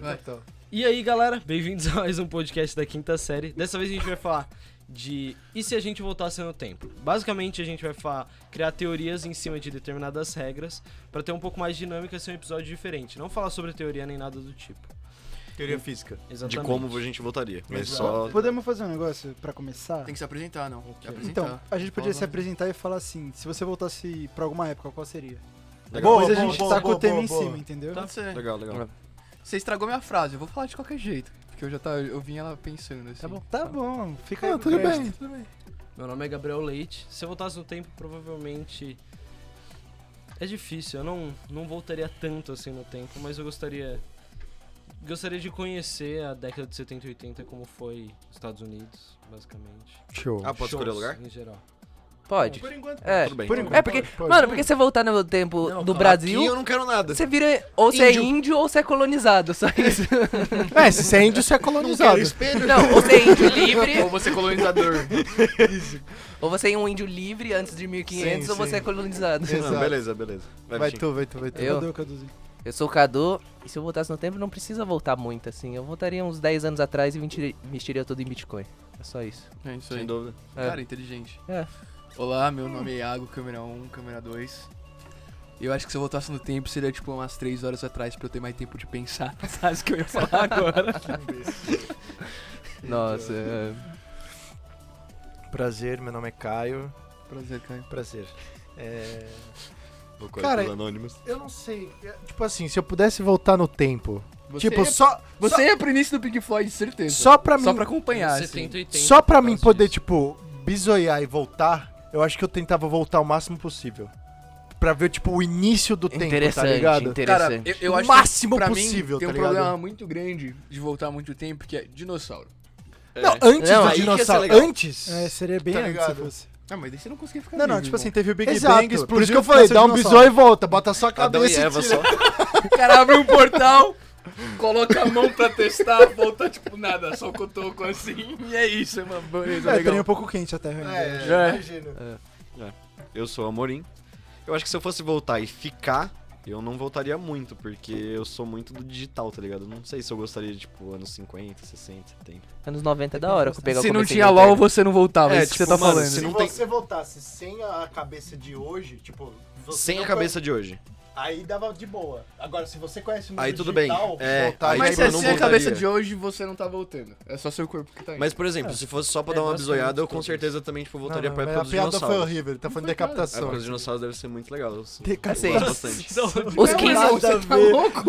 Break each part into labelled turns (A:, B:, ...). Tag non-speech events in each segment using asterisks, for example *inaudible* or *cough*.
A: Vai.
B: Então,
A: E aí, galera, bem-vindos a mais um podcast da quinta série. Dessa vez a gente vai falar de e se a gente voltasse no tempo. Basicamente, a gente vai falar, criar teorias em cima de determinadas regras pra ter um pouco mais de dinâmica e ser um episódio diferente. Não falar sobre teoria nem nada do tipo.
B: teoria física.
A: Exatamente.
C: de como a gente votaria. Mas
B: Exato.
C: só.
D: Podemos fazer um negócio pra começar?
B: Tem que se apresentar, não.
A: Ok.
B: Se apresentar.
D: Então, a gente podia
B: Fala.
D: se apresentar e falar assim, se você voltasse pra alguma época, qual seria?
C: Legal,
D: Depois a
B: boa,
D: gente
B: boa,
D: tá com
B: boa,
D: o tema
B: boa,
D: em
B: boa.
D: cima, entendeu?
A: Tá.
B: Pode ser.
C: legal, legal.
B: Então Você estragou minha frase, eu vou falar de qualquer jeito. Porque eu já tava, eu vim ela pensando assim.
A: Tá bom.
D: Tá bom, fica aí
B: Ah,
D: com
B: tudo
D: crédito.
B: bem, tudo bem.
A: Meu nome é Gabriel Leite. Se eu voltasse no tempo, provavelmente. É difícil, eu não, não voltaria tanto assim no tempo, mas eu gostaria. Gostaria de conhecer a década de 70 e 80 como foi os Estados Unidos, basicamente.
E: Show.
C: Ah, pode escolher o lugar?
A: Em geral.
F: Pode.
A: Por enquanto.
F: É.
C: Tudo bem.
D: Por
C: então.
F: É porque,
E: Pode,
F: mano, porque você voltar no tempo
B: Não,
F: do
B: cara,
F: Brasil,
C: Aqui eu não quero nada.
F: você vira ou você
C: Índio.
F: é índio ou você é colonizado, só isso.
E: É, se você é índio, você é colonizado.
B: espelho.
F: Não, ou você é índio livre,
B: Ou você é
C: *laughs*
B: colonizador.
F: ou você é um índio livre antes de 1500
B: Sim,
F: ou você
B: sim.
F: é colonizado.
C: Não,
D: Exato.
C: beleza, beleza. Vai,
B: Vai
C: Vitinho.
B: tu, vai tu, vai tu.
F: Eu?
D: Cadê o Caduzinho?
F: Eu sou o Cadu, e se eu voltasse no tempo, não precisa voltar muito, assim. Eu voltaria uns 10 anos atrás e mentira- investiria tudo em Bitcoin. É só isso.
B: É isso
C: Sem
B: aí.
C: dúvida.
F: É.
B: Cara, inteligente.
F: É.
B: Olá, meu nome é Iago, câmera 1, câmera 2. Eu acho que se eu voltasse no tempo seria tipo umas 3 horas atrás pra eu ter mais tempo de pensar. *laughs* Sabe o que eu ia falar agora?
E: *laughs*
F: Nossa, é...
E: Prazer, meu nome é Caio.
B: Prazer, Caio.
E: Prazer. É,
C: Vou
E: Cara,
C: correr anônimos.
E: Eu não sei. é, Tipo assim, se eu pudesse voltar no tempo.
B: Você
E: tipo,
B: ia-
E: só.
B: Você ia pro início do Pink Floyd, certeza.
E: Só pra
B: Só
E: mim-
B: pra
C: Ah,
B: acompanhar, assim.
A: 70 e tá 80.
E: Só pra
A: por
E: mim
A: causa
E: poder,
A: disso. *laughs*
E: tipo, bizoiar e voltar, eu acho que eu tentava voltar o máximo possível. Pra ver, tipo, o início do tempo, tá
F: interessante,
E: ligado?
B: Cara,
F: interessante.
B: eu, eu
E: O
B: acho
E: máximo
B: que pra
E: possível,
B: mim, tem
E: tá
B: um
E: ligado?
B: problema muito grande de voltar muito tempo, que é dinossauro.
E: Não,
C: É.
E: antes
F: Não,
E: do
F: aí que
C: ia ser
E: dinossauro.
C: legal.
E: Antes?
D: É, seria bem
E: Tá
D: antes se
E: ligado?
D: fosse.
B: Ah, mas daí você não conseguia ficar
E: Não,
B: vivo,
E: não, tipo assim,
B: irmão.
E: teve o Big
D: Exato,
E: Bang,
D: por
E: explodiu. Por isso que
D: que
E: eu falei,
D: nasceu
E: dá um
D: dinossauro.
E: bizou e volta, bota só a
C: Adão e
E: cabeça
C: Eva
E: e
C: só.
E: tira. É,
B: o cara abre um portal, coloca a mão pra testar, volta tipo nada, só o cotoco assim, e é isso, é uma beleza,
D: É,
B: legal.
D: trem um pouco quente a terra ainda. eu acho.
B: É.
C: Eu sou o Amorim. Eu acho que se eu fosse voltar e ficar, eu não voltaria muito, porque eu sou muito do digital, tá ligado? Não sei se eu gostaria, de, tipo, anos 50, 60, 70.
F: Anos 90 é da hora que eu pegar
B: Se
F: o
B: não
F: começo
B: tinha
F: de
B: LOL,
F: internet.
B: você não voltava, é, isso que
C: tipo,
B: você tá
C: mano,
B: falando.
C: se
E: Se
C: não tem-
E: você voltasse sem a cabeça de hoje, tipo. você
C: Sem
E: não
C: a cabeça de hoje.
E: conhe- Aí dava de boa. Agora, se você conhece o mundo
C: Aí tudo bem.
E: digital,
C: É,
E: voltar
C: aí
E: e
B: Mas
C: tipo,
B: se
C: eu
B: é
C: não
B: sem a cabeça
C: voltaria.
B: de hoje, você não tá voltando. É só seu corpo que tá indo.
C: Mas, por exemplo, se fosse só pra dar uma bizoiada, eu com certeza também, tipo, voltaria pra época
E: a
C: dos
E: piada foi
C: dinossauros.
E: horrível, ele tá falando
C: A época
E: decapitação.
C: dos dinossauros deve ser muito legal. Eu sou-
F: Assim,
C: gosto bastante.
F: os 15...
B: Você tá louco?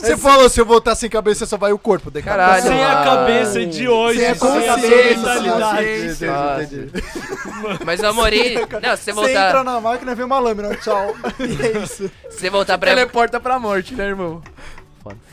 E: Você falou, se eu voltar sem cabeça, só vai o corpo.
F: Caralho.
E: Decapitação.
A: Sem a
F: Ah.
A: cabeça é de hoje,
D: É,
E: Sem a
A: sem a
C: é,
E: consciência,
A: mentalidade.
F: Ah,
B: entendi, entendi.
F: Mas, Amorim, não, se você
D: Você entra
F: é, voltar,
D: na máquina e vê uma lâmina, tchau. e é isso.
F: se você voltar pra
B: Teleporta é pra morte, né, irmão?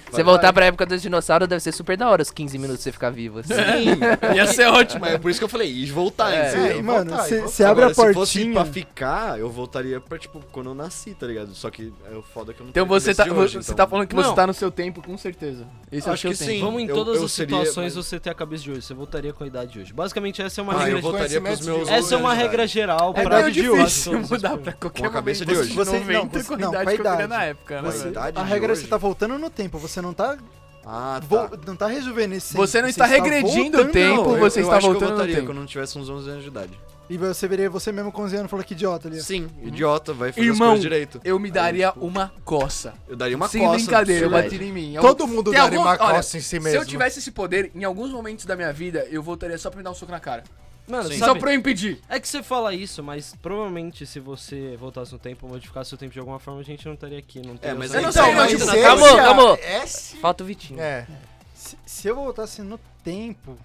F: Você voltar pra época dos dinossauros deve ser super da hora os 15 minutos você ficar
C: *laughs*
F: vivo. assim.
C: Sim!
B: Ia ser ótimo.
C: Mas é por isso que eu falei, e voltar,
F: É.
C: entendeu?
E: e
D: mano,
E: voltar, e voltar.
D: você abre a
C: Agora, se fosse pra
D: portinha.
C: ficar, eu voltaria pra, tipo, quando eu nasci, tá ligado? Só que é o foda que eu não
B: Então
C: tenho
B: você tá,
C: cabeça de hoje,
B: você
C: então.
B: tá falando que
A: Não.
B: você tá no seu tempo, com certeza. Esse é o
C: Acho
B: seu
C: que
B: tempo.
C: sim.
A: Vamos em
C: Eu-
A: todas
C: eu
A: as
C: seria,
A: situações
C: mas-
A: você ter a cabeça de hoje. Você voltaria com a idade de hoje. Basicamente, essa é uma
C: Ah,
A: regra.
C: eu voltaria pros meus...
A: Essa é uma
C: hoje,
A: regra
C: tá?
A: geral
B: É
A: pra
B: meio
A: de hoje,
B: difícil
A: todas as
B: *laughs* mudar
A: coisas.
B: pra qualquer
C: Com a cabeça de hoje.
B: Você
D: Você-
B: não,
D: não,
B: com
D: você-
B: a
D: não,
B: idade
D: com a
B: que eu queria
D: idade.
B: na época, né?
C: Com a
B: velho?
C: idade
D: A
C: de
D: regra é
C: hoje?
D: você tá voltando no tempo, você não tá,
C: Ah, tá.
D: vo- não tá rejuvenescendo.
B: Você não está regredindo o
D: voltando
B: tempo,
C: Não, eu-
B: Tipo, você
C: eu
B: está
C: acho que eu
B: voltando no
C: voltaria
B: tempo.
C: quando eu não tivesse uns 11 anos de idade.
D: E você veria você mesmo com 11 anos e falou que idiota ali. ó.
C: Sim, idiota, vai fazer
B: Irmão.
C: as coisas direito.
B: Eu me daria uma coça.
C: Eu daria uma
B: Sem
C: coça.
B: brincadeira, eu
C: absurda.
B: bati em mim. É um Eu-
E: Todo mundo
B: Tem
E: daria
B: algum-
E: uma
B: olha,
E: coça em si
B: Se
E: mesmo. né?
B: eu tivesse esse poder, em alguns momentos da minha vida, eu voltaria só pra me dar um soco na cara.
A: Mano,
C: Sim.
B: Só
A: sabe,
B: pra eu impedir.
A: é que você fala isso, mas provavelmente se você voltasse no tempo, modificasse o tempo de alguma forma, a gente não estaria aqui. Não teria
C: É, mas
A: essa
C: aí-
B: Eu não
A: regra.
B: sei, mas-
E: esse-
F: Calma,
E: esse-
F: calma.
E: esse-
F: Falta o Vitinho.
E: É.
D: Se, se eu voltasse no tempo,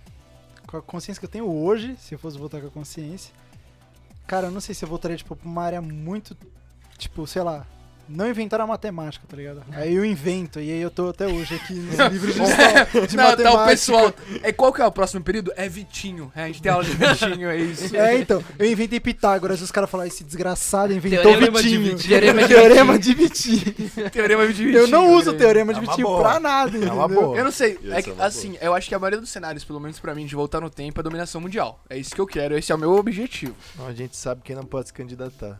D: com a consciência que eu tenho hoje, se eu fosse voltar com a consciência, cara, eu não sei se eu voltaria, tipo, pra uma área muito, tipo, sei lá, não inventaram a matemática, tá ligado? Aí eu invento, e aí eu tô até hoje
B: *laughs*
D: aqui nos livros de, história, de
B: Não,
D: matemática.
B: tá, o pessoal. É, qual que é o próximo período? É Vitinho. É, a gente tem aula de Vitinho, é isso.
D: É, então, eu inventei Pitágoras, os caras falaram, esse desgraçado inventou
F: Teorema de
D: Vitinho.
F: Vitinho. Teorema de
D: Teorema de Vitinho.
B: *laughs* Teorema de Vitinho.
D: Eu não uso o
B: né?
D: teorema de
E: É uma
D: Vitinho
E: boa.
D: pra nada, entendeu?
E: uma boa.
B: Eu não sei,
C: Ia
B: é
C: ser
B: que,
C: uma boa.
B: assim, eu acho que a maioria dos cenários, pelo menos pra mim, de voltar no tempo é dominação mundial. É isso que eu quero, esse é o meu objetivo.
E: Não, a gente sabe quem não pode se candidatar.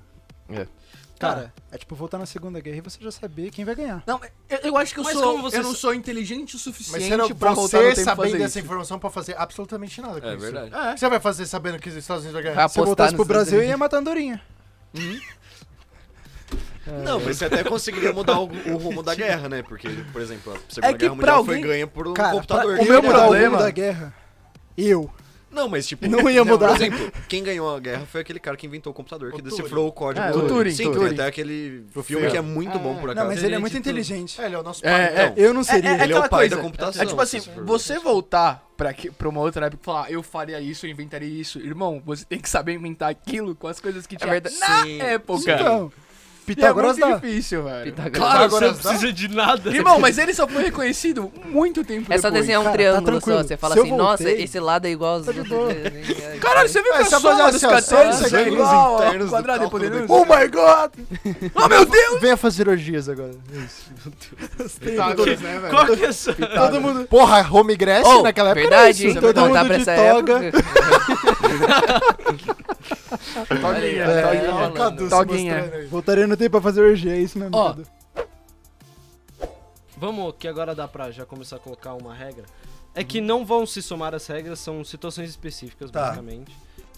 D: Cara, é tipo voltar na Segunda Guerra e você já saber quem vai ganhar.
B: Não, eu, eu acho que eu
A: Mas
B: sou.
A: como você
B: eu não
A: sa-
B: sou inteligente o suficiente
E: Mas você, não,
B: pra voltar no
E: você
B: tempo e
E: sabendo
B: fazer
E: dessa
B: isso.
E: informação pode fazer absolutamente nada com
C: É
E: isso.
C: verdade.
E: O que você vai fazer sabendo que os Estados Unidos vai ganhar?
F: Vai
D: Se eu
F: apostar
D: voltasse
F: no
D: pro Brasil, eu
F: Santos.
D: ia matar a Andorinha.
C: Não, mas você até conseguiria mudar o, o rumo da guerra, né? Porque, por exemplo, a Segunda
B: É que
C: Guerra
B: pra
C: Mundial foi
B: alguém-
C: ganha por um
D: Cara,
C: computador.
D: pra- o
E: Quem ia
D: meu
E: mudar o
D: problema
E: mundo
D: da
E: da
D: guerra, eu,
C: Não, mas tipo...
D: Não ia mudar.
C: Por exemplo, quem ganhou a guerra foi aquele cara que inventou o computador, que
E: O
C: decifrou o código
B: É,
C: do...
B: o Turing,
C: Sim,
B: Turing.
C: tem até aquele
E: O
C: filme
E: filme.
C: que é muito
E: Ah,
C: bom, por acaso.
D: não, mas
A: Teria
D: ele é muito
A: de tudo.
D: inteligente.
E: É, ele é o nosso
B: É,
E: pai.
C: Então,
D: Eu não
B: É,
D: seria.
B: é
C: Ele é o
B: aquela
C: pai
B: coisa.
C: da computação,
B: É tipo assim,
C: se for-
B: você voltar pra, que, pra uma outra época e falar, "Ah, eu faria isso, eu inventaria isso. Irmão, você tem que saber inventar aquilo com as coisas que tinha
F: verdade.
B: na
C: Sim.
B: época.
D: Então,
B: E é muito
D: Pitágoras dá.
B: difícil, velho.
F: Pitágoras
B: Claro,
A: Então, você
B: agora
C: tá?
A: não precisa de nada.
B: Irmão, mas ele só foi reconhecido muito tempo
F: É
B: depois.
F: só desenhar um
D: Cara, tá
F: triângulo só.
D: tranquilo.
F: Você fala
D: Se eu
F: assim, nossa,
D: voltei,
F: esse lado *laughs* é igual aos
D: tá de
F: outros
D: boa.
F: dois, hein?
B: Caralho, você viu que
E: É
B: a
E: só
B: soma
E: fazer
B: dos
E: assim, ó, só
B: catetos
E: isso
B: é
E: aqui, os
B: igual ao
C: internos do
B: quadrado
C: cálculo
B: hipotenusa?
C: do-
B: Oh my god! Oh meu Deus!
E: Venha fazer orgias agora.
B: Pitágoras, né, velho?
A: Qual que é essa?
E: Todo mundo. Porra, Home Grécia
F: Oh,
E: naquela época. era
F: verdade,
E: isso.
F: hein?
E: Todo
F: Voltar
E: mundo
F: pra
E: de
F: essa
E: toga.
F: época.
B: Toguinha,
E: É,
F: Toguinha.
E: ó, o Cadu se
B: Toguinha.
E: mostrando aí.
D: voltaria no tempo pra fazer orgia, é isso mesmo.
B: Ó.
D: Cadu.
A: Vamos, que agora dá pra já começar a colocar uma regra. É que não vão se somar as regras, são situações específicas,
E: Tá.
A: basicamente.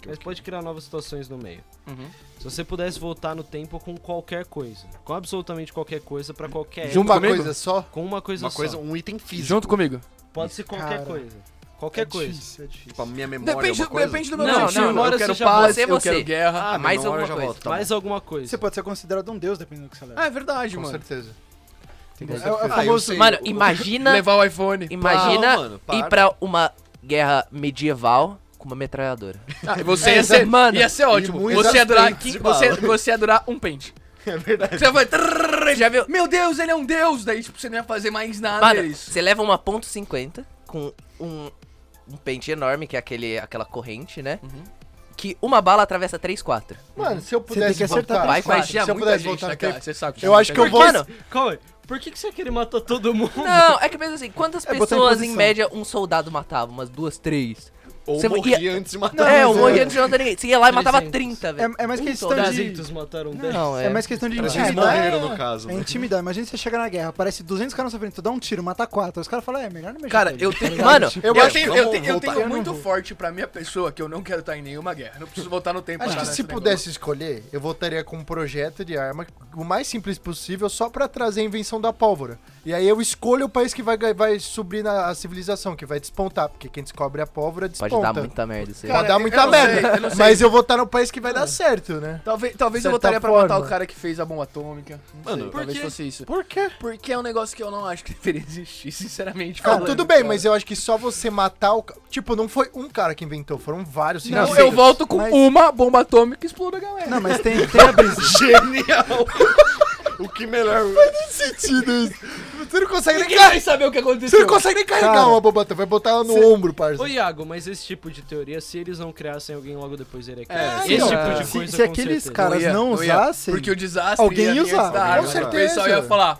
A: Mas pode criar novas situações no meio.
F: Uhum.
A: Se você pudesse voltar no tempo com qualquer coisa, com absolutamente qualquer coisa, pra qualquer
E: De
A: época,
E: uma
B: Comigo?
E: coisa só.
A: com uma coisa
C: Uma
A: só.
C: coisa, um item físico.
B: Junto comigo.
A: Pode ser qualquer
D: Cara,
A: coisa. Qualquer
D: é
A: coisa.
D: Difícil, é difícil.
C: Tipo, a minha memória
B: Depende,
C: é uma
B: do-
C: coisa.
B: depende do meu
A: Não,
B: objetivo.
A: não,
B: eu
A: agora
B: quero
A: você já
B: paz,
F: você,
B: eu
F: você.
B: quero guerra.
F: Ah, mais
C: memória
F: alguma
C: já
F: coisa.
C: volta, tá
A: Mais
C: bom.
A: alguma coisa.
D: Você pode ser considerado um deus, dependendo do que você leva.
B: Ah, é verdade,
E: Com
B: mano.
E: certeza.
D: Tem que-
E: com
D: é, é
E: certeza.
C: Ah, eu
D: famoso.
C: sei.
F: Mano,
C: O-
F: imagina,
B: Levar o iPhone.
F: imagina
C: Não, mano, para.
F: ir pra uma guerra medieval com uma metralhadora.
B: Ah, você
F: É,
B: ia ser,
F: mano.
B: ia ser ótimo.
E: muito
B: Você ia, durar
E: exatamente.
B: quin- você, você ia durar um pente.
E: *laughs* É verdade.
B: Você vai. trrr, Já viu? Meu Deus, ele é um deus! Daí, tipo, você não ia fazer mais nada.
F: Mano,
B: é isso.
F: você leva uma ponto .50 com um, um pente enorme, que é aquele, aquela corrente, né? Que uma bala atravessa 3, 4.
E: Mano, se eu
D: tem que
E: pudesse
D: acertar
E: voltar...
F: Vai, vai,
E: se eu
B: tinha muita
E: pudesse
B: gente
E: voltar no
B: naquela-
E: tempo-
B: Você sabe,
E: Eu acho que eu vou...
F: Mano,
A: Calma aí. Por que, que você quer querer matar todo mundo?
F: *laughs* não, é que pensa assim, quantas
D: É, botar em
F: pessoas em
D: posição.
F: média um soldado matava? Umas duas, três?
C: Ou
F: Você
C: morria
F: ia-
C: antes de matar.
D: Não,
F: é, um
D: mas
F: monte
D: é-
F: de não ninguém. Você ia lá e matava
A: 300.
F: 30, velho. Um
D: É, é mais questão de...
A: 300 mataram 10.
F: Não, é.
D: É mais questão de
C: Vocês
D: intimidar.
C: morreram, no caso.
D: É
C: né?
D: intimidar. Imagina você chegar na guerra, aparece 200 caras na sua frente, tu dá um tiro, mata quatro. Os caras falam, é, melhor não mexer
B: Cara,
D: com ele.
B: eu tenho.
F: Mano,
B: eu, tenho,
C: eu-
B: eu,
C: vamos
B: tenho, eu
C: voltar.
B: tenho
D: Eu não
B: muito
D: vou.
B: forte pra minha pessoa que eu não quero estar em nenhuma guerra. Não preciso voltar no tempo.
E: Acho
B: pra tá
E: que
B: dar
E: se
B: esse
E: pudesse escolher, eu voltaria com um projeto de arma o mais simples possível só pra trazer a invenção da pólvora. E aí eu escolho o país que vai, ga- vai subir na a civilização, que vai despontar, porque quem descobre a pólvora
F: Pode
E: desponta.
F: dar muita merda isso aí.
E: Pode
B: Cara,
E: dar
B: eu
E: muita
B: não sei,
E: merda,
B: eu não sei. É.
E: mas eu vou estar no país que vai dar certo, né?
B: Talvez, talvez eu
E: Certa
B: voltaria pra matar
E: forma.
B: o cara que fez a bomba atômica. Não
C: Mano,
B: sei,
C: por
B: talvez
C: quê?
B: fosse isso.
E: Por quê?
B: Porque é um negócio que eu não acho que *laughs* deveria existir, sinceramente.
E: Ah,
B: falando,
E: tudo bem,
B: cara.
E: mas eu acho que só você matar o. ca- Tipo, não foi um cara que inventou, foram vários.
B: Não,
E: cientistas.
B: eu volto com
D: Mas-
B: uma bomba atômica e explodo a galera.
D: Não, mas tem, tem a brisa.
B: *laughs*
C: Genial! *laughs* o que melhor.
E: sentido isso. Você não consegue nem
B: Ninguém
E: carregar.
B: vai saber o que
E: Você
B: aconteceu.
E: não consegue nem carregar
D: Cara,
E: uma bomba, vai botar ela no
A: cê-
E: ombro, parça.
A: Ô Iago, mas esse tipo de teoria, se eles não criassem alguém logo depois, ele ia
B: É,
A: criar.
B: sim,
A: esse tipo
D: cara.
A: de
D: Se-
A: coisa
D: se
A: com
D: aqueles
A: certeza.
D: caras-
B: ia,
D: não
B: ia,
D: usassem,
B: Porque o desastre
D: alguém ia
B: vir
D: usar,
B: antes da
E: com
B: água.
E: certeza. Ah,
B: O pessoal ia falar,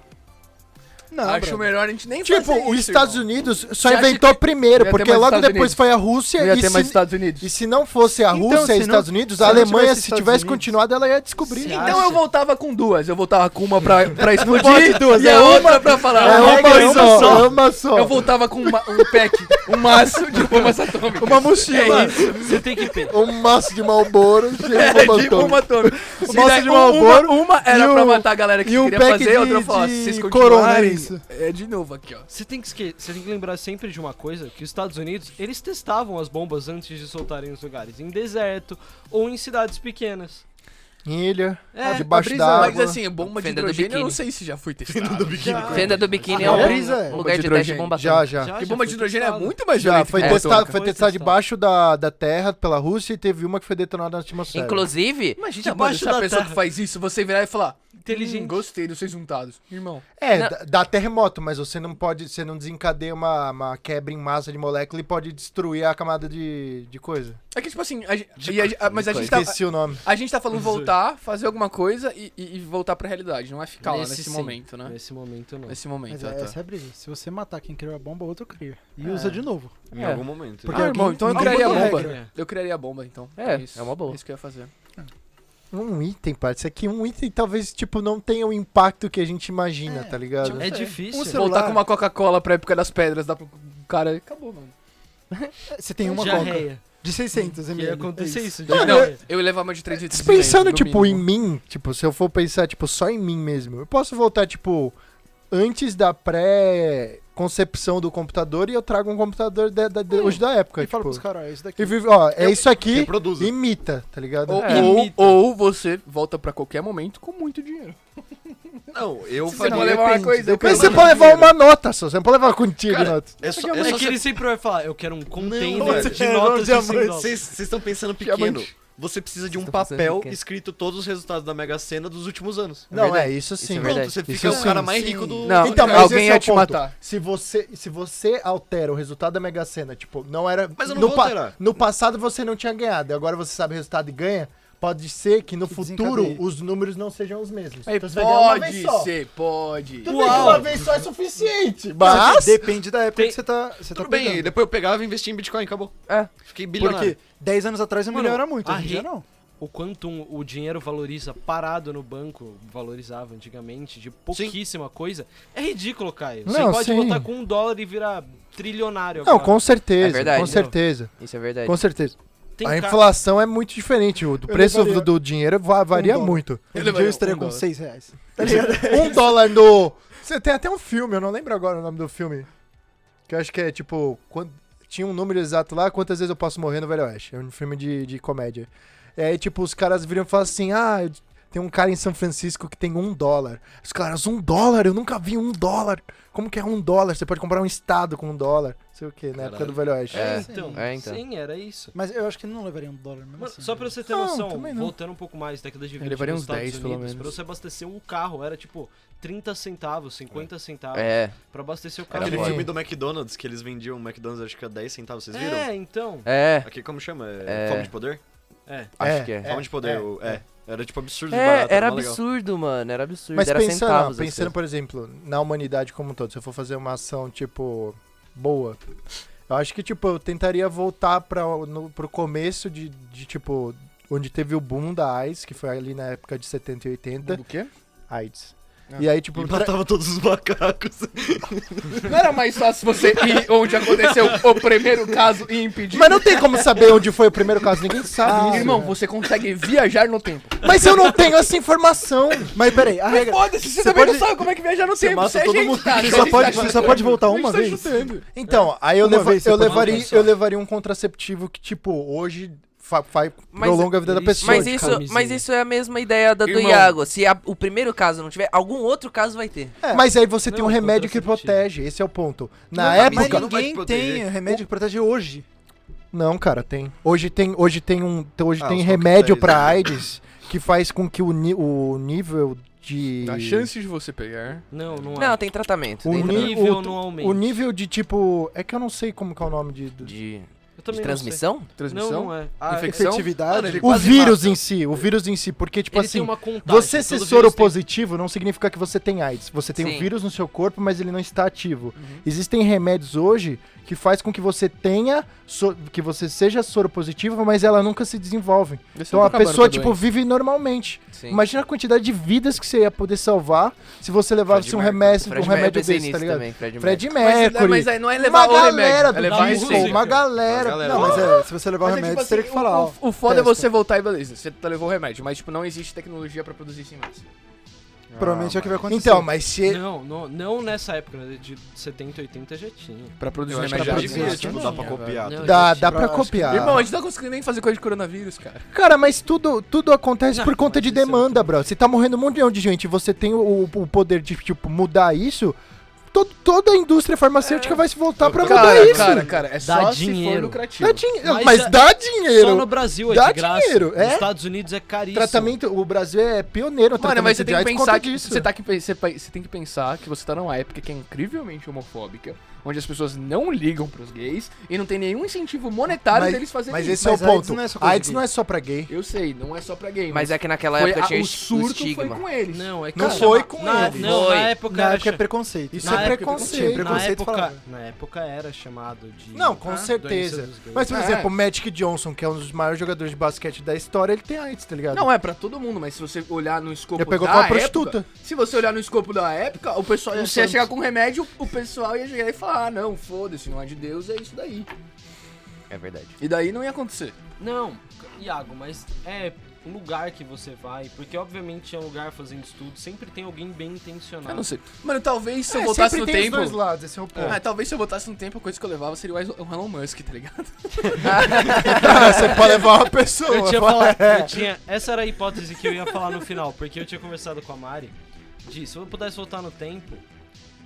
D: Não,
B: acho
D: brother.
B: melhor a gente nem fazer
E: Tipo,
B: isso,
E: os Estados
B: irmão.
E: Unidos só
B: Você acha
E: inventou
B: que- Não ia
E: primeiro,
B: ter
E: porque
B: mais
E: logo
B: Estados
E: depois
B: Unidos.
E: foi a Rússia.
B: Não ia
E: e,
B: ter
E: se,
B: mais Estados Unidos.
E: e se não fosse a
D: Então,
E: Rússia
D: se
E: e
D: não-
E: Estados Unidos,
D: se
E: a
D: não
E: Alemanha,
D: tivesse
E: se
D: Estados
E: tivesse
D: Unidos-
E: continuado, ela ia descobrir.
D: Você
B: Então
D: acha?
B: eu voltava com duas. Eu voltava com uma pra,
E: *laughs*
B: pra explodir
D: pode duas,
B: e
D: é
B: a
D: uma-
B: outra pra falar.
E: É uma,
D: regra é
E: só,
D: uma só.
E: é uma só.
B: Eu voltava com uma- um pack, um maço de bombas atômicas.
E: Uma
B: É
E: mochila.
A: Você tem que pe-
E: um maço de
B: *laughs*
E: Malboro cheio de
B: É, de
E: bomba
B: bomba
E: atômica.
B: atômica.
E: O
B: Se
E: maço
B: daí
E: de
B: um-
E: Marlboro
B: uma, uma era
E: e
B: pra
E: um-
B: matar a galera que
E: e um
B: queria
E: pack
B: fazer,
E: de-
B: outra falou, se
E: de
B: vocês
E: Corona,
B: continuarem...
E: é isso.
B: É de novo aqui, ó.
A: Você tem que esque- você tem que lembrar sempre de uma coisa, que os Estados Unidos, eles testavam as bombas antes de soltarem os lugares, em deserto ou em cidades pequenas.
E: Ilha, tá
A: É,
E: debaixo
D: a brisa-
E: da
B: Mas
E: água.
B: assim, bomba de
F: Fenda do
B: hidrogênio eu não
F: biquíni.
B: sei se já foi testada.
F: Fenda do biquíni é
D: Ah,
F: um
D: é? Brisa, é.
F: lugar
B: Bomba de
F: de teste de
B: hidrogênio.
F: bomba
E: Já,
F: atômica.
E: já.
A: Já,
B: Porque
A: já
B: bomba
A: foi
B: de hidrogênio é
A: testado.
B: muito mais
E: Já,
B: violento
E: foi
B: que É, a
E: testado,
B: atômica.
E: foi
A: Foi
E: testado
A: testado.
E: debaixo da, da terra pela Rússia e teve uma que foi detonada na atmosfera.
F: Inclusive,
B: Imagina, mano,
A: Debaixo
B: se a
A: da
B: tipo, pessoa
A: terra.
B: que faz isso, você virar e falar...
A: Inteligente.
B: "Hum, gostei dos seus untados. Irmão.
E: É,
F: Não.
E: dá- dá terremoto, mas você não pode, você não desencadeia uma, uma quebra em massa de molécula e pode destruir a camada de, de coisa.
B: É que, tipo assim, a gen- e a gen- a- mas a gente tá...
E: Esqueci o nome.
B: A gente tá falando voltar, fazer alguma coisa e, e- e voltar pra realidade. Não é ficar lá nesse
A: sim.
B: momento, né?
A: Nesse momento não.
B: Nesse momento,
D: Mas
B: ah,
D: é,
B: tá.
D: essa é a brisa. Se você matar quem criou a bomba, outro cria. E usa de novo.
C: Em
F: É.
C: algum momento.
D: Porque
B: Ah,
D: alguém-
B: irmão, então eu
D: alguém
B: criaria a
D: botou
B: bomba.
D: regra.
B: Eu criaria a bomba, então.
F: É,
B: isso.
F: é uma boa.
B: isso que eu ia fazer.
E: Um item, parça. É que um item talvez, tipo, não tenha o impacto que a gente imagina,
D: É,
E: tá ligado?
A: É
D: sei.
A: difícil.
E: Um celular.
B: Voltar com uma Coca-Cola pra época das pedras, dá pro cara. Acabou, mano.
D: É, Você tem uma coca.
A: Diarreia.
D: De É 600
A: Que ia
D: ml.
A: acontecer isso.
B: Não,
A: diarreia.
B: eu levar mais de 3 litros. de
E: Pensando,
B: cimento, no
E: tipo, em
B: mínimo.
E: mim, tipo, se eu for pensar, tipo, só em mim mesmo, eu posso voltar, tipo, antes da pré-concepção do computador e eu trago um computador da- da- de- hoje da época,
D: E fala
E: tipo.
D: pros caras, ó, isso daqui.
E: E vive, ó, é
B: Eu-
E: isso aqui,
C: Reproduz.
E: imita, tá ligado?
B: Ou,
A: É.
B: ou,
A: Imita.
B: ou você volta pra qualquer momento com muito dinheiro.
C: Não, eu
B: Você não
C: faria.
B: levar uma coisa, eu
E: Mas você
B: quero
E: pode é levar
B: dinheiro.
E: uma nota só, você não pode levar contigo
C: é Cara,
E: nota.
C: É só,
A: É
C: é só
A: que ele sempre vai falar, eu quero
B: *laughs*
A: um container
C: velho.
A: de notas de 100 dólares.
C: Vocês estão pensando pequeno.
B: Diamante.
C: Você precisa de um
F: Vocês tão pensando
C: papel
F: pequeno.
C: escrito todos os resultados da Mega Sena dos últimos anos.
E: não,
F: verdade.
E: é isso sim.
F: é
C: Pronto,
F: verdade.
C: você fica
E: Isso
C: o cara
E: sim,
C: mais
E: sim.
C: rico do.
B: Não,
E: então, mas
B: alguém
E: esse
B: ia
E: é o
B: te
E: ponto.
B: matar.
E: Se você, se você altera o resultado da Mega Sena, tipo, não era.
C: Mas eu não
E: no
C: vou alterar.
E: No passado você não tinha ganhado, e agora você sabe o resultado e ganha. Pode ser que no
D: Que
E: futuro
D: desencadeie.
E: os números não sejam os mesmos. Então,
B: Aí
E: você vai ganhar uma vez
B: pode
E: só.
B: ser, pode.
E: Tudo bem que
A: Uau.
E: uma vez só é suficiente.
D: Mas
E: Mas.
D: depende da época
A: Tem-
D: que você tá, você tá
C: Tudo bem,
D: pegando.
C: depois eu pegava e investia em Bitcoin, acabou.
F: É.
C: Fiquei bilionário.
D: Porque 10 anos atrás um
A: Mano,
D: milhão era muito,
A: a
D: hoje em dia
A: re-
D: não.
A: O quanto um- o dinheiro valoriza parado no banco, valorizava antigamente, de pouquíssima coisa, é ridículo, Caio.
E: Não,
A: você pode
E: sim.
A: botar com um dólar e virar trilionário
E: Não,
A: agora.
E: com certeza.
F: É verdade,
A: não.
E: com certeza.
F: Isso é verdade.
E: Com certeza.
A: Tem
E: a
A: ca-
E: inflação é muito diferente. O preço
D: levaria
E: do, do dinheiro va- varia
D: dólar.
E: muito.
D: Hoje em dia
B: levaria
D: eu
B: um
D: estaria com
B: dólar.
D: 6 reais.
E: *laughs* um dólar no. Você tem até um filme, eu não lembro agora o nome do filme. Que eu acho que é tipo. quan- Tinha um número exato lá, quantas vezes eu posso morrer no Velho Oeste. É um filme de, de comédia. E aí, tipo, os caras viram e falam assim: ah, eu- tem um cara em São Francisco que tem um dólar. Os caras, um dólar? Eu nunca vi um dólar. Como que é um dólar? Você pode comprar um estado com um dólar. Não sei o que, na época
C: Caralho.
E: do Velho Oeste.
A: É,
F: É,
A: então,
F: é, então.
A: Sim, era isso.
D: Mas eu acho que não levaria um dólar mesmo
A: Mano,
D: assim.
A: só pra você ter
E: Não,
A: noção,
E: também não.
A: voltando um pouco mais, década de 20
B: levaria
A: nos
B: uns
A: Estados
B: 10 pelo
A: Unidos, pra
B: menos.
A: você abastecer um carro era tipo 30 centavos, 50 centavos.
F: É,
A: Pra abastecer o carro.
C: Aquele
F: Era
C: filme
F: foda.
C: do McDonald's que eles vendiam o McDonald's acho que a 10 centavos, vocês viram?
A: É, então.
F: é,
C: Aqui como chama? É...
F: É.
C: Fome de poder?
F: acho que é.
C: Fome de poder,
E: é,
C: o- é. Era tipo absurdo de barato,
F: É, era
C: mó legal.
F: absurdo, mano, era absurdo.
E: Mas
F: era
E: pensando, ó,
F: centavos. assim. as
E: pensando por exemplo, na humanidade como um todo, se eu for fazer uma ação, tipo, boa, eu acho que, tipo, eu tentaria voltar pra, o- no, pro começo de, de, tipo, onde teve o boom da AIDS, que foi ali na época de 70 e 80.
D: Uhum.
B: Do quê?
E: AIDS.
B: Ah.
E: E aí, tipo,
C: E
E: tra-
C: matava todos os macacos.
B: Não era mais fácil você ir onde aconteceu o primeiro caso e impedir? Ah,
E: mas não tem como saber onde foi o primeiro caso, ninguém
D: Ah,
E: sabe. isso,
B: Irmão,
E: né?
B: você consegue viajar no tempo.
E: Mas eu não tenho essa informação.
D: Mas peraí, a regra.
B: Foda-se, você,
D: Você
B: também
D: pode-
B: não sabe como é que viajar no
C: Você
B: tempo.
C: mata
B: é
C: todo
B: gente,
C: mundo.
B: tá?
D: Você
B: A
D: só
B: gente
D: pode-
B: tá
D: você só
B: chutando.
D: pode voltar
B: A gente
D: uma
B: tá
D: vez.
B: chutando.
E: Então, aí eu,
D: Uma
E: leva-
D: vez você
E: eu,
D: pode
E: levaria,
A: pensar.
E: eu levaria um contraceptivo que, tipo, hoje fa- fa-
F: Mas-
E: prolonga a vida da
A: mas
E: pessoa.
F: Mas
A: de
F: isso,
A: camisinha.
F: mas isso é a mesma ideia da do
B: Irmão.
F: Iago. Se a- o primeiro caso não tiver, algum outro caso vai ter.
E: Mas aí você tem
A: Não,
E: um remédio que
A: contraceptivo.
E: protege, esse é o ponto. Na
C: Não,
D: Mas
C: Nunca vai
E: época.
C: te
D: ninguém tem
C: proteger.
D: remédio que protege hoje.
E: Não, cara, tem. Hoje tem, hoje tem, um, hoje
C: Ah,
E: tem
C: os
E: remédio
C: coquetéis,
E: pra
C: né?
E: AIDS que faz com que o, ni- o nível de.
B: A chance de você pegar.
A: Não, não é.
F: Não, tem tratamento.
E: O
F: tem
A: o
E: nível-
F: tratamento.
A: nível não aumenta.
E: O nível de tipo. É que eu não sei como que é o nome de. do-
F: De, de
A: Eu também não sei.
F: transmissão?
B: Transmissão?
A: Não, não é.
C: Tipo
A: Ah, é-
B: Infecção?
C: Mano,
D: Efetividade.
C: ele
E: O
C: quase
E: vírus
C: mata.
E: em si, o vírus em si. Porque, tipo
A: ele tem
E: assim.
A: uma contagem.
E: Você ser
A: todo Tá,
E: soro
A: então vírus tem-
E: positivo não significa que você tem AIDS. Você tem o
F: Sim.
E: vírus no seu corpo, mas ele não está ativo. Existem remédios hoje que faz com que você tenha, so- que você seja soro positivo, mas ela nunca se desenvolve. Então a pessoa, tipo, vive normalmente.
F: Sim.
E: Imagina a quantidade de vidas que você ia poder salvar se você levasse
C: Fred
E: um
C: Mercury.
E: remédio, um
F: Fred Mer- eu
E: remédio
F: pensei
E: desse, tá
F: nisso
E: ligado?
F: também, Fred
E: Fred
B: mas,
E: Mercury.
B: mas aí não é
E: uma
B: levar o remédio.
E: galera
B: É
E: do
B: levar
A: da
B: a
E: Google,
A: música.
B: receita.
E: uma galera.
C: Uma galera.
D: Não, mas é, se você levar o
B: Mas é
D: remédio,
B: tipo
D: você teria
B: assim,
D: que falar, ó.
B: o- O, o foda é
D: testa.
B: você voltar e beleza, você tá- levou o remédio, mas tipo, não existe tecnologia pra produzir isso em massa.
D: Provavelmente
B: Ah,
D: é o que vai acontecer.
E: Então, mas se...
A: Não, não, não nessa época, né? de 70, 80 já tinha.
B: Pra
C: Eu
B: produzir
C: acho que
B: remédio
C: já
B: pra
D: produzir
C: devia,
D: massa,
C: tipo,
D: não
C: dá
D: tinha,
C: pra copiar.
A: velho.
C: tá ligado?
E: Dá,
A: gente,
E: dá
D: eu
E: pra
D: acho que-
E: copiar.
B: Irmão, a gente não tá conseguindo nem fazer coisa de coronavírus, cara.
E: Cara, mas tudo, tudo acontece
A: Não,
E: por conta
A: mas
E: de
A: isso é
E: demanda,
A: muito
E: bro. Você tá morrendo um milhão de gente e você tem o, o poder de, tipo, mudar isso. to- toda a indústria farmacêutica
A: É.
E: vai se voltar pra mudar
B: cara,
E: isso.
B: cara, cara, é só se for
A: dinheiro.
B: lucrativo.
E: Dá dinheiro.
A: Mas
E: Mas,
A: a-
E: dá dinheiro.
A: Só no Brasil é
E: Dá
A: de graça.
E: dinheiro, é?
A: Nos Estados Unidos é caríssimo.
E: Tratamento, o Brasil é pioneiro no
B: Mano,
E: tratamento
B: mas você
E: de é
B: tem que
E: AIDS por conta
B: pensar que
E: disso.
B: você, tá que pe- você pa- você tem que pensar que você tá numa época que é incrivelmente homofóbica, onde as pessoas não ligam pros gays e não tem nenhum incentivo monetário
E: Mas-
B: deles fazerem
E: Mas
B: isso.
E: esse é o
D: Mas AIDS
E: ponto.
D: não é só coisa
E: AIDS
D: de
E: não é só pra gay.
B: Eu sei, não é só pra gays.
F: Mas é que naquela
B: foi
F: época
B: a-
F: tinha
B: o
F: o
B: surto foi
F: estigma.
B: com eles.
A: Não, é que
E: Não
A: chama-
E: foi com
A: na,
E: ele.
A: Não,
F: Foi.
A: na época
D: Na
B: Então,
A: era
D: época é
A: cha-
D: preconceito.
E: Isso
A: Na
E: é época
B: não
E: preconceito.
B: tinha
A: Na
E: preconceito
A: época,
E: falava.
A: na época era chamado de.
E: Não, com
A: doença
E: certeza.
A: dos gays.
E: Mas, por
B: É.
E: exemplo, o Magic Johnson, que é um dos maiores jogadores de basquete da história, ele tem AIDS, tá ligado?
B: Não é pra todo mundo, mas se você olhar no escopo
E: Ele pegou
B: da
E: com uma
B: época,
E: prostituta.
B: se você olhar no escopo da época, o pessoal
E: Um
B: você ia
E: santo.
B: chegar com remédio, o pessoal ia chegar e falar: "Ah, não, foda-se, não é de Deus, é isso daí".
C: É verdade.
B: E daí não ia acontecer.
A: Não, Iago, mas é um lugar que você vai, porque obviamente é um lugar fazendo estudo, sempre tem alguém bem intencionado.
B: Eu não sei. Mano, talvez se eu
E: É,
B: voltasse
E: sempre
B: no
E: tem os
B: tempo,
E: dois lados, esse é o ponto.
B: Ah, talvez se eu voltasse no tempo, a coisa que eu levava seria o Elon Musk, tá ligado?
E: *laughs* Você pode levar uma pessoa.
A: Eu tinha falado, eu tinha, essa era a hipótese que eu ia falar no final, porque eu tinha conversado com a Mari de se eu pudesse voltar no tempo,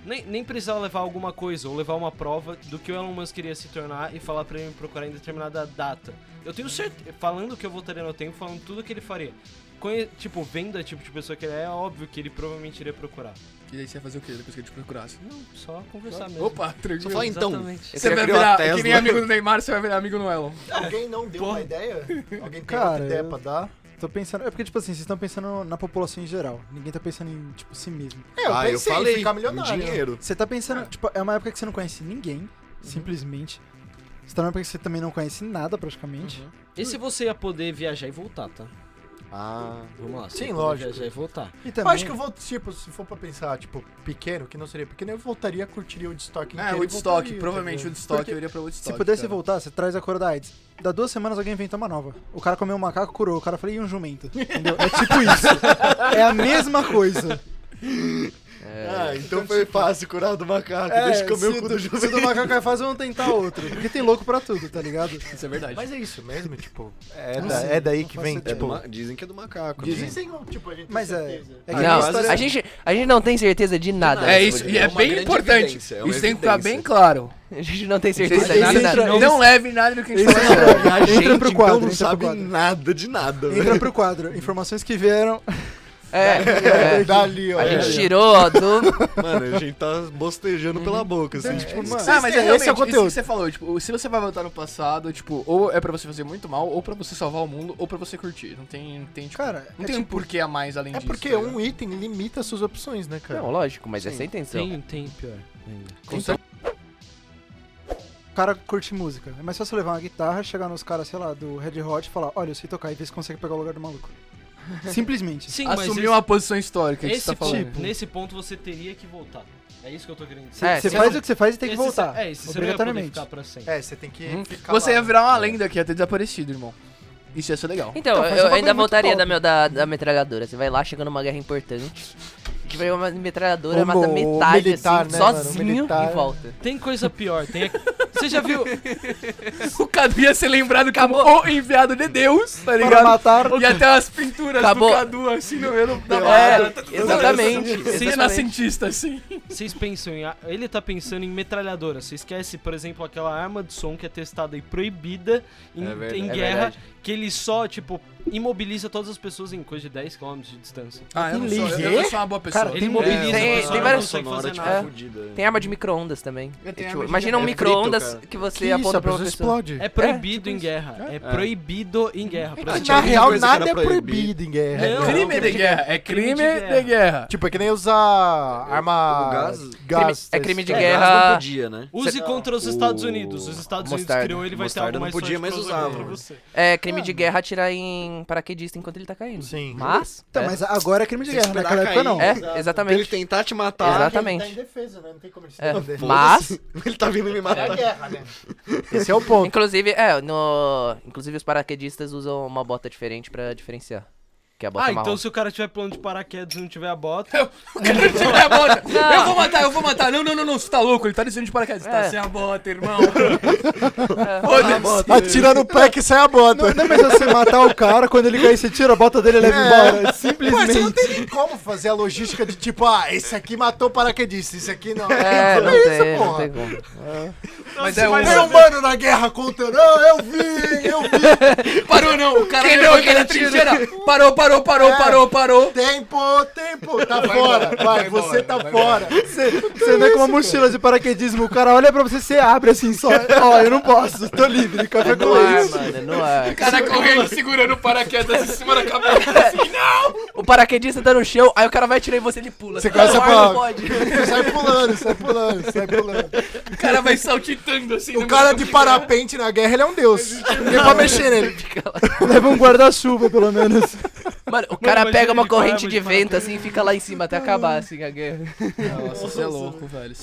A: nem, nem precisava levar alguma coisa ou levar uma prova do que o Elon Musk queria se tornar e falar pra ele me procurar em determinada data. Eu tenho certeza, falando que eu voltaria no tempo, falando tudo que ele faria. Conhe- tipo, vendo a tipo de pessoa que ele é, é óbvio que ele provavelmente iria procurar.
B: E daí você ia fazer o quê depois que eu te procurasse?
A: Não, só conversar mesmo.
B: Opa,
C: Só
B: tranquilo.
C: falar então.
A: Exatamente.
B: Você
C: Ele
B: vai
C: criou a
B: virar,
C: Tesla.
B: que nem amigo do Neymar, você vai virar amigo no Elon.
E: Alguém não deu
A: Porra.
E: uma ideia? Alguém tem
D: Cara,
E: outra ideia
D: eu-
E: pra dar?
D: Tô pensando. É porque, tipo assim, vocês estão pensando na população em geral. Ninguém tá pensando em, tipo, si mesmo.
E: É, eu
C: ah, eu
E: pensei em
C: falei.
E: ficar milionário.
C: em Dinheiro.
D: Você tá
E: Ah.
D: pensando, tipo, é uma época que você não conhece
E: Uhum.
D: ninguém, simplesmente. Você tá numa época que você também não conhece nada, praticamente.
E: Uhum.
A: E se você ia poder viajar e voltar, tá?
C: Ah.
A: Vamos lá. você
E: Sim,
A: ia poder
E: lógico.
A: Viajar e voltar.
D: E
E: Eu
D: também,
E: acho que eu vou, tipo, se for pra pensar, tipo, pequeno, que não seria pequeno, eu voltaria, curtiria o
B: É,
E: Woodstock inteiro.
B: o
E: e
B: Woodstock,
E: voltaria,
B: provavelmente o
E: entendeu?
B: Woodstock,
E: Porque-
B: eu iria pra Woodstock.
D: se pudesse
B: cara.
D: voltar, você traz a cor da AIDS. Da duas semanas alguém inventa uma nova. O cara comeu um macaco, curou. O cara falou, e um jumento? Entendeu? É tipo isso. É a mesma coisa.
C: Ah, então foi fácil curar do macaco. deixa eu comer
D: se
C: o cu do
D: se
C: jovem.
D: do macaco vai fazer, vamos tentar outro. Porque tem louco pra tudo, tá ligado?
B: Isso é verdade.
E: Mas é isso mesmo, tipo. É,
D: Não
E: da-
D: sei,
E: é daí
D: não
E: que
D: faço
E: vem,
D: ideia.
C: É do
E: tipo.
C: ma- Dizem que é do macaco.
B: Dizem.
C: né?
E: Dizem, não, tipo, a gente tem
D: Mas é.
E: certeza.
D: é que
F: Não,
D: a história-
F: a gente, a gente não tem certeza de nada.
B: é isso, e é,
C: É uma
B: bem
C: grande
B: importante.
C: evidência, é uma
B: isso tem que ficar
C: evidência.
B: bem claro.
F: A gente não tem
B: Vocês
F: certeza
B: têm
F: de
B: nada- é
F: nada.
B: não, leve nada do que a gente
D: Entra-
B: falou. Ah, agora.
C: A gente
D: entra pro quadro,
C: então, não
D: entra pro
C: sabe
D: quadro.
C: nada de nada. velho.
D: Entra pro quadro. Informações que vieram.
F: É, é.
E: Dali, ó.
C: A
F: A gente
C: É.
F: tirou do.
C: Mano, a gente tá bostejando pela boca, assim. tipo,
E: Tipo, mano,
B: Ah, mas é,
E: esse
B: realmente,
E: é o
B: isso que
E: conteúdo.
B: você falou, tipo, se você vai voltar no passado, tipo, ou é pra você fazer muito mal, ou pra você salvar o mundo, ou pra você curtir. Não tem, não tem, tipo,
D: Cara,
B: não
D: é
B: tem um
D: tipo-
B: porquê a mais além
E: É
B: disso.
E: porque
B: tá ligado?
E: um item limita suas opções, né, cara?
F: Não, lógico, mas
C: Sim.
F: essa é a intenção.
A: Tem, tem pior. ainda.
B: Então,
D: O cara curte música. É mais fácil levar uma guitarra, chegar nos caras, sei lá, do Red Hot e falar, olha, eu sei tocar e ver se consegue pegar o lugar
A: *laughs*
D: do maluco. Simplesmente.
A: Sim, mas
B: Assumiu
A: esse-
B: uma posição histórica que
A: Esse
B: você tá falando.
A: tipo, nesse ponto você teria que voltar. É isso que eu tô querendo dizer.
F: É,
D: Você
F: você
D: faz
F: não-
D: o que você faz e tem
A: Esse
D: que
A: você-
D: voltar.
A: É, isso você não ia poder
D: obrigatoriamente.
A: ficar pra sempre.
E: É, você tem que
B: Hum.
E: ficar
B: Você
E: lá.
B: ia virar uma lenda que ia ter desaparecido, irmão. Isso ia ser legal.
F: Então,
D: Então, faz um
F: eu, eu
D: bagulho
F: ainda
D: muito
F: voltaria
D: top.
F: da, meu, da, da metralhadora. Você vai lá, chega numa guerra importante. Que vai uma metralhadora,
E: Ou
F: mata
E: mo-
F: metade,
E: militar,
F: assim,
E: né, mano?
F: sozinho
E: Militar.
F: e volta.
A: Tem coisa pior, tem. Você já viu?
B: *laughs* O Cadu ia ser lembrado como o enviado de Deus, tá
D: Para
B: ligado?
D: matar.
B: E até as pinturas
F: Acabou.
B: do Cadu, assim, no meio da balada.
F: É, exatamente.
A: Sim,
F: exatamente.
B: renascentista, assim.
A: Vocês pensam em. a- Ele tá pensando em metralhadora. Você esquece, por exemplo, aquela arma de som que é testada e proibida em,
C: É verdade.
A: em
F: É
A: guerra,
F: verdade.
A: que ele só, tipo, imobiliza todas as pessoas em coisa de 10 km de distância.
B: Ah, eu não, sou, eu, eu não sou uma boa pessoa.
D: Cara,
A: Ele
D: tem
A: imobiliza,
F: Tem-
A: a
F: tem
A: pessoa não
F: várias-
A: consegue fazer
C: tipo,
A: nada.
C: fudida.
F: Tem arma de micro-ondas também.
B: Eu tenho
F: Tipo,
B: arma de-
F: imagina um
C: é frito,
F: micro-ondas
C: cara.
F: que você
E: Que isso,
F: aponta
E: a
F: pra
E: pessoa
F: uma pessoa.
E: explode.
A: É proibido em guerra. É, proibido em guerra.
E: Ah,
A: proibido.
E: na
C: alguma
E: real,
C: coisa que
E: nada
C: era
E: é
C: proibido.
E: proibido em guerra.
A: Não.
E: né?
B: Crime de guerra. É crime de guerra.
E: Tipo, é que nem usar arma.
C: o gás-
E: gás
F: Crime- é crime de
A: É,
C: É,
F: guerra.
C: mas não podia, né?
A: Use
F: Cê-
A: contra os
C: O-
A: Estados Unidos. Os Estados
F: Mostarda.
A: Unidos criou ele, vai ter
C: Mostarda
A: algo
C: não
A: mais
C: podia,
A: forte
C: mas
A: pra
C: usava.
A: você.
F: É crime de guerra atirar em paraquedista enquanto ele tá caindo.
E: Sim.
F: Mas.
D: Então,
F: é,
D: mas agora é crime de
C: Tem que
D: guerra, naquela época
C: esperar
D: não.
C: cair.
F: É, exatamente.
C: Ele tentar te matar.
F: Exatamente.
E: Ele tá indefeso, né? Não tem como ele se
F: É,
E: defender.
F: mas,
C: Ele tá vindo me
E: É a
C: matar.
E: guerra, né? Esse é o ponto.
F: inclusive, é, no. Inclusive os paraquedistas usam uma bota diferente pra diferenciar. Que é a bota
A: Ah,
F: marrom.
B: *laughs*
A: então se o cara tiver plano de paraquedas e não tiver a bota.
B: Tipo, O cara não tiver É a bota. Eu vou matar, eu vou matar. Não, não, não, não. Você tá louco? Ele tá descendo de paraquedas. Você
F: Ah. É.
B: tá sem a bota,
F: *laughs*
B: irmão. Foda-se.
E: Atira no pé que sai a bota.
D: Não, não
A: *laughs*
D: é mais você matar o cara, quando ele cair, você tira a bota dele e leva embora.
E: Mas você não
D: Simplesmente.
E: tem nem como fazer a logística de tipo, ah, esse aqui matou o paraquedista, esse aqui não.
F: É,
E: Não
F: não tem,
E: é isso,
F: não
E: porra.
F: tem como.
B: Mas é um.
E: Tem um mano na guerra contando, ah, eu vi, eu vi,
B: Parou não, o cara levantou da trincheira. Parou, parou, parou,
E: É.
B: parou, parou.
E: tempo, tempo, tá fora, vai,
B: vai
E: você
B: embora,
E: tá
B: vai
E: fora.
D: Você, você anda com uma mochila de paraquedismo, o cara olha pra você, você abre assim só. Ó, eu não posso, tô livre, café com
F: É No ar,
D: leite.
F: mano, no ar. É.
B: O cara correndo, segurando o paraquedas em cima da
F: *laughs*
B: cabeça. assim,
F: O paraquedista tá no chão, aí o cara vai atirar em você e ele pula.
E: Você
F: Não,
E: começa
F: no
E: a
F: ar não
E: falar.
F: pode.
E: Sai pulando, sai pulando, sai pulando.
B: O cara vai saltitando assim.
E: O cara de parapente na guerra, ele é um deus. Ninguém pode mexer nele.
D: Leva um guarda-chuva, pelo menos.
F: Mano, o cara
A: imagina
F: pega uma
A: ele parar,
F: corrente de
A: mas para-
F: vento assim e fica lá em cima até acabar assim a guerra.
B: Nossa, você é louco, velho.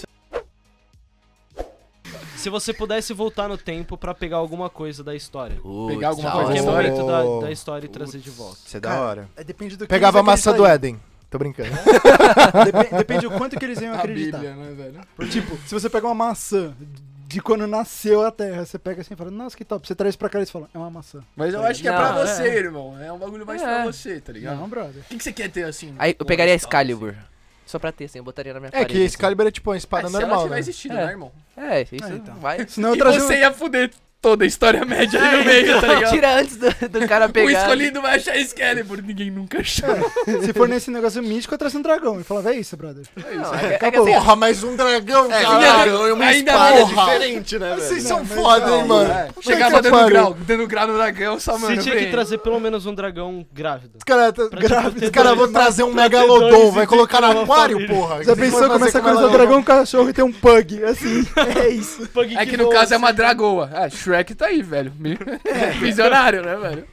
A: Se você pudesse voltar no tempo pra pegar alguma coisa da história.
B: Pegar alguma
F: Putz,
A: Qualquer
B: coisa.
A: momento da, da história e trazer de volta.
B: Você
E: Da hora.
D: Depende do que
E: Pegava a
D: eles
E: maçã do
D: acreditarem.
E: Éden. Tô brincando.
D: Depen- Depende do quanto que eles *laughs* iam
B: a
D: acreditar.
B: Bíblia, né, velho?
D: Tipo, se você pegar uma maçã de quando nasceu a Terra, você pega assim e fala, nossa, que top. Você traz pra cá e eles falam, é uma maçã.
B: Mas eu acho que é
F: Não,
B: pra
F: é.
B: você, irmão. É um bagulho mais pra
F: É.
B: você, tá ligado?
D: Não, brother.
B: O que, que você quer ter assim?
F: Aí eu pegaria a
B: Assim?
F: Excalibur. Só pra ter, assim, eu botaria na minha
E: É
F: parede.
E: que esse
F: assim.
E: calibre é tipo uma
B: É,
E: espada
B: sei lá,
E: normal,
B: tiver
E: né?
B: existido,
F: É.
B: né, um- irmão?
F: É, isso
E: Ah,
D: É, então.
F: vai.
D: Senão eu
B: e
D: trazia
B: você ia fuder toda a história média
F: *laughs*
B: ali no *laughs* meio, tá ligado?
F: Tira antes do, do cara
B: O
F: pegar.
B: escolhido vai achar Excalibur, ninguém nunca achou.
D: um... Se for nesse negócio mítico, eu trazia um dragão. E falava, é isso, brother.
F: Não, é, que- é que assim,
E: Porra, mas um dragão,
B: É,
E: cara.
B: dragão e uma ainda espada.
C: É
E: Porra.
C: diferente, né,
E: Vocês
C: velho?
E: são
D: mas
E: foda,
D: não,
E: hein, mano.
B: é.
E: Puta
B: Chegava
E: que
B: dando
E: pariu.
B: grau, dando grau no dragão, só, Ah, mano,
A: Você tinha que
B: vem.
A: trazer pelo menos um dragão grávido.
F: *laughs*
E: Cara, tá
A: Pra
E: grávido.
A: ter
E: Os caras
A: dois-
E: vão trazer um
A: pra ter
E: megalodon,
A: dois
E: vai
A: e
E: colocar
A: ter
E: no
A: uma
E: aquário,
A: família.
E: porma.
D: Já pensou, começa a cruzar o dragão, um cachorro e tem um pug, assim. É isso.
A: Pug
B: É que no
A: voa,
B: caso é uma dragoa. Ah, Shrek tá aí, velho. *laughs* Visionário, né, velho?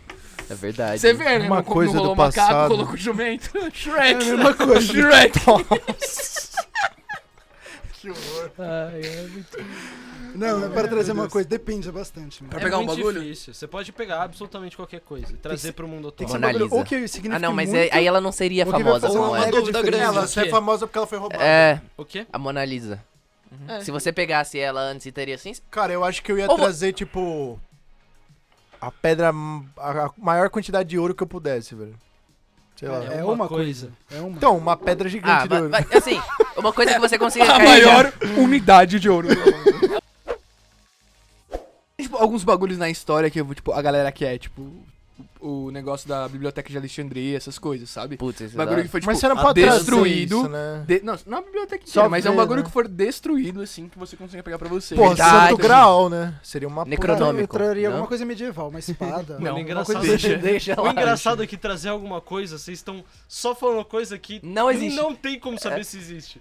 F: é verdade.
B: Você vê, né? não-
E: Uma
B: não
E: coisa do
B: rolou macaco,
E: passado.
B: colocou o jumento. *laughs* Shrek.
D: É a mesma coisa.
B: Shrek.
F: Ai, é
A: um
F: muito-
D: Não, é para trazer uma coisa. Depende bastante, mano.
B: Pra
A: É
B: pegar um
A: muito
B: bagulho?
A: Difícil. Você pode pegar absolutamente qualquer coisa e trazer pro mundo
D: Tem
A: atual.
D: que ser um
F: Mona
D: bagulho
F: Lisa.
D: ou que significa
F: Ah, não, mas
D: muito,
F: é- aí ela não seria
D: Ou que vai
F: famosa
D: fazer
F: como
E: Uma
F: ela.
E: dúvida grande.
A: diferença.
E: Ela só é famosa porque ela foi roubada.
F: É,
A: O quê?
F: a Mona Lisa.
B: Uhum.
F: Se você pegasse ela antes e teria assim.
E: Cara, eu acho que eu ia
F: Ou vo-
E: trazer, tipo. A pedra. A a maior quantidade de ouro que eu pudesse, velho. Sei lá.
D: É uma coisa. É uma.
E: Então, uma pedra gigante
F: Ah,
E: de
F: vai,
E: ouro.
F: vai- assim, uma coisa que você consiga
B: *laughs* A
F: carregar.
B: maior unidade de ouro. *laughs* Tipo, alguns bagulhos na história que eu, vou, tipo, a galera que é, tipo, o o negócio da biblioteca de Alexandria, essas coisas, sabe?
F: Putz, esse
B: bagulho
F: da-
B: que foi, tipo,
E: Mas você não
C: a
E: pode trazer
B: destruído.
E: isso, né?
B: de- não, não é a biblioteca inteira,
E: Só
B: mas é um
E: ver,
B: bagulho
E: né?
B: que for destruído, assim, que você consiga pegar pra você.
E: Porra,
F: Verdade.
E: Santo Graal, né? Seria uma
D: Eu tra-
F: Necronômico.
D: Eu traria
F: Não?
D: alguma coisa medieval, uma
B: *laughs*
D: espada.
A: Mano,
F: Não,
D: alguma
A: engraçado.
D: coisa
B: assim.
A: Deixa,
F: deixa
A: O
F: lá.
A: engraçado é que trazer alguma coisa, vocês estão só falando coisa que
F: Não existe.
A: não tem como saber se existe.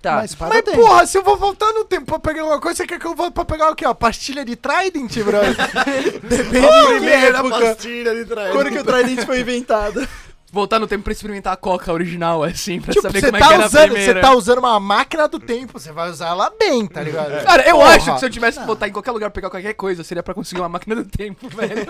F: Tá.
D: Uma espada
E: Mas
D: tem.
E: porra, se eu vou voltar no tempo pra pegar uma coisa, você quer que eu volte pra pegar o quê? Ó, pastilha de Trident,
B: *laughs*
E: brother? Depende de que época.
D: Quando que o Trident foi inventado?
B: Voltar no tempo pra experimentar a coca original, assim, pra
E: Tipo,
B: saber
E: você
B: como é
E: tá,
B: que era a
E: usando, você
B: primeira. Uhum.
E: tá usando uma máquina do tempo, você vai usar ela bem, tá ligado?
B: Cara, eu
E: Porra.
B: acho que se eu tivesse que botar em qualquer lugar pra pegar qualquer coisa, seria pra conseguir uma máquina do tempo, *laughs* velho.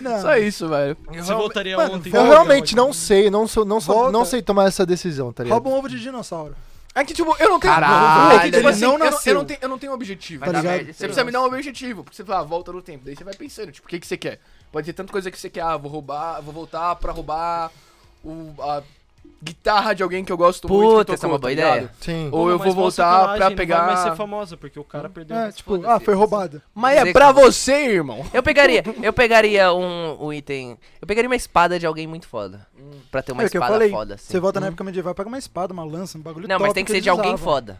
D: Não.
B: Só isso, velho.
A: Você voltaria
E: Mano,
A: ontem.
E: Eu realmente não sei, não, sou, não, sou, não
D: Volta.
E: sei tomar essa decisão, tá ligado?
D: Rouba um ovo de dinossauro.
B: É que, tipo, eu não tenho.
F: Caralho,
B: é que, tipo,
F: ele
B: assim,
D: não
B: eu, não, eu,
D: nasceu.
B: não tenho, eu não tenho objetivo.
F: Vai
D: tá
F: dar
D: ligado?
F: merda,
B: Você
F: sei
B: precisa
F: lá.
B: me dar um objetivo, porque você fala, ah, volta no tempo. Daí você vai pensando, tipo, o que, que você quer? Pode ter tanta coisa que você quer, ah, vou roubar, vou voltar pra roubar o, a guitarra de alguém que eu gosto muito.
F: Puta,
B: que
F: essa é uma
B: tá
F: boa
B: ligado?
F: ideia.
E: Sim.
B: Ou eu
A: é
B: vou voltar pra
A: Não vai mais
B: pegar. Hum?
A: ser famosa, porque o cara perdeu.
D: É, tipo, ah,
F: foda-se.
D: foi roubado.
B: Mas é
F: Dizer
B: pra
F: que-
B: você, irmão.
F: Eu pegaria, eu pegaria um, um item. Eu pegaria uma espada de alguém muito foda.
B: Hum.
F: Pra ter uma
D: É o que eu
F: espada
D: falei.
F: foda, assim.
D: Você volta na época medieval, pega uma espada, uma lança, um bagulho
F: Não, mas
D: top
F: tem que
D: que
F: ser de
D: eles
F: alguém
D: usavam.
F: foda.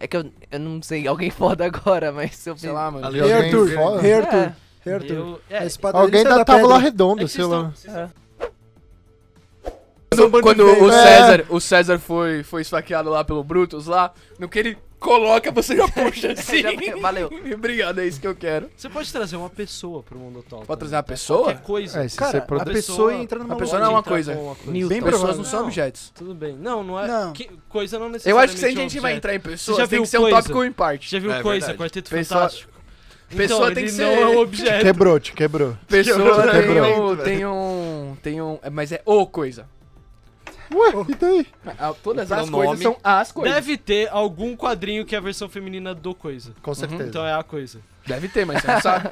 F: É que eu, eu não sei alguém *laughs* foda agora, mas se eu
B: Sei lá, mano.
E: Ali,
D: Rei
E: Alguém
D: Arthur,
E: foda?
D: Rei
F: É.
D: Arthur, Rei Arthur.
A: Eu,
D: A
A: é,
D: espada
E: Alguém
D: dele sai
E: da tábula
D: pedra.
E: redonda,
A: é que
E: sei
A: vocês
E: lá.
A: estão- vocês estão-
B: Quando, quando o
E: É.
B: César, o César foi, foi esfaqueado lá pelo Brutus lá, no que ele coloca, você já puxa assim.
F: *laughs* É. Já- valeu.
B: *laughs* Obrigado, é isso que eu quero.
A: Você pode trazer uma pessoa pro mundo atual.
B: Pode trazer
A: também.
B: uma pessoa?
A: Qualquer coisa.
E: É, se
D: Cara,
E: você
D: a
E: produ-
D: pessoa ia entrar numa
B: A pessoa
A: Pode
B: não é uma
A: entrar
B: coisa.
A: com uma coisa.
F: Newton.
B: Bem pessoas
D: provável.
B: não são
A: Não.
B: objetos.
A: Tudo bem. Não, não é.
D: Não.
A: que- coisa não
B: Eu acho que
A: necessariamente.
B: se a gente vai entrar em
A: Você já
B: pessoas, tem
A: viu
B: que ser um
A: coisa?
B: tópico em parte.
A: Já viu
C: É
A: coisa?
C: verdade.
A: Quarteto
B: Pessoa-
A: Fantástico.
B: pessoa
A: então,
B: tem
A: ele
B: que ser-
A: não é um objeto.
E: Quebrou, te quebrou.
B: Pessoa
E: Quebrou,
B: tem
E: quebrou.
B: um, tem um, tem um, é, mas é o coisa.
E: Ué, e daí?
B: Ah, Todas
C: Pelo
B: as coisas
C: nome.
B: são as coisas.
A: Deve ter algum quadrinho que é a versão feminina do coisa.
B: Uhum,
E: Com certeza.
A: Então é a coisa.
B: Deve ter, mas você não
A: *laughs*
B: sabe.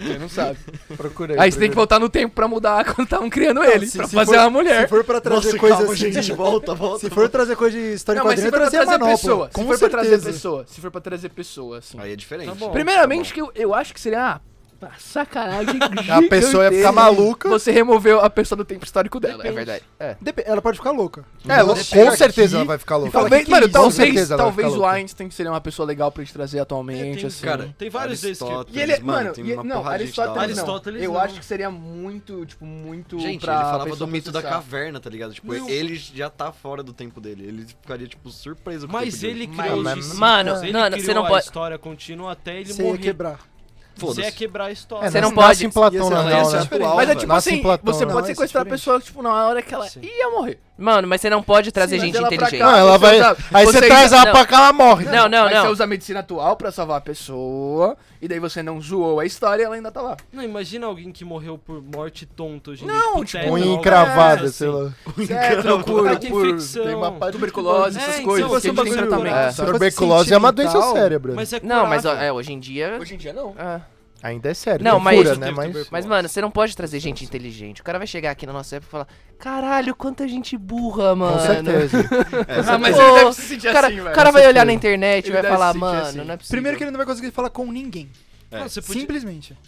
B: você não sabe.
E: Procura
B: é. Aí você tem que
E: procura.
B: voltar no tempo pra mudar *laughs* quando estavam criando ele,
E: se-
B: pra
E: se
B: fazer
E: for-
B: uma mulher.
E: Se for pra trazer
C: Nossa,
E: coisa
C: calma,
E: assim,
C: gente, volta, volta.
E: se for trazer coisa de história
B: Não,
E: em
B: mas se
E: quadrinho,
B: for pra
E: trazer
B: trazer
E: Manopla.
B: pessoa, se
E: Com
B: for pra trazer
E: certeza.
B: pessoa, se for pra trazer pessoa, assim.
C: Aí é diferente.
A: Tá bom.
B: Primeiramente que eu, eu acho que seria uma sacanagem
E: A pessoa
B: gigantesca.
E: ia ficar maluca.
B: Você removeu a pessoa do tempo histórico dela, é verdade. É.
D: Dep- Ela pode ficar louca.
E: É, ela-
C: Você
E: com
C: chega aqui
E: certeza ela vai ficar louca.
B: Talvez, mano,
E: Com
B: talvez,
E: certeza ela vai
B: talvez
E: ficar
B: o
E: louca.
B: Einstein seria uma pessoa legal pra gente trazer atualmente,
A: tem-
B: assim.
C: um Cara,
A: Tem vários desses que-
C: Aristóteles,
B: E ele,
C: mano,
B: mano,
C: tem
B: e-
C: uma
B: não,
C: porrada de gente da hora.
B: Aristóteles não.
A: Aristóteles
B: eu
A: não.
B: acho que seria muito, tipo, muito
C: Gente,
B: pra
C: ele falava do
B: pessoa
C: mito da
B: processar.
C: caverna, tá ligado? Tipo,
A: Não.
C: ele já tá fora do tempo dele. Ele ficaria, tipo, surpreso com o
A: Mas
C: tempo dele.
A: ele criou
E: mas-
A: os discípulos,
F: mano,
A: ele
F: não, não,
A: criou
F: você não
A: a
F: pode-
A: história contínua até ele
D: Você ia
A: morrer.
D: quebrar.
A: Você ia
C: Foda-se.
A: quebrar a história.
F: Você não
E: nasce-
F: pode-
E: nasce em Platão,
C: Isso
E: na
C: é
E: real,
C: diferente.
E: né?
C: atual,
B: Mas é
C: velho.
B: tipo
E: Nasce em
B: assim,
E: Platão,
B: você
E: né?
B: pode
D: Não,
B: sequestrar a
D: isso é
B: pessoa, tipo, na hora que ela
A: Sim.
B: ia morrer.
F: Mano, mas você não pode
B: Sim,
F: trazer
B: mas
F: gente
B: ela pra cá.
F: inteligente.
E: Não, ela vai.
B: Você
E: Aí você
B: usa-
E: traz ela
F: não.
E: pra cá, ela morre.
F: Não, não,
B: Mas
F: não.
B: você usa a medicina atual pra salvar a pessoa, e daí você não zoou a história e ela ainda tá lá.
A: Não, imagina alguém que morreu por morte tonta hoje em
B: Não,
A: dia,
B: tipo,
F: Um
A: tétano,
E: Unha
A: alguma
E: encravada,
A: coisa
E: sei
A: assim.
E: lá.
B: Certo, não, por,
A: Por,
B: por
A: infecção.
B: tuberculose,
A: É,
B: essas
A: então,
B: coisas,
A: você
B: que a gente tem
A: bagulho-
B: tratamento.
F: É.
E: A Tuberculose é uma doença séria, Bruno.
A: Mas é
F: Não, mas ó,
A: curável.
F: é, hoje em dia.
B: Hoje em dia não.
F: Ah.
E: Ainda é sério.
F: Não,
E: Não,
F: mas-
E: cura, né? Mas...
F: Mas, mano, você não pode trazer gente inteligente. O cara vai chegar aqui na nossa época e falar: Caralho, quanta gente burra, mano.
E: Com certeza.
B: Ah, mas
F: Pô,
B: ele deve se sentir
F: O cara,
B: assim, velho.
F: o cara vai olhar na internet e
B: Ele
F: vai
B: deve
F: falar,
B: se sentir
F: mano,
B: assim.
F: não é possível.
D: Primeiro que ele não vai conseguir falar com ninguém.
A: Não, você podia...
D: Simplesmente.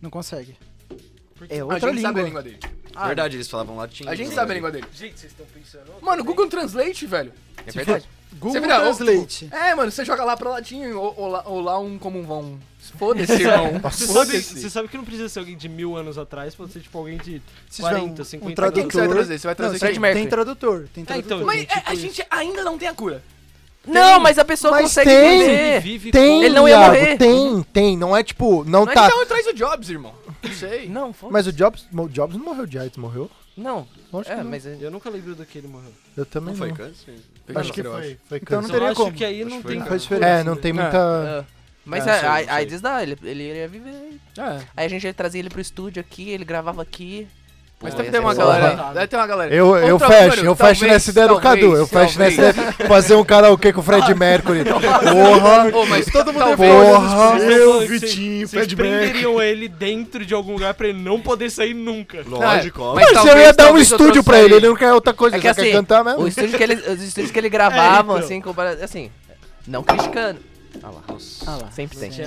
D: Não consegue. É
B: A
D: outra
B: gente
D: língua.
B: sabe a língua dele.
C: É Verdade, eles falavam latim.
B: A gente
C: né?
B: sabe a língua dele.
A: Gente, vocês estão pensando...
B: Mano, Google Translate, velho.
F: É verdade.
D: Google
B: vira outro.
D: Translate.
B: É, mano, você joga lá pra latim ou, ou lá, ou lá um como um vão. Foda-se, irmão.
A: Você
B: Foda-se.
A: sabe, você sabe que não precisa ser alguém de mil anos atrás, pode ser tipo alguém de
D: Se
A: 40,
D: tiver
A: 50
D: um, um
A: anos.
B: Quem que você vai
D: tradutor...
B: trazer? Você vai
D: Não,
B: trazer
F: Fred
B: quem?
D: tem,
F: Mercury.
D: tem tradutor,
A: É,
D: tem
A: então,
D: tradutor.
B: Mas
A: Tipo
B: é, a
A: isso.
B: gente ainda não tem a cura.
F: Não, mas a pessoa
E: Mas
F: consegue
E: tem-
A: Ele
F: viver.
A: vive
E: Tem,
F: É, Ele não ia
E: Iago,
F: morrer.
E: Tem, tem. Não é tipo, não
B: Mas
E: tá.
B: então traz o Jobs, irmão. Não sei.
F: Não, foda
E: Mas o Jobs, o Jobs não morreu de AIDS, morreu?
F: Não,
E: Lógico
F: é,
E: que não.
F: mas. é-
A: Eu nunca lembro daquele, morreu.
E: Eu também
C: Não
E: não.
C: foi câncer?
E: Acho que foi. Foi
D: Então não
E: câncer.
A: Eu
D: teria
A: acho
D: como.
A: que aí não
C: Acho que
A: tem...
C: foi,
A: como.
D: Faz diferença. né?
E: É, não tem muita...
F: ah, Mas
B: É,
F: a,
B: não sei,
F: a,
B: não sei.
F: a AIDS dá, ele, ele, ele ia viver.
B: É.
F: Aí a gente ia trazer ele pro estúdio aqui, ele gravava aqui.
B: Mas
F: Pô,
B: deve
F: ia
B: ter
F: ser né?
B: uma
F: foda.
B: galera. Deve ter uma galera.
E: Eu, eu
B: Outra-
E: fecho,
B: mano,
E: eu fecho
B: talvez,
E: nessa ideia do
B: talvez,
E: Cadu. Eu fecho
B: talvez.
E: nessa ideia. Fazer um karaokê com o Fred Mercury. Porra!
B: Ô, mas tá todo mundo
E: Porra!
A: Vocês estão
E: Meu
A: falando que vocês-
F: É,
C: Vitinho,
A: Vocês
C: Fred Mercury.
A: prenderiam ele dentro de algum lugar pra ele não poder sair nunca.
C: Lógico, óbvio.
B: Mas
E: Mas você
B: talvez-
E: ia dar um
B: talvez eu
E: estúdio pra
B: trouxeria.
E: ele, ele não quer outra
F: É
E: coisa, ele
F: que
E: só quer
F: assim,
E: cantar
F: O
E: mesmo.
F: estúdio que ele, os estúdios que ele gravavam,
A: É, então.
F: assim, compara- assim, não criticando. Ah lá,
C: Nossa.
F: sempre tem.
A: Tinha-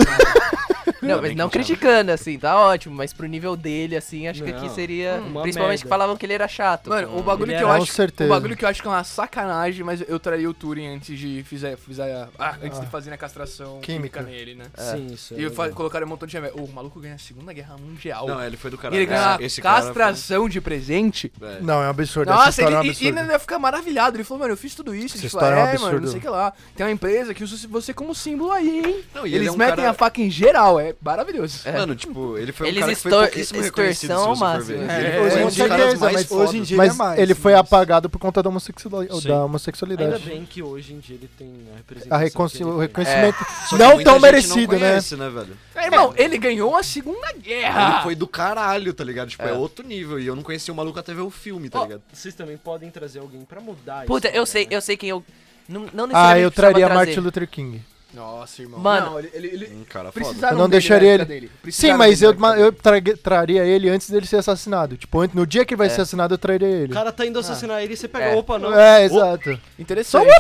F: Não,
C: Também
F: mas
E: né?
F: não
C: que chama.
F: criticando, assim, tá ótimo, mas pro nível dele, assim, acho que
A: Não,
F: aqui seria.
E: Hum.
A: uma
F: Principalmente
A: merda.
F: que falavam que ele era chato.
B: Mano, o bagulho
A: Ele
C: é
B: que eu
A: era-
B: acho.
E: Com certeza.
B: O bagulho que eu acho que é uma sacanagem, mas eu traí o Turing antes de fizer, fizer a- ah, antes de fazer a castração química
E: Química.
B: nele, né?
A: Sim, isso é
B: E fa-
A: legal.
B: colocaram um montão de remédio. Ô, O maluco ganha a Segunda Guerra Mundial.
C: Não, ele foi do
B: e
C: caralho.
B: ele ganha uma
C: É, esse cara foi-
B: castração de presente.
C: É.
E: Não, é um absurdo. essa
B: Nossa,
E: história
B: ele,
E: é um
B: e- e ele
E: absurdo.
B: ia ficar maravilhado. Ele falou, mano, eu fiz tudo isso.
E: Essa
B: Ele
E: história
B: falou,
E: é um
B: é, mano, não
E: absurdo.
B: sei o que lá. Tem uma empresa que usa você como símbolo aí, hein?
C: Não, e ele
B: Eles
C: é um
B: metem
C: cara-
B: a faca em geral, é maravilhoso.
F: É.
C: Mano, tipo, ele foi um
F: Eles
C: cara que foi
F: extor-
C: pouquíssimo
F: extorsão
C: reconhecido, se você for ver.
F: máxima.
C: Ele
B: É, é,
C: foi um
B: com
C: dos caras
D: certeza,
C: mais
D: mas
C: fodas.
D: hoje em dia ele é
E: Mas
D: mais.
E: ele foi
D: mas-
E: apagado por conta da homossexuali-
A: Sim.
E: da
A: Ainda
E: homossexualidade.
A: bem que hoje em dia ele tem a
E: A
A: representação.
E: reconci-
A: que ele
E: o
A: tem.
E: reconhecimento
C: Só que
E: não
C: muita
E: é tão
C: gente
E: merecido, né?
C: conhece, né, velho?
B: É, irmão, ele ganhou a Segunda Guerra.
C: Ele foi do caralho, tá ligado? Tipo, é.
F: É.
C: outro nível. E eu não conhecia o maluco até ver o filme, tá
F: Ó,
C: ligado?
A: Vocês também podem trazer alguém pra mudar
F: Puta,
A: isso,
F: eu sei,
A: né?
F: eu sei quem eu. Não, não necessariamente
E: Ah, eu
F: precisava
E: traria
F: trazer.
E: Martin Luther King.
B: Nossa, irmão.
F: Mano.
B: Não, ele- ele- ele,
C: Um cara foda.
B: Precisaram
E: Eu não
B: dele
E: deixaria
B: na época
E: ele-
B: dele.
E: Sim,
B: Precisaram
E: mas eu,
B: dele na época
E: eu trague- traria ele antes dele ser assassinado. Tipo, antes- no dia que ele vai ser assassinado, eu traria ele.
A: O cara tá indo assassinar
B: Ah.
A: ele e você pega,
F: É.
A: opa, não.
E: É, exato.
B: dele. Interessante.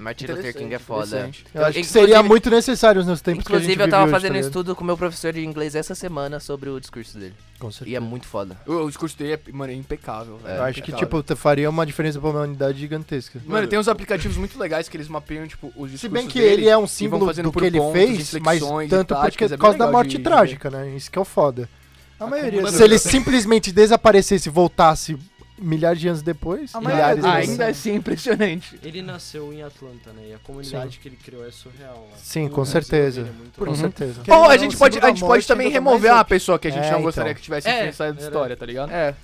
F: Martin Luther
B: interessante,
F: King é foda.
B: interessante.
E: Eu acho que
F: Inclusive-
E: seria muito necessário nos tempos que a gente
F: Inclusive, eu tava
E: vive hoje,
F: fazendo um
E: tá ligado?
F: estudo com meu professor de inglês essa semana sobre o discurso dele.
E: Com certeza.
F: E é muito foda.
B: O, o discurso dele é, mano, é tá. impecável, velho.
E: Eu acho que,
B: impecável.
E: tipo, te- faria uma diferença pra humanidade gigantesca.
B: Mano, tem uns aplicativos muito legais que eles mapeiam, tipo, os discursos
E: Se bem que
B: dele
E: ele é
B: e
E: um
B: vão
E: símbolo
B: fazendo
E: do
B: por
E: que ele
B: pontos,
E: fez, mas
B: inflexões e
E: tanto porque
B: táticas, é
E: por
B: bem
E: causa da
B: legal
E: morte
B: de-
E: trágica, né? Isso que é o foda.
D: A maioria...
B: Mano, *laughs*
E: Se ele simplesmente desaparecesse e voltasse milhares de anos depois,
D: A maioria
E: milhares
B: de-
E: de
B: Ah,
E: anos.
B: Ainda assim, é impressionante.
A: Ele nasceu em Atlanta, né? E a comunidade que ele criou é surreal. lá.
E: Sim,
A: Tudo
E: com
A: que você
E: certeza.
A: vê, ele é muito
E: Com
B: Uhum.
A: louco.
E: certeza.
D: Querendo
B: Ou
D: ou
B: a
D: não,
B: gente
D: o
B: pode,
D: símbolo
B: a
D: da
B: gente
D: morte
B: pode também
D: ainda tá mais
B: remover a
D: louco.
B: pessoa que a gente
E: É,
B: não gostaria
E: então.
B: que tivesse
A: É,
B: influenciado da
A: era-
B: história, tá ligado?
F: É.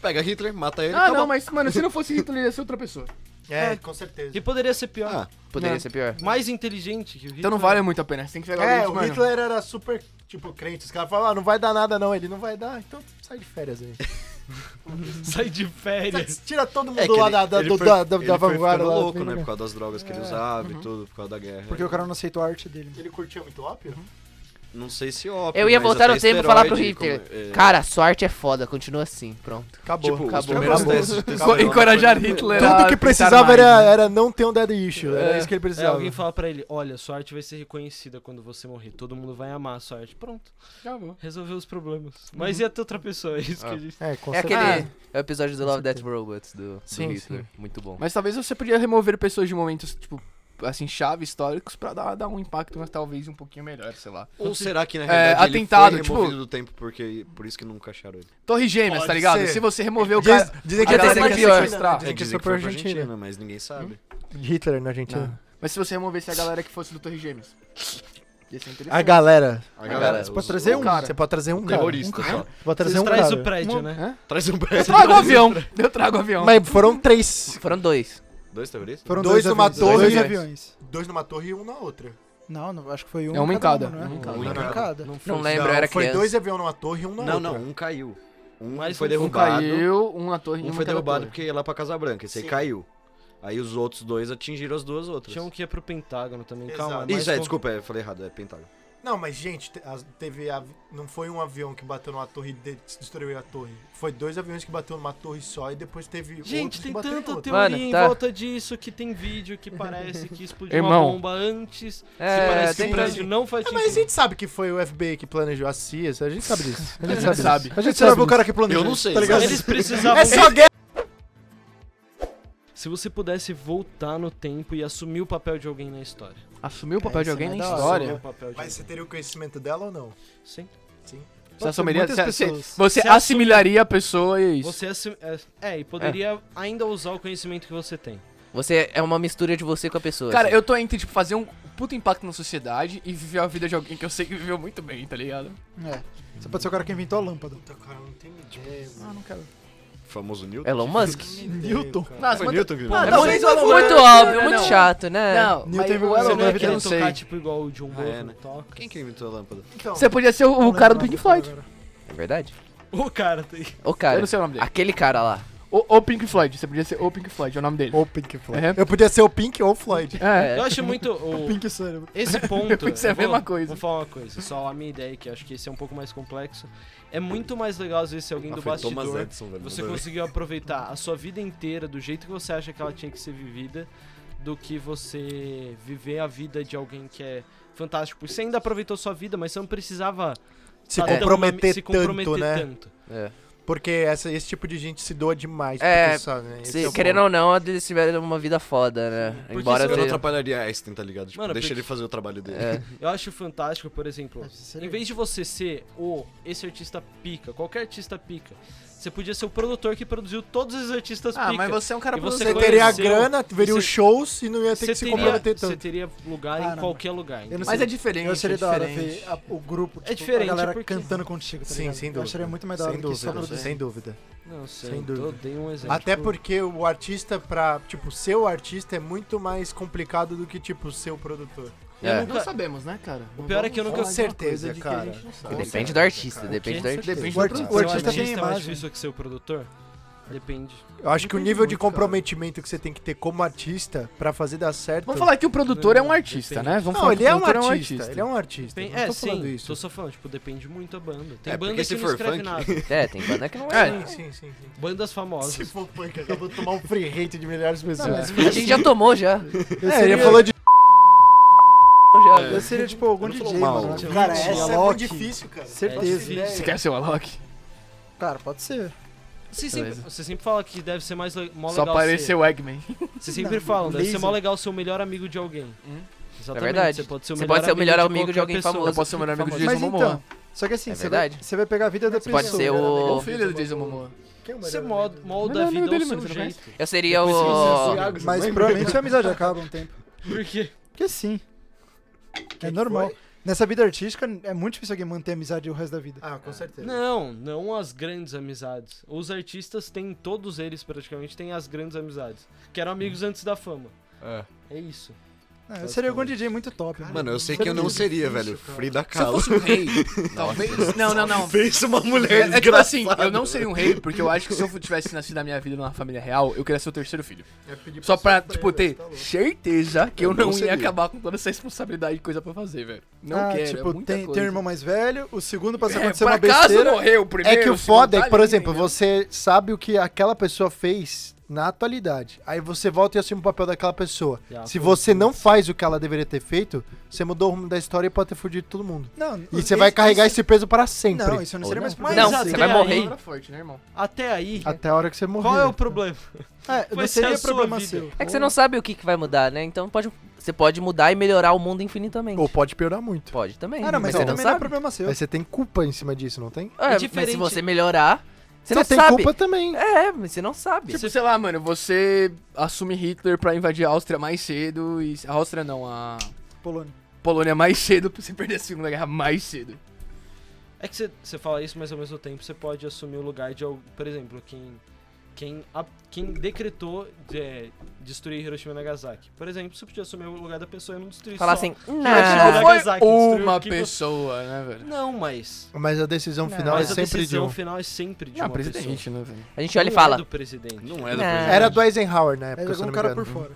C: Pega Hitler, mata ele.
B: Ah,
C: acabou.
B: não, mas, mano, se não fosse Hitler, ia ser outra pessoa.
E: É, com certeza.
A: E poderia ser pior.
C: Ah,
F: Poderia
B: Não.
F: ser pior.
A: Mais inteligente que o Hitler. né?
B: Então não vale muito a pena. Você tem que pegar
E: É,
B: alguém,
E: o
B: mano.
E: Hitler era super, tipo, crente. Os caras falavam, ah, não vai dar nada não. Ele não vai dar, então sai de férias aí.
A: *laughs* Sai de
B: *laughs*
A: férias.
E: Tira todo mundo
C: É que
E: lá
C: ele-
E: da, da,
C: ele
E: do-
C: foi-
E: da, da,
C: ele
E: da
C: foi
E: vanguarda
C: ficando
E: lá. assim,
C: louco, né? Por causa das drogas que ele
D: É,
C: usava e tudo, por causa da guerra.
D: Porque o cara não aceitou a arte dele.
E: Ele curtia muito ópio?
C: Não sei se é óbvio.
F: Eu ia
C: mas
F: voltar
C: até
F: no tempo e falar pro
C: esteroide,
F: Hitler.
C: como- é,
F: Cara, sorte é foda, continua assim, pronto.
E: Acabou.
C: Tipo, os
F: acabou.
C: primeiros
E: Acabou.
C: testes de
B: Enco-
C: testosterona
B: Encorajar
C: foi-
B: Hitler a
E: Tudo
B: pensar
E: que precisava
B: mais,
E: era,
B: né?
E: era não ter um dead issue.
B: É.
E: Era isso que ele
A: É,
E: precisava.
A: alguém fala pra ele, olha, sua arte vai ser reconhecida quando você morrer. Todo mundo vai amar a sua arte. Pronto,
B: Acabou.
A: resolveu os problemas. Mas e a outra pessoa? É isso que
B: Uhum. Ah.
A: a gente...
E: É, com
F: É aquele
E: certeza.
F: é o episódio do Love Death Robots do, do
E: Sim,
F: Hitler. Muito bom.
B: Mas talvez você podia remover pessoas de momentos, tipo, assim, chave históricos pra dar, dar um impacto, mas talvez um pouquinho melhor, sei lá.
C: Ou será que na
B: É,
C: realidade ele
B: atentado,
C: foi
B: tipo-
C: removido do tempo porque por isso que nunca acharam ele?
B: Torre Gêmeas,
E: Pode
B: tá ligado?
E: ser.
B: Se você remover o
E: Diz-
B: cara...
F: Ah,
E: Dizem que
F: dizem
E: até
F: que
E: que
F: é pior.
E: sequestra.
C: É,
E: Dizem que
C: dizem
E: foi
C: que
E: pra
C: foi pra Argentina,
E: Argentina.
C: mas ninguém
E: Hum?
C: sabe.
E: Hitler né, na
B: Não.
E: Argentina.
B: Mas se você removesse a galera que fosse do Torre Gêmeas, ia ser interessante.
E: A galera.
C: A
B: galera,
C: os-
E: Você pode trazer
C: o
E: um.
C: cara.
E: Você pode trazer um cara.
C: Terrorista
B: um
C: só.
E: Vou trazer
A: Vocês
E: um
A: traz o
E: cara.
A: prédio,
B: Uma-
A: né?
B: Hã?
C: Traz um
B: Eu
C: prédio.
B: trago o avião, eu trago o avião.
E: Mas foram três.
F: Foram dois.
C: Dois terroristas?
E: Foram
B: Dois
E: dois,
B: numa
E: numa
B: torre.
E: torre.
D: Dois
B: aviões.
D: aviões.
E: Dois numa torre e um na outra.
D: Não, não, acho que foi um.
B: É um em cada,
D: uma, não
B: um em
D: é?
B: cada.
E: Um em cada.
A: Não, foi
F: Não
A: isso.
F: lembro, eu era criança.
E: aviões numa torre e um
C: Não, não, um caiu. Um
A: Mas um
C: foi
B: Um
C: derrubado.
B: caiu, um na torre e
C: Um
B: um
C: foi
B: em cada
C: derrubado
B: torre.
C: porque ia lá pra Casa Branca. Esse aí
E: Sim.
C: caiu. Aí os outros dois atingiram as duas outras.
A: Tinha um que ia pro Pentágono também,
E: Exato.
A: calma.
C: Isso, é,
A: mais
C: desculpa, é, falei errado, é Pentágono.
E: Não, mas gente, te- as- teve avi- não foi um avião que bateu numa torre e de- destruiu a torre. Foi dois aviões que bateu numa torre só e depois teve outros
A: Gente,
E: que
A: tem
E: bateram em
A: tanta
E: outra.
A: teoria
F: Mano,
A: em
F: tá.
A: volta disso que tem vídeo que parece que explodiu
B: Irmão.
A: uma bomba antes. que
F: É,
A: parece
E: tem
A: que o
E: pra-
A: prédio não faz
E: Ah,
A: sentido.
E: mas a gente sabe que foi o FBI que planejou a CIA, a gente sabe disso. A gente
B: Você
E: sabe. disso.
B: sabe.
E: A gente sabe o cara que planejou.
C: Eu não sei,
E: Tá
C: mas-
E: *laughs* ligado?
A: Eles precisavam...
E: *laughs* É só guerra.
A: Se você pudesse voltar no tempo e assumir o papel de alguém na história.
B: Assumiu o papel
D: É,
B: de
D: isso
B: alguém
D: não é
B: na
D: da hora.
A: Assumir o
B: história.
A: papel de
E: Mas é você
A: alguém.
E: teria o conhecimento dela ou não?
A: Sim.
B: Você, assumiria,
D: muitas
B: você,
D: pessoas.
B: você
A: Você
B: assimilaria a pessoa e é isso.
A: Você assu- é, é, e poderia ainda usar o conhecimento que você tem.
F: Você é uma mistura de você com a pessoa.
B: Cara,
F: assim.
B: eu tô entre, tipo, fazer um puto impacto na sociedade e viver a vida de alguém que eu sei que viveu muito bem, tá ligado?
D: É. Você pode ser o cara que inventou a lâmpada.
E: Puta, cara, eu não tenho ideia.
D: Ah, não quero.
C: Famoso Newton.
F: Elon Musk.
E: Newton.
B: Nossa,
C: Foi
B: mas-
C: Newton que
B: Mano,
C: inventou?
B: é
F: muito,
B: muito- não,
F: muito
B: não,
F: óbvio,
B: não,
F: muito
B: não.
F: chato, né?
B: Não, mas
D: Newton
B: o
D: Elon
A: Você
B: Elon
A: não ia
B: Musk, eu
A: querer
B: não sei.
A: tocar tipo igual o John
C: Ah, é,
A: Bolton
C: né?
A: toca. *laughs*
C: Quem que inventou a lâmpada?
E: Então,
B: Você podia ser o, o cara do Pink Floyd.
F: É verdade?
A: O cara tem.
F: Ô, cara.
B: Eu não sei o nome dele.
F: Aquele cara lá.
B: O, o Pink Floyd, você podia ser o Pink Floyd, é o nome dele.
E: Ou Pink Floyd.
B: É.
E: Eu podia ser o Pink ou o Floyd.
B: É.
A: Eu acho
B: *laughs*
A: muito. o-
D: Pink cérebro.
A: esse ponto.
B: Isso é a
A: eu vou-
B: mesma coisa.
A: Vou falar uma coisa, só a minha ideia, que eu acho que esse é um pouco mais complexo. É muito mais legal às vezes ser alguém
C: Ah,
A: do
C: foi Thomas
A: bastidor.
C: Edison, velho.
A: Você
C: Nada a ver.
A: conseguiu aproveitar a sua vida inteira do jeito que você acha que ela tinha que ser vivida, do que você viver a vida de alguém que é fantástico. Você ainda aproveitou sua vida, mas você não precisava
E: Se
A: tá tão
E: comprometer,
A: na- se comprometer
E: tanto, né?
A: tanto.
F: É.
E: Porque essa- esse tipo de gente se doa demais.
F: É,
E: pra pessoa, né? Esse
F: Se-
E: é o
F: querendo
E: ponto.
F: ou não, eles tiveram uma vida foda, né?
A: Porque
F: Embora
C: Eu não
F: tenha-
C: atrapalharia Einstein, tá ligado? Tipo,
A: Mano,
C: deixa
A: porque-
C: ele fazer o trabalho dele.
F: É.
A: Eu acho fantástico, por exemplo,
D: seria-
A: em vez de você ser o esse artista pica, qualquer artista pica, você podia ser o produtor que produziu todos os artistas
B: Ah,
A: pica.
B: mas você é um cara
A: E você
E: Você
A: Você
E: teria a
A: conheceu-
E: grana, veria os
A: você-
E: shows e não ia ter
A: Você
E: que se
A: teria,
E: comprometer
A: você
E: tanto.
A: teria lugar
D: Ah,
A: em
D: não,
A: qualquer lugar.
D: Eu não
A: entendeu?
B: Mas é diferente,
D: Eu seria
B: é
D: da hora
B: diferente.
D: ver a- o grupo,
F: É
D: tipo,
A: diferente,
D: a galera
A: porque-
D: cantando contigo, tá
E: Sim,
D: ligado?
E: sem
D: Eu
E: dúvida.
D: acharia muito mais da hora
E: Sem
D: do que só
E: dúvida,
D: produzir.
E: sem dúvida.
A: Não sei,
E: Sem
A: tô-
E: dúvida.
A: dei um exemplo.
E: Até porque o artista pra, tipo, ser o artista é muito mais complicado do que, tipo, ser o produtor.
A: Eu
F: É.
A: nunca-
B: sabemos, né, cara?
A: O pior é que eu nunca
E: Com certeza, cara.
F: Depende do artista, depende do artista.
B: Depende
E: O
B: do
A: Ser
E: arti-
B: produto.
A: um
E: o artista
A: artista
E: tem
A: é mais
E: imagem.
A: difícil que ser o produtor? Depende.
E: Eu acho que o
B: Depende
E: nível de
B: muito, cara.
E: comprometimento que você tem que ter como artista pra fazer dar certo.
B: Vamos falar que o produtor é um artista,
A: Depende.
B: né? Vamos
E: não,
B: falar que
E: ele é
B: o
E: um
B: produtor
E: artista, Ele é um artista.
A: Depende-
E: não
A: é,
E: tô falando
A: sim.
E: isso.
A: Tô só falando, tipo, depende muito da banda. Tem
C: É,
A: banda
C: porque
A: que
C: se
A: não
C: for
A: escreve
C: funk-
A: nada.
F: É, tem banda que não é.
B: É.
E: Sim, sim, sim, sim.
A: Bandas famosas.
C: *laughs*
E: Se for punk, acabou de tomar um free hate de milhares de pessoas.
F: A gente já tomou já.
E: é, ele falou de.
F: já.
D: Eu seria tipo algum
C: não falo
D: DJ,
C: mal.
D: mano.
A: Cara,
D: Cara,
A: essa é
D: essa
A: muito
D: é muito difícil.
E: difícil, cara.
D: Certeza.
A: É
B: Você quer ser o Alok?
D: Cara, pode ser.
A: Você sempre,
B: Beleza.
A: você sempre fala que deve ser mais le- mó
B: Só
A: legal.
B: apareceu o Eggman.
A: ser- Você sempre
D: Não,
A: fala, deve ser
D: laser.
A: mó legal ser o melhor amigo de alguém.
B: Hum.
A: Exatamente.
F: É verdade.
A: Você pode ser o
F: Você
A: melhor,
F: pode ser o melhor amigo de
A: qualquer
F: alguém
A: pessoa.
B: Eu
F: famoso.
B: posso ser o melhor amigo do
D: Mas
B: Jason
D: então,
B: Momoa.
D: só que assim,
F: É
D: você, vai,
F: verdade.
D: você vai pegar a vida da
F: Você
D: pessoa.
F: pode ser o-
B: O filho do Jason Momoa.
A: Você é molda,
B: é
A: molda
B: Melhor
A: a
B: amigo
A: vida
B: dele,
A: ao
B: mano,
A: seu
B: você não
A: jeito.
F: Eu seria
A: Depois
F: o.
D: Mas provavelmente a amizade acaba um tempo.
A: Por quê?
D: Porque sim. é normal. Nessa vida artística, é muito difícil alguém manter a amizade o resto da vida.
E: Ah, com certeza.
A: Não, não as grandes amizades. Os artistas têm, todos
B: Hum.
A: eles praticamente, têm as grandes amizades. Que eram amigos antes da fama. É isso.
F: Ah,
D: Não, eu seria algum DJ muito top. né?
C: Mano, eu sei que eu não seria, velho. Frida
B: Se eu
C: Kahlo.
B: fosse um rei, talvez. Não, não, não.
C: *laughs* Fez uma mulher
B: É, é tipo assim,
C: desgraçada.
B: eu não seria um rei, porque eu acho que se eu tivesse nascido na minha vida numa família real, eu queria ser o terceiro filho.
E: É
B: Só pra,
E: tá
B: tipo, ter certeza que eu,
C: Eu
B: não,
C: não
B: ia
C: seria.
B: acabar com toda essa responsabilidade e coisa pra fazer, velho. Não
D: ah,
B: quero,
D: tipo,
B: é muita
D: tem,
B: coisa.
D: tem um irmão mais velho, o segundo pra se
B: é,
D: acontecer
B: por
D: uma
B: acaso
D: besteira.
B: morreu o
E: É
B: primeiro.
E: que o
B: o segundo
E: foda é
B: tá
E: que, por
B: ali,
E: exemplo,
B: entendeu?
E: você sabe o que aquela pessoa fez na atualidade. Aí você volta e assume o papel daquela pessoa.
A: Já,
E: Se
A: Tá, foi
E: você
A: isso.
E: não faz o que ela deveria ter feito, você mudou o rumo da história e pode ter fudido todo mundo.
D: Não,
E: E
D: isso-
E: você vai carregar
D: isso-
E: esse peso para sempre.
D: Não, isso não
C: Ou
D: seria
C: não.
A: Mas
D: mais problema.
F: Não,
A: até
F: você vai
A: aí-
F: morrer.
B: Palavra forte, né, irmão?
A: Até aí,
E: Até a hora que você morrer.
A: qual é o problema?
D: É, não
A: Vai ser a
D: seria
A: sua
D: problema
A: vida.
D: seu.
F: É que você não sabe o que, que vai mudar, né? Então pode, você pode mudar e melhorar o mundo infinitamente.
E: Ou pode piorar muito.
F: Pode também.
D: Ah, não, mas isso
F: você não
D: também não é
F: sabe.
D: problema seu.
E: Mas você tem culpa em cima disso, não tem?
F: É, mas se
A: diferente.
F: você melhorar, você, não
E: tem
F: sabe.
E: culpa também.
F: É, mas você não sabe.
B: Tipo, sei lá, mano, você assume Hitler pra invadir a Áustria mais cedo e. A Áustria não, a
D: Polônia.
B: Polônia mais cedo pra você perder a Segunda Guerra mais cedo.
A: É que você- você fala isso, mas ao mesmo tempo você pode assumir o lugar de, al- por exemplo, quem quem, a- quem decretou de, é, destruir Hiroshima e Nagasaki. Por exemplo, você podia assumir o lugar da pessoa e não destruir
F: Falar
A: só.
F: assim,
A: Mas
F: não.
A: não Nagasaki destruiu
B: Tipo, uma
A: o que você-
B: pessoa, né, velho?
A: Não, mas
E: Mas a decisão
D: Não,
E: final
A: mas
E: é
A: a
E: sempre de
A: decisão
E: um.
A: final é sempre de
B: Não,
A: uma pessoa.
B: presidente, né, velho?
F: A gente olha e
A: Não É
F: fala.
A: do presidente.
C: Não é
F: Não.
C: do presidente.
E: Era do Eisenhower na
D: É
E: época, se eu
D: jogar
E: não
D: um
E: me
D: cara
E: engano.
D: por fora.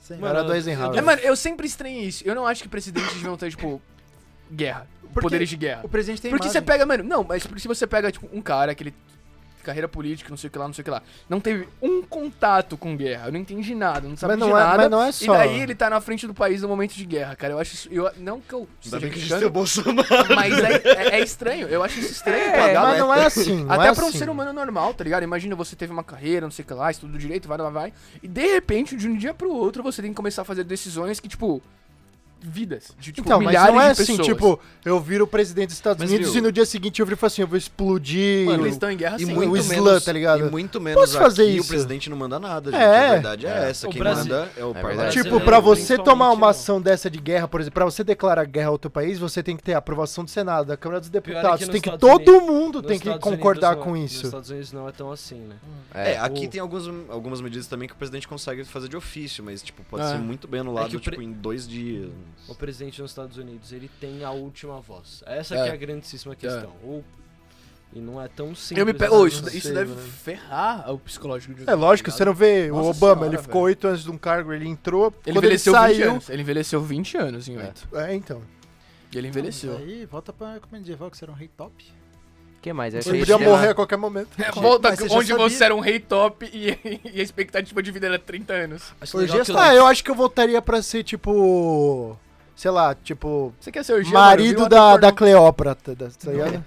D: Sim.
E: Mano, Era do Eisenhower.
B: É, mano, eu sempre estranhei isso. Eu não acho que presidentes deviam ter, tipo, guerra.
D: Porque
B: poderes de guerra.
D: O presidente tem
B: Porque
D: imagem.
E: é
B: você pega, mano, não, mas porque se você pega, tipo, um cara que ele. Carreira política, não sei o que lá, não sei o que lá. Não teve um contato com guerra. Eu não entendi nada, não sabe
E: Mas não
B: de
E: é-
B: nada.
E: mas não é
B: E
E: só-
B: daí ele tá na frente do país no momento de guerra, cara. Eu acho isso. Eu, não que eu.
C: Ainda
B: esteja
C: bem que é a gente
B: criticando,
C: tem o Bolsonaro.
B: Mas é, é- é estranho. Eu acho isso estranho,
F: É,
B: tá ligado?
E: Mas não
B: *laughs*
E: é assim. não
B: Até
E: é
B: pra um
E: assim.
B: ser humano normal, tá ligado? Imagina você teve uma carreira, não sei o que lá, estudo direito, vai, vai, vai. E de repente, de um dia pro outro, você tem que começar a fazer decisões que, tipo. Vidas. De, tipo,
E: Então, mas
B: milhares
E: não é
B: de
E: assim,
B: pessoas.
E: tipo, eu viro o presidente dos Estados
C: Mas,
E: Unidos
C: viu?
E: e no dia seguinte eu viro e falo assim, eu vou explodir.
B: Mano, eles
E: eu-
B: estão em guerra assim,
C: E
B: sim.
C: muito
E: o slam,
C: menos,
E: tá ligado?
C: E muito menos
E: Posso fazer
C: aqui
E: isso?
C: o presidente não manda nada, gente.
E: É.
C: A verdade é, essa.
A: O
C: Quem
A: Brasil-
C: manda é o
F: É
C: parlamento.
F: verdade.
E: Tipo,
A: brasileiro,
E: pra você
A: principalmente,
E: tomar uma
A: não.
E: ação dessa de guerra, por exemplo, pra você declarar guerra a outro país, você tem que ter a aprovação do Senado, da Câmara dos
A: é que
E: Deputados,
A: nos
E: tem que
A: Estados
E: todo mundo
A: Nos
E: tem que
A: Estados Unidos
E: concordar
A: não é-
E: com
A: Nos
E: isso.
A: Estados Unidos não é tão assim, né?
C: É, aqui
A: o-
C: tem alguns, algumas medidas também que o presidente consegue fazer de ofício, mas, tipo, pode
B: É.
C: ser muito bem anulado,
A: É que o
C: tipo,
A: pre-
C: em dois dias.
A: O presidente dos Estados Unidos, ele tem a última voz. Essa
B: É.
A: que é a grandíssima questão. Ou... E não é tão simples.
B: Eu me pego.
A: assim,
B: Ô, isso,
A: não
B: isso
A: sei,
B: deve
A: né?
B: ferrar o psicológico de
E: É lógico, você não vê o
B: Nossa
E: Obama, ele
B: senhora,
E: ficou oito anos de um cargo, ele entrou,
B: Ele
E: quando ele
B: envelheceu 20
E: saiu...
B: anos. Ele envelheceu 20 anos em 8.
E: É, então.
B: E ele envelheceu.
D: Aí, volta pra época medieval, que você era um rei top.
F: O que mais? Eu
E: Você
F: achei
E: podia
F: que-
E: morrer a qualquer momento.
B: É, Volta
D: Mas você já
B: onde
D: sabia.
B: você era um rei top e, e a expectativa de vida era 30 anos.
A: Acho
D: Orgia
A: legal que eu-
E: Ah, eu acho que eu voltaria pra ser, tipo... Sei lá, tipo...
B: Você quer ser o Jean,
E: Marido
B: mano? Viu?
E: da,
B: Até
E: da
B: acordou.
E: Cleópatra, tá tá ligado?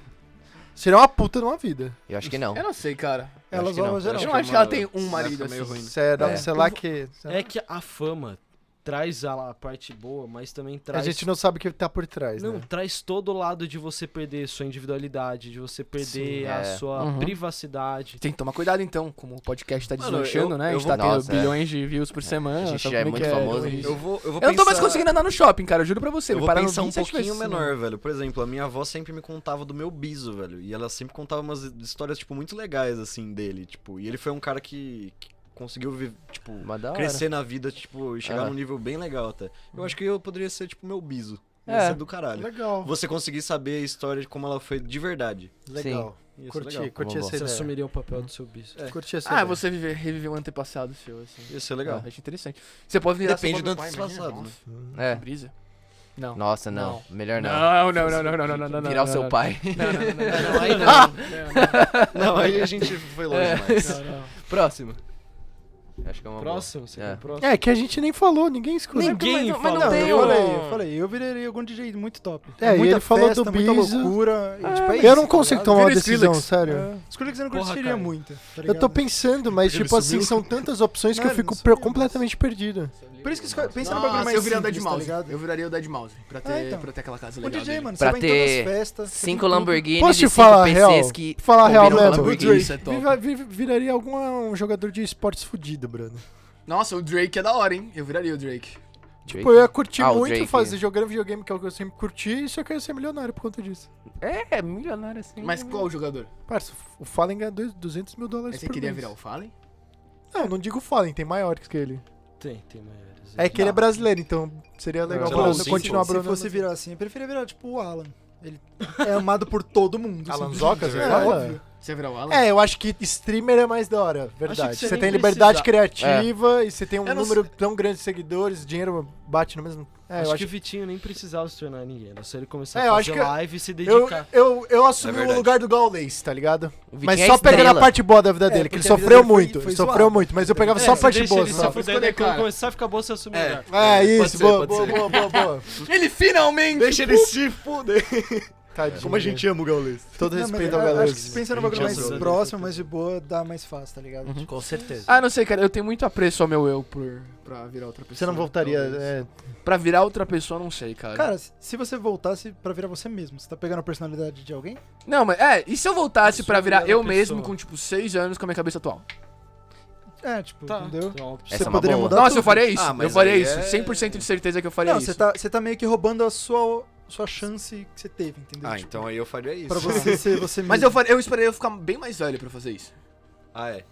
E: Seria uma puta numa vida.
F: Eu acho que não.
B: Eu não sei, cara.
D: Elas vão
B: Eu
D: geral.
B: não
C: é
B: acho que ela tem um marido assim.
C: meio ruim.
E: Será,
B: É.
E: um Sei lá que...
A: É que a fama traz a, a parte boa, mas também
E: A
A: traz.
E: gente não sabe o que tá por trás,
A: Não,
E: né?
A: traz todo o lado de você perder sua individualidade, de você perder
F: Sim,
A: a
F: é.
A: sua
B: Uhum.
A: privacidade.
B: Tem que tomar cuidado então, como o podcast tá
C: Mano,
B: deslanchando,
C: eu-
B: né? A
C: eu
B: gente
C: vou-
B: tá tendo
F: Nossa, é.
B: bilhões de views por semana.
F: A gente
B: sabe
F: já é
B: como
F: muito
B: que
F: famoso
B: ruim.
F: nisso.
C: Eu vou, eu vou
B: Eu não tô mais
C: pensar-
B: conseguindo andar no shopping, cara. Eu juro pra você.
C: Eu
B: me
C: vou
B: pararam
C: pensar um
B: 27
C: pouquinho
B: vezes.
C: menor, velho. Por exemplo, a minha avó sempre me contava do meu biso, velho. E ela sempre contava umas histórias, tipo, muito legais, assim, dele. Tipo, e ele foi um cara que, que conseguiu, vi- tipo,
F: Mas da hora.
C: crescer na vida, tipo, e chegar
F: Aham.
C: num nível bem legal até. Eu acho que eu poderia ser, tipo, meu biso. Ia
F: É.
C: ser do caralho.
E: Legal.
C: Você conseguir saber a história de como ela foi de verdade.
E: Legal.
C: Ia ser
E: Curti,
C: legal. Tá
E: curti
F: Vamos
E: essa
A: Você é.
E: ideia.
A: assumiria o papel do seu bicho.
E: É. Curti
D: um
E: essa
B: Ah,
E: ideia.
B: você viver, reviver um antepassado seu, assim.
C: Ia ser legal.
B: Ah, acho interessante. Você pode virar
C: Depende
B: seu
C: do
B: próprio pai, imagina,
C: antepassado, né?
B: nossa,
F: É.
B: Brisa? Não.
F: Nossa, não. Melhor não.
B: Ah, Não, não, não, não, não, não, não, não.
F: Virar o
B: não,
F: seu
B: não.
F: pai. *laughs*
B: Não, não, não, não, não,
A: aí
E: *laughs*
C: Não, aí a gente foi longe
F: É.
C: demais.
B: não, não.
F: Próximo. Acho que é uma boa.
A: Próximo? Você quer
F: É.
A: o próximo?
E: É, que a gente nem falou, ninguém escuta.
A: Ninguém
B: mas não- mas
A: falou.
B: não tem
D: eu
B: um-
D: falei, eu falei, eu viraria algum DJ muito top.
E: É, e
D: muita
E: ele falou
D: festa,
E: do
D: muita
E: Bizo. Ah,
D: loucura. e, tipo, é
E: eu
D: isso,
E: não
D: tá
E: consigo
D: ligado?
E: tomar uma
B: Vira
E: decisão,
B: Skrillex.
E: sério.
D: Escolha que você não
A: Porra,
D: curtiria
A: cara.
D: muito, tá
E: Eu tô
D: ligado?
E: pensando, mas
C: Ele
E: tipo assim,
C: sumiu.
E: são tantas opções que eu
D: Mano,
E: fico
D: sumiu,
E: completamente perdido.
B: Por isso que escolhe- pensa no
D: Nossa,
B: bagulho mais
D: eu viraria o Dead
B: simples, tá
D: Mouse.
B: ligado? Ah, Eu viraria o Dead Mouse. Pra ter,
D: então.
B: pra ter aquela casa
D: Um
B: legal
D: DJ,
B: dele.
D: mano,
F: Pra
D: você vai em
F: ter
D: todas as festas. você
F: Cinco
D: tem tudo.
F: Lamborghini
E: Posso te
F: e cinco
E: falar
F: PCs
E: real?
F: que.
E: Falar real
F: combinam
E: mesmo.
F: com
E: O
F: Lamborghini.
E: Drake
B: Isso é top.
E: vira- vi- viraria algum um jogador de esportes fudido, Bruno.
B: Nossa, o Drake é da hora, hein? Eu viraria o Drake.
E: Tipo, eu ia curtir
F: Ah, o
E: muito
F: Drake.
E: fazer jogando videogame, que é o que eu sempre curti, e só que eu ia ser milionário por conta disso.
F: É, é milionário assim.
B: Mas qual jogador?
E: Parça, o Fallen ganha dois- 200 mil dólares
B: Aí você
E: por
B: queria
E: mês.
B: virar o Fallen?
E: Não, eu não digo Fallen, tem maiores que ele.
A: Tem, tem maiores.
E: É que ele é brasileiro, então Seria legal
C: Sei lá,
E: pra
C: uns cinco.
E: continuar
D: se
E: Bruno.
D: fosse virar assim, eu preferia virar tipo o Alan. Ele *laughs* é amado por todo mundo.
E: Alan
D: assim.
E: Zoca, você
D: é,
E: fala?
D: óbvio.
B: Você virar o Alan?
E: É, eu acho que streamer é mais da hora, verdade.
A: você
E: Você
A: nem
E: tem liberdade
B: precisa.
D: É.
E: criativa e você tem um
B: Eu não
E: número tão grande de seguidores, dinheiro bate no mesmo. É,
A: acho,
E: eu
A: que
E: acho
A: o Vitinho nem precisava se tornar ninguém. Era só ele começar
E: É, eu
A: a
E: acho
A: fazer
E: que-
A: live e se
E: eu,
A: dedicar.
E: eu, eu assumi
C: É
E: o
C: verdade.
E: lugar do Gaules, tá ligado?
F: O
E: Mas
F: Vitinho é
E: só pegando a
F: estrela.
E: parte boa da vida
D: É,
E: dele, que
D: porque
E: ele
D: a vida
E: sofreu
D: dele foi-
E: muito,
D: foi
E: ele sofreu
D: zoado.
E: muito, mas eu pegava
A: É,
E: só a
A: você
E: parte
A: deixa
E: boa.
A: ele
E: sabe?
A: só
B: Foi
A: fuder, né,
B: quando é
A: daí quando
B: cara.
A: começar a ficar bom, você assume o lugar.
E: É, isso,
B: ser, pode
E: boa, boa,
B: ser.
E: boa, boa, boa.
B: Ele finalmente!
C: Deixa ele se fuder.
E: Tadinho,
C: Como a gente ama o Gaules.
E: Todo
D: Não, mas é,
E: respeito
D: eu
E: ao
D: Acho que se
E: Gaules.
D: pensa no
C: Gente,
D: bagulho mais
A: eu sou-
D: próximo, mais de boa, dá mais fácil, tá ligado?
B: Uhum.
A: Com certeza.
B: Ah, não sei, cara. Eu tenho muito apreço ao meu eu por, pra virar outra pessoa.
E: Você não voltaria.
B: talvez.
E: é,
B: Pra virar outra pessoa, não sei, cara.
D: Cara, se- se você voltasse pra virar você mesmo, você tá pegando a personalidade de alguém?
B: Não, mas é, e se eu voltasse
A: Sou
B: pra virar
A: outra
B: eu
A: pessoa.
B: mesmo com, tipo, seis anos com a minha cabeça atual?
D: É, tipo,
E: Tá.
D: entendeu?
A: Então, opção.
C: Essa
D: você
C: é uma
D: poderia
C: boa.
D: mudar
B: Nossa,
D: tudo.
B: eu faria isso.
C: Ah, mas
B: eu faria
C: aí
B: isso.
C: é-
B: 100% de certeza que eu faria
D: Não,
B: É isso.
D: você tá, você tá meio que roubando a sua, sua chance que você teve, entendeu?
C: Ah,
D: Tipo,
C: então aí eu faria isso.
D: Pra você ser você mesmo.
B: Mas eu, faria, eu esperaria eu ficar bem mais velho pra fazer isso.
C: Ah, é.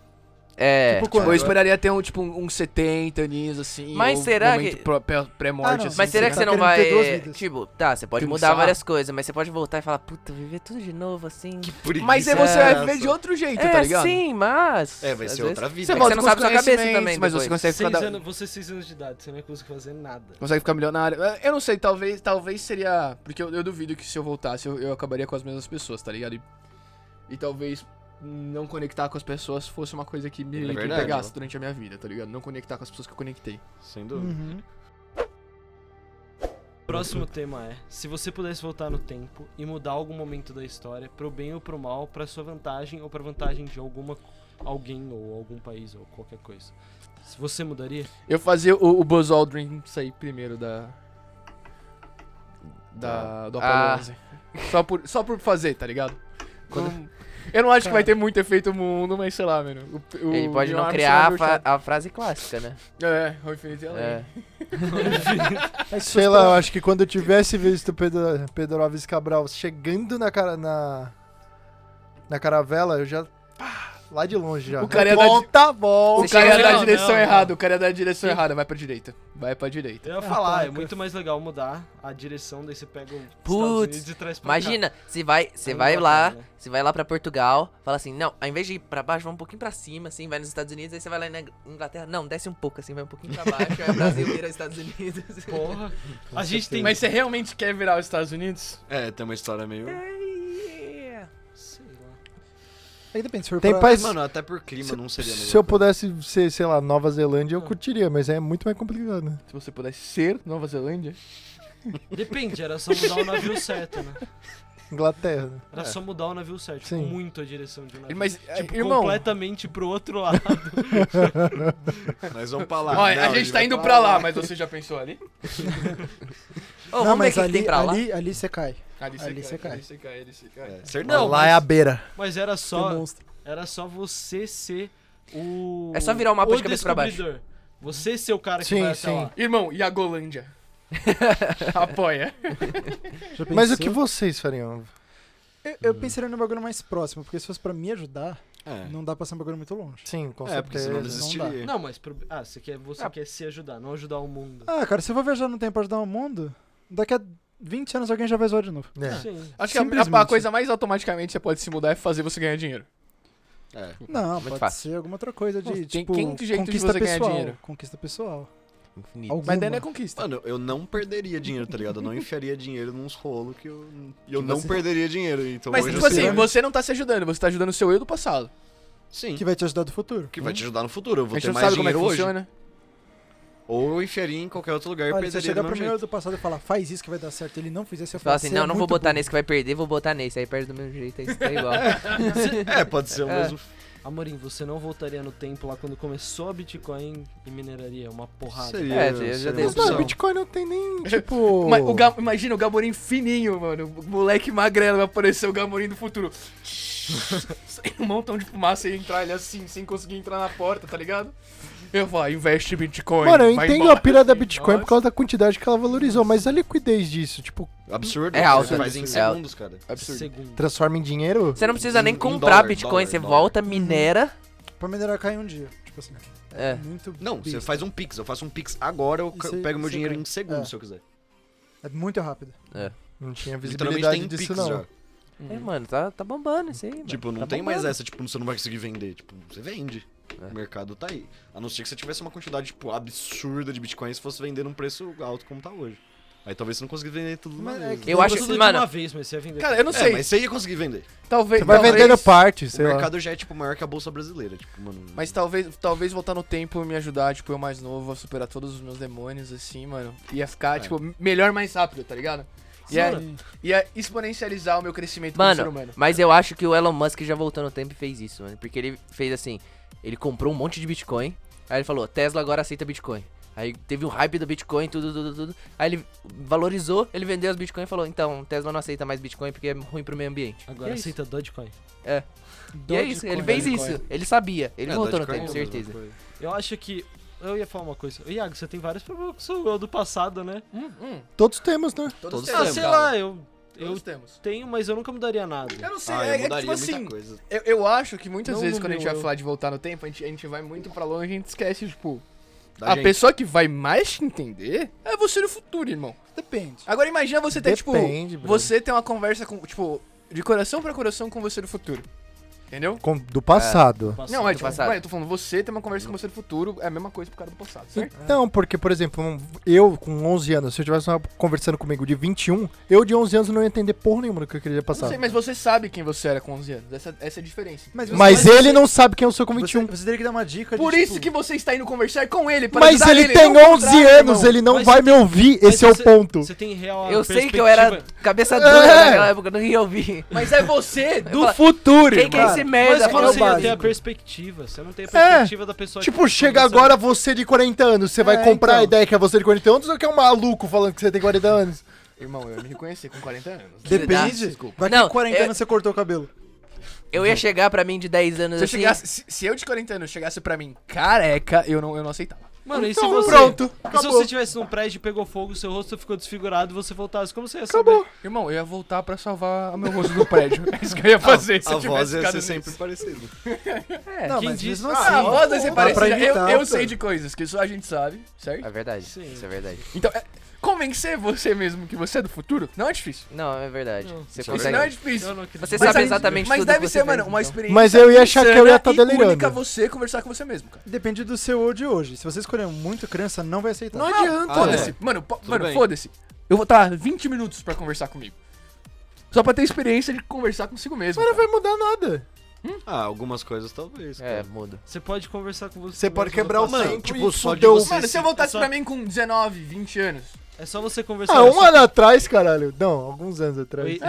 F: É.
D: Tipo,
B: Tipo, eu
D: quando?
B: esperaria ter um, tipo, um, uns 70 aninhos, assim.
F: Mas
B: ou um
F: será
B: momento
F: que-
B: pró- pré- Pré-morte,
D: Ah, não,
B: assim.
F: Mas será
D: você
F: que
D: tá
F: você não
D: querendo ter duas
F: vai.
D: vidas.
F: Tipo, tá, você pode
B: Pensar.
F: mudar várias coisas, mas você pode voltar e falar, puta, viver tudo de novo assim.
C: Que preguiça.
B: Mas aí você vai viver de outro jeito,
F: é,
B: tá ligado?
F: sim, mas.
C: É, vai ser
F: às
C: outra
F: vezes-
C: vida.
B: Você
F: É que
B: volta
F: você não
B: com os
F: sabe sua cabeça
B: conhecimentos,
F: também
B: Mas você
F: depois.
B: consegue ficar,
A: Seis
B: da-
A: anos, você 6 anos de idade, você não ia conseguir fazer nada.
B: consegue ficar milionário. Eu não sei, talvez talvez seria... Porque eu, eu duvido que se eu voltasse, eu, eu acabaria com as mesmas pessoas, tá ligado? E, e talvez não conectar com as pessoas fosse uma coisa que me,
C: É
B: que me
C: verdade,
B: pegasse
C: ó.
B: durante a minha vida, tá ligado? Não conectar com as pessoas que eu conectei.
C: Sem dúvida.
D: Uhum.
A: Próximo tema é: se você pudesse voltar no tempo e mudar algum momento da história, pro bem ou pro mal, pra sua vantagem ou pra vantagem de alguma alguém ou algum país ou qualquer coisa. Se você mudaria?
B: Eu fazia o, o Buzz Aldrin sair primeiro da... Da... Do Apollo
F: Ah.
B: 11. Só por, só por fazer, tá ligado? Não- eu não acho que vai ter muito efeito no mundo, mas sei lá, mano. O- o-
F: Ele pode
B: o
F: não
B: Armstrong
F: criar
B: e
F: a,
B: o
F: fa- a frase clássica, né?
B: É, o Infinity Além.
F: É.
D: É
E: Sei lá, eu acho que quando eu tivesse visto Pedro, Pedro Alves Cabral chegando na, cara, na, na caravela, eu já. pá, Lá de longe já.
B: O cara ia dar de-
E: volta, volta.
B: O cara ia
F: Não,
B: dar a
F: não,
B: direção
A: não.
B: errada, o cara ia dar a direção errada, vai pra direita. Vai pra direita.
A: Eu ia
D: Ah,
A: falar,
D: tá,
A: é
D: eu-
A: muito mais legal mudar a direção, daí você pega o Estados
F: Putz,
A: Unidos e traz pra cá.
F: Imagina, você vai, você
A: Aí
F: vai
A: não dá
F: lá,
A: pra, né?
F: você vai lá pra Portugal, fala assim, não, ao invés de ir pra baixo, vai um pouquinho pra cima, assim, vai nos Estados Unidos, aí você vai lá na Inglaterra, não, desce um pouco, assim, vai um pouquinho pra baixo, aí o Brasil vira os Estados Unidos. *laughs*
A: Porra. A gente tem.
B: Mas você realmente quer virar os Estados Unidos?
C: É, tem uma história meio.
A: Sei lá.
D: Aí depende, se for
E: Tem
D: pra-
E: pais.
C: Mano, até por clima
E: se-
C: não seria a mesma
E: Se eu
C: coisa.
E: pudesse ser, sei lá, Nova Zelândia, eu curtiria, mas é muito mais complicado, né?
B: Se você pudesse ser Nova Zelândia.
A: Depende, era só mudar o navio certo, né?
E: Inglaterra. né?
A: Era só mudar o navio certo.
E: Sim.
A: Ficou muito a direção de um navio.
B: Mas,
A: tipo,
B: irmão,
A: completamente pro outro lado.
C: Nós vamos pra lá.
B: olha, a
C: Não,
B: gente tá
C: vai
B: indo pra lá, mas você já pensou ali?
F: Ô,
D: Não,
F: vamos ver o
D: mas
F: que, que
D: ali,
F: tem pra lá.
D: ali, ali você cai.
B: Ali
D: você Ali cai, você cai.
B: Ali você cai, ali você cai.
C: É, certeza.
A: Não,
E: lá é a beira.
A: Mas era
D: Tem
A: só,
D: monstro.
A: era só você ser o.
F: É só virar o mapa
A: o
F: de cabeça pra baixo.
A: descobridor. Você ser o cara que
E: Sim,
A: vai
E: sim.
A: até lá.
B: Irmão, e a
E: *laughs*
B: Golândia? Apoia.
D: Já
E: Mas o que
D: pensou?
E: vocês fariam?
D: Eu, eu pensaria no bagulho mais próximo, porque se fosse pra me ajudar,
C: É.
D: não dá pra ser um bagulho muito longe.
E: Sim, com
C: É, porque
E: certeza.
C: senão
D: não
C: desistiria.
A: Não, mas pro... ah, você quer, você
F: Ah.
A: quer se ajudar, não ajudar o mundo.
D: Ah, cara, se eu vou viajar no tempo pra ajudar o mundo, daqui a 20 anos alguém já vai zoar de novo.
F: Ah.
E: É.
A: Sim.
B: Acho que a- a,
D: Simplesmente.
B: coisa mais automaticamente que você pode se mudar é fazer você ganhar dinheiro.
C: É.
D: Não,
F: Muito
D: pode
F: fácil.
D: ser alguma outra coisa de,
B: Nossa, tem-
D: tipo,
B: quem que jeito de
D: conquista
B: você ganhar
D: pessoal.
B: dinheiro?
D: Conquista pessoal.
F: Infinito.
D: Alguma.
B: Mas daí não é conquista.
C: Mano, eu não perderia dinheiro, tá ligado? Eu não enfiaria dinheiro nos rolos que eu. E eu
F: Que
C: não
F: você-
C: perderia dinheiro. Então
B: Mas,
C: hoje
B: tipo
C: eu sei-
B: assim, você não tá se ajudando, você tá ajudando o seu eu do passado.
C: Sim.
D: Que vai te ajudar do futuro.
C: Que vai te ajudar no futuro. Eu
B: a
C: vou
B: gente
C: ter
B: não
C: mais
B: sabe como é que
C: dinheiro hoje.
B: funciona.
C: Ou eu enfiaria em qualquer outro lugar e
D: Olha, se eu
C: perderia
D: chegar
C: do
D: pro
C: mesmo
D: meu
C: jeito.
D: do passado e falar, faz isso que vai dar certo, ele não fizer, eu é
F: Fala
D: falar
F: assim, não, não vou botar nesse que vai perder, vou botar nesse. Aí perde do mesmo jeito, aí isso tá igual.
C: É, pode ser o
F: É.
C: mesmo.
A: Amorim, você não voltaria no tempo lá quando começou a Bitcoin e mineraria, uma porrada.
C: Seria.
F: É, eu já
C: seria uma
F: dei
E: Mas,
F: opção.
E: mano,
C: opção.
E: Bitcoin não tem nem, tipo...
B: Ma- o Ga- imagina o Gamorim fininho, mano. O moleque magrelo vai aparecer o Gamorim do
E: *laughs*
B: futuro. Sair um montão de fumaça e entrar ele assim, sem conseguir entrar na porta, tá ligado? Eu vou, investe em Bitcoin.
E: Mano, eu
B: vai
E: entendo
B: embora.
E: a pira da
B: Assim,
E: Bitcoin
B: nossa.
E: por causa da quantidade que ela valorizou, mas é a liquidez disso, tipo,
C: Absurdo.
F: É
C: você
F: alto,
C: faz
B: né?
C: em
F: é
C: segundos, cara.
B: Absurdo.
A: Segundo.
E: transforma em dinheiro?
F: Você não precisa nem
C: Em
F: comprar
C: dólar, Uhum.
F: Bitcoin,
C: dólar,
F: você
C: dólar.
F: volta, minera.
D: Pra minerar cai um dia. Tipo assim.
F: É.
D: Muito
C: Não, você
D: besta.
C: faz um pix. Eu faço um pix agora, eu
D: E
C: ca-
D: você-
C: pego meu
D: você
C: dinheiro
D: ganha.
C: em segundos,
D: É.
C: se eu quiser.
D: É muito rápido.
E: Não tinha
C: Literalmente
E: visibilidade
C: tem um
E: disso,
C: pix
E: não.
C: já. Uhum.
F: É, mano, tá, tá bombando isso aí.
B: Né,
F: mano.
C: Tipo, não
F: Tá
C: tem mais
F: bombando.
C: essa, tipo, você não vai conseguir vender. Tipo, você vende.
F: É.
C: O mercado tá aí. A não ser que você tivesse uma quantidade, tipo, absurda de bitcoins e fosse vender num preço alto como tá hoje. Aí talvez você não conseguisse vender tudo de uma
E: Mas é
C: vez.
E: que-
C: né?
F: Eu acho,
A: tudo de
F: mano,
A: uma vez, mas você ia vender.
B: Cara, eu não
C: É,
B: sei.
C: mas você ia conseguir vender.
B: Talvez.
E: Você vai
B: talvez-
D: é
E: vendendo parte,
C: o
E: sei lá.
C: mercado já é, tipo, maior que a bolsa brasileira. Tipo, mano.
B: Mas talvez, talvez voltar no tempo e me ajudar, tipo, eu mais novo, a superar todos os meus demônios, assim, mano. Ia ficar,
C: É.
B: tipo, melhor mais rápido, tá ligado? Ia,
A: Sim.
B: ia exponencializar o meu crescimento
F: Mano,
B: como ser humano.
F: Mas eu acho que o Elon Musk já voltou no tempo e fez isso, mano. Porque ele fez assim, ele comprou um monte de Bitcoin, aí ele falou, Tesla agora aceita Bitcoin. Aí teve o hype do Bitcoin, tudo, tudo, tudo. Aí ele valorizou, ele vendeu as Bitcoin e falou, então, Tesla não aceita mais Bitcoin porque é ruim pro meio ambiente.
A: Agora
F: E é isso.
A: aceita Dogecoin.
F: E é isso, ele fez
B: Dogecoin.
F: isso. Ele sabia, ele
C: É,
F: voltou no
C: Dogecoin
F: tempo,
C: é a mesma
F: certeza.
C: coisa.
A: Eu acho que. Eu ia falar uma coisa. Iago, você tem vários problemas com o seu eu do passado, né?
B: Hum,
E: Todos temos, né?
C: Todos
A: Ah,
C: temos.
A: sei lá, eu. Eu
B: Todos temos.
A: tenho, mas eu nunca mudaria nada.
B: Eu não sei,
C: Ah,
B: é, é
C: eu
B: que,
C: mudaria
B: tipo
C: muita
B: assim,
C: coisa.
B: eu, eu acho que muitas
A: Não
B: vezes
A: no
B: quando a gente
A: meu
B: vai
A: eu.
B: falar de voltar no tempo, a gente, a gente vai muito pra longe, a gente esquece, tipo...
C: Da
B: a
C: gente.
B: pessoa que vai mais te entender é você no futuro, irmão.
D: Depende.
B: Agora imagina você ter, tipo...
E: Depende, Bruno.
B: Você ter uma conversa com, tipo, de coração pra coração com você no futuro. Entendeu?
E: Com- do passado.
B: Não, é
F: do
B: tipo,
F: passado.
B: mano, eu tô falando, você tem uma conversa com você do futuro, é a mesma coisa pro cara do passado, certo?
E: Então, porque, por exemplo, um- eu com 11 anos, se eu tivesse uma- conversando comigo de 21, eu de 11 anos não ia entender porra nenhuma do que eu queria
B: Eu Não sei,
E: passar.
B: mas você sabe quem você era com 11 anos, essa, essa é a diferença.
D: Mas, você-
E: Mas ele não sabe quem eu sou com
D: Você,
E: 21.
D: você teria que dar uma dica de,
B: Por isso
D: tipo,
B: que você está indo conversar com ele, para
E: Mas
B: ajudar
E: ele tem
B: não o
E: 11
B: contrário,
E: anos,
B: irmão.
E: ele não
A: Mas
E: vai
A: você-
E: me ouvir,
A: Mas
E: esse é o
A: você-
E: ponto.
A: Você tem real a
F: Eu sei que eu era
A: perspectiva-
F: cabeça dura
E: É.
F: naquela época, não ia ouvir.
B: Mas
F: *laughs*
B: é você do
F: falo,
B: futuro,
F: Quem que é
B: irmão.
F: esse
A: Mas
F: merda?
A: quando
F: Eu
A: você
C: assim?
A: ia ter a
F: básico.
A: perspectiva, você não tem a perspectiva da pessoa tá
E: Tipo, chega
A: Você-
E: agora você de 40 anos, você vai
B: É,
E: comprar
B: então.
E: a ideia que é você de 40 anos ou que é um maluco falando que você tem 40 anos?
B: Irmão, eu me reconheci com 40 anos.
F: Depende.
B: Desculpa.
D: Daqui
F: Não,
D: a 40
F: é-
D: anos você cortou o cabelo.
F: Eu ia chegar pra mim de 10 anos
B: Se eu,
F: assim.
B: chegasse, se, se eu de 40 anos chegasse pra mim careca, eu não, eu não aceitava.
A: Mano, e se
E: Então,
A: você.
E: pronto,
A: E se
E: acabou.
A: você estivesse num prédio e pegou fogo, seu rosto ficou desfigurado e você voltasse, como você ia saber?
E: Acabou.
B: Irmão, eu ia voltar pra salvar o meu rosto do prédio. *laughs* É isso que eu ia fazer. se
C: A
B: eu tivesse
C: voz ia
B: ficado
C: ser
B: nisso.
C: sempre parecida.
B: *laughs*
D: não,
A: quem
D: mas
A: disse-
D: mesmo assim.
B: Ah, a voz vai ser
D: dá
B: parecida.
D: pra
B: eu
D: evitar,
B: eu
D: pô.
B: sei de coisas que só a gente sabe, certo?
F: É verdade,
A: Sim.
F: isso é verdade.
B: Então, é- convencer você mesmo que você é do futuro não é difícil.
F: Não, é verdade.
A: Não.
F: Você
C: Isso é
B: Isso
F: consegue.
B: não é difícil.
A: Eu não acredito.
F: Você
B: Mas
F: sabe
B: aí-
F: exatamente
B: Mas
F: tudo
B: deve
F: que você
B: ser,
F: fez,
B: mano, uma
F: então.
B: experiência.
E: Mas eu ia achar que eu ia
B: insana
E: tá
B: e
E: delirando.
B: única você conversar com você mesmo, cara.
D: Depende do seu eu de hoje. Se você escolher muito criança, não vai aceitar.
E: Não adianta. né?
B: Foda-se. Mano, po- mano
C: bem.
B: foda-se. Eu vou estar 20 minutos pra conversar comigo. Só pra ter experiência de conversar consigo mesmo.
E: Mas não
B: cara.
E: vai mudar nada.
C: Ah, algumas coisas talvez.
F: É,
C: cara.
F: muda.
A: Você pode conversar com você.
E: Você
A: mesmo
E: pode
A: no
E: quebrar o
A: passado.
E: tempo
C: tipo,
E: e
C: só de
E: fudeu.
C: você-
B: Mano, se eu voltasse
A: é só-
B: pra mim com 19, 20 anos.
A: É só você conversar.
E: Ah,
A: com
E: um ano atrás, caralho. Não, alguns anos atrás.
A: Oi.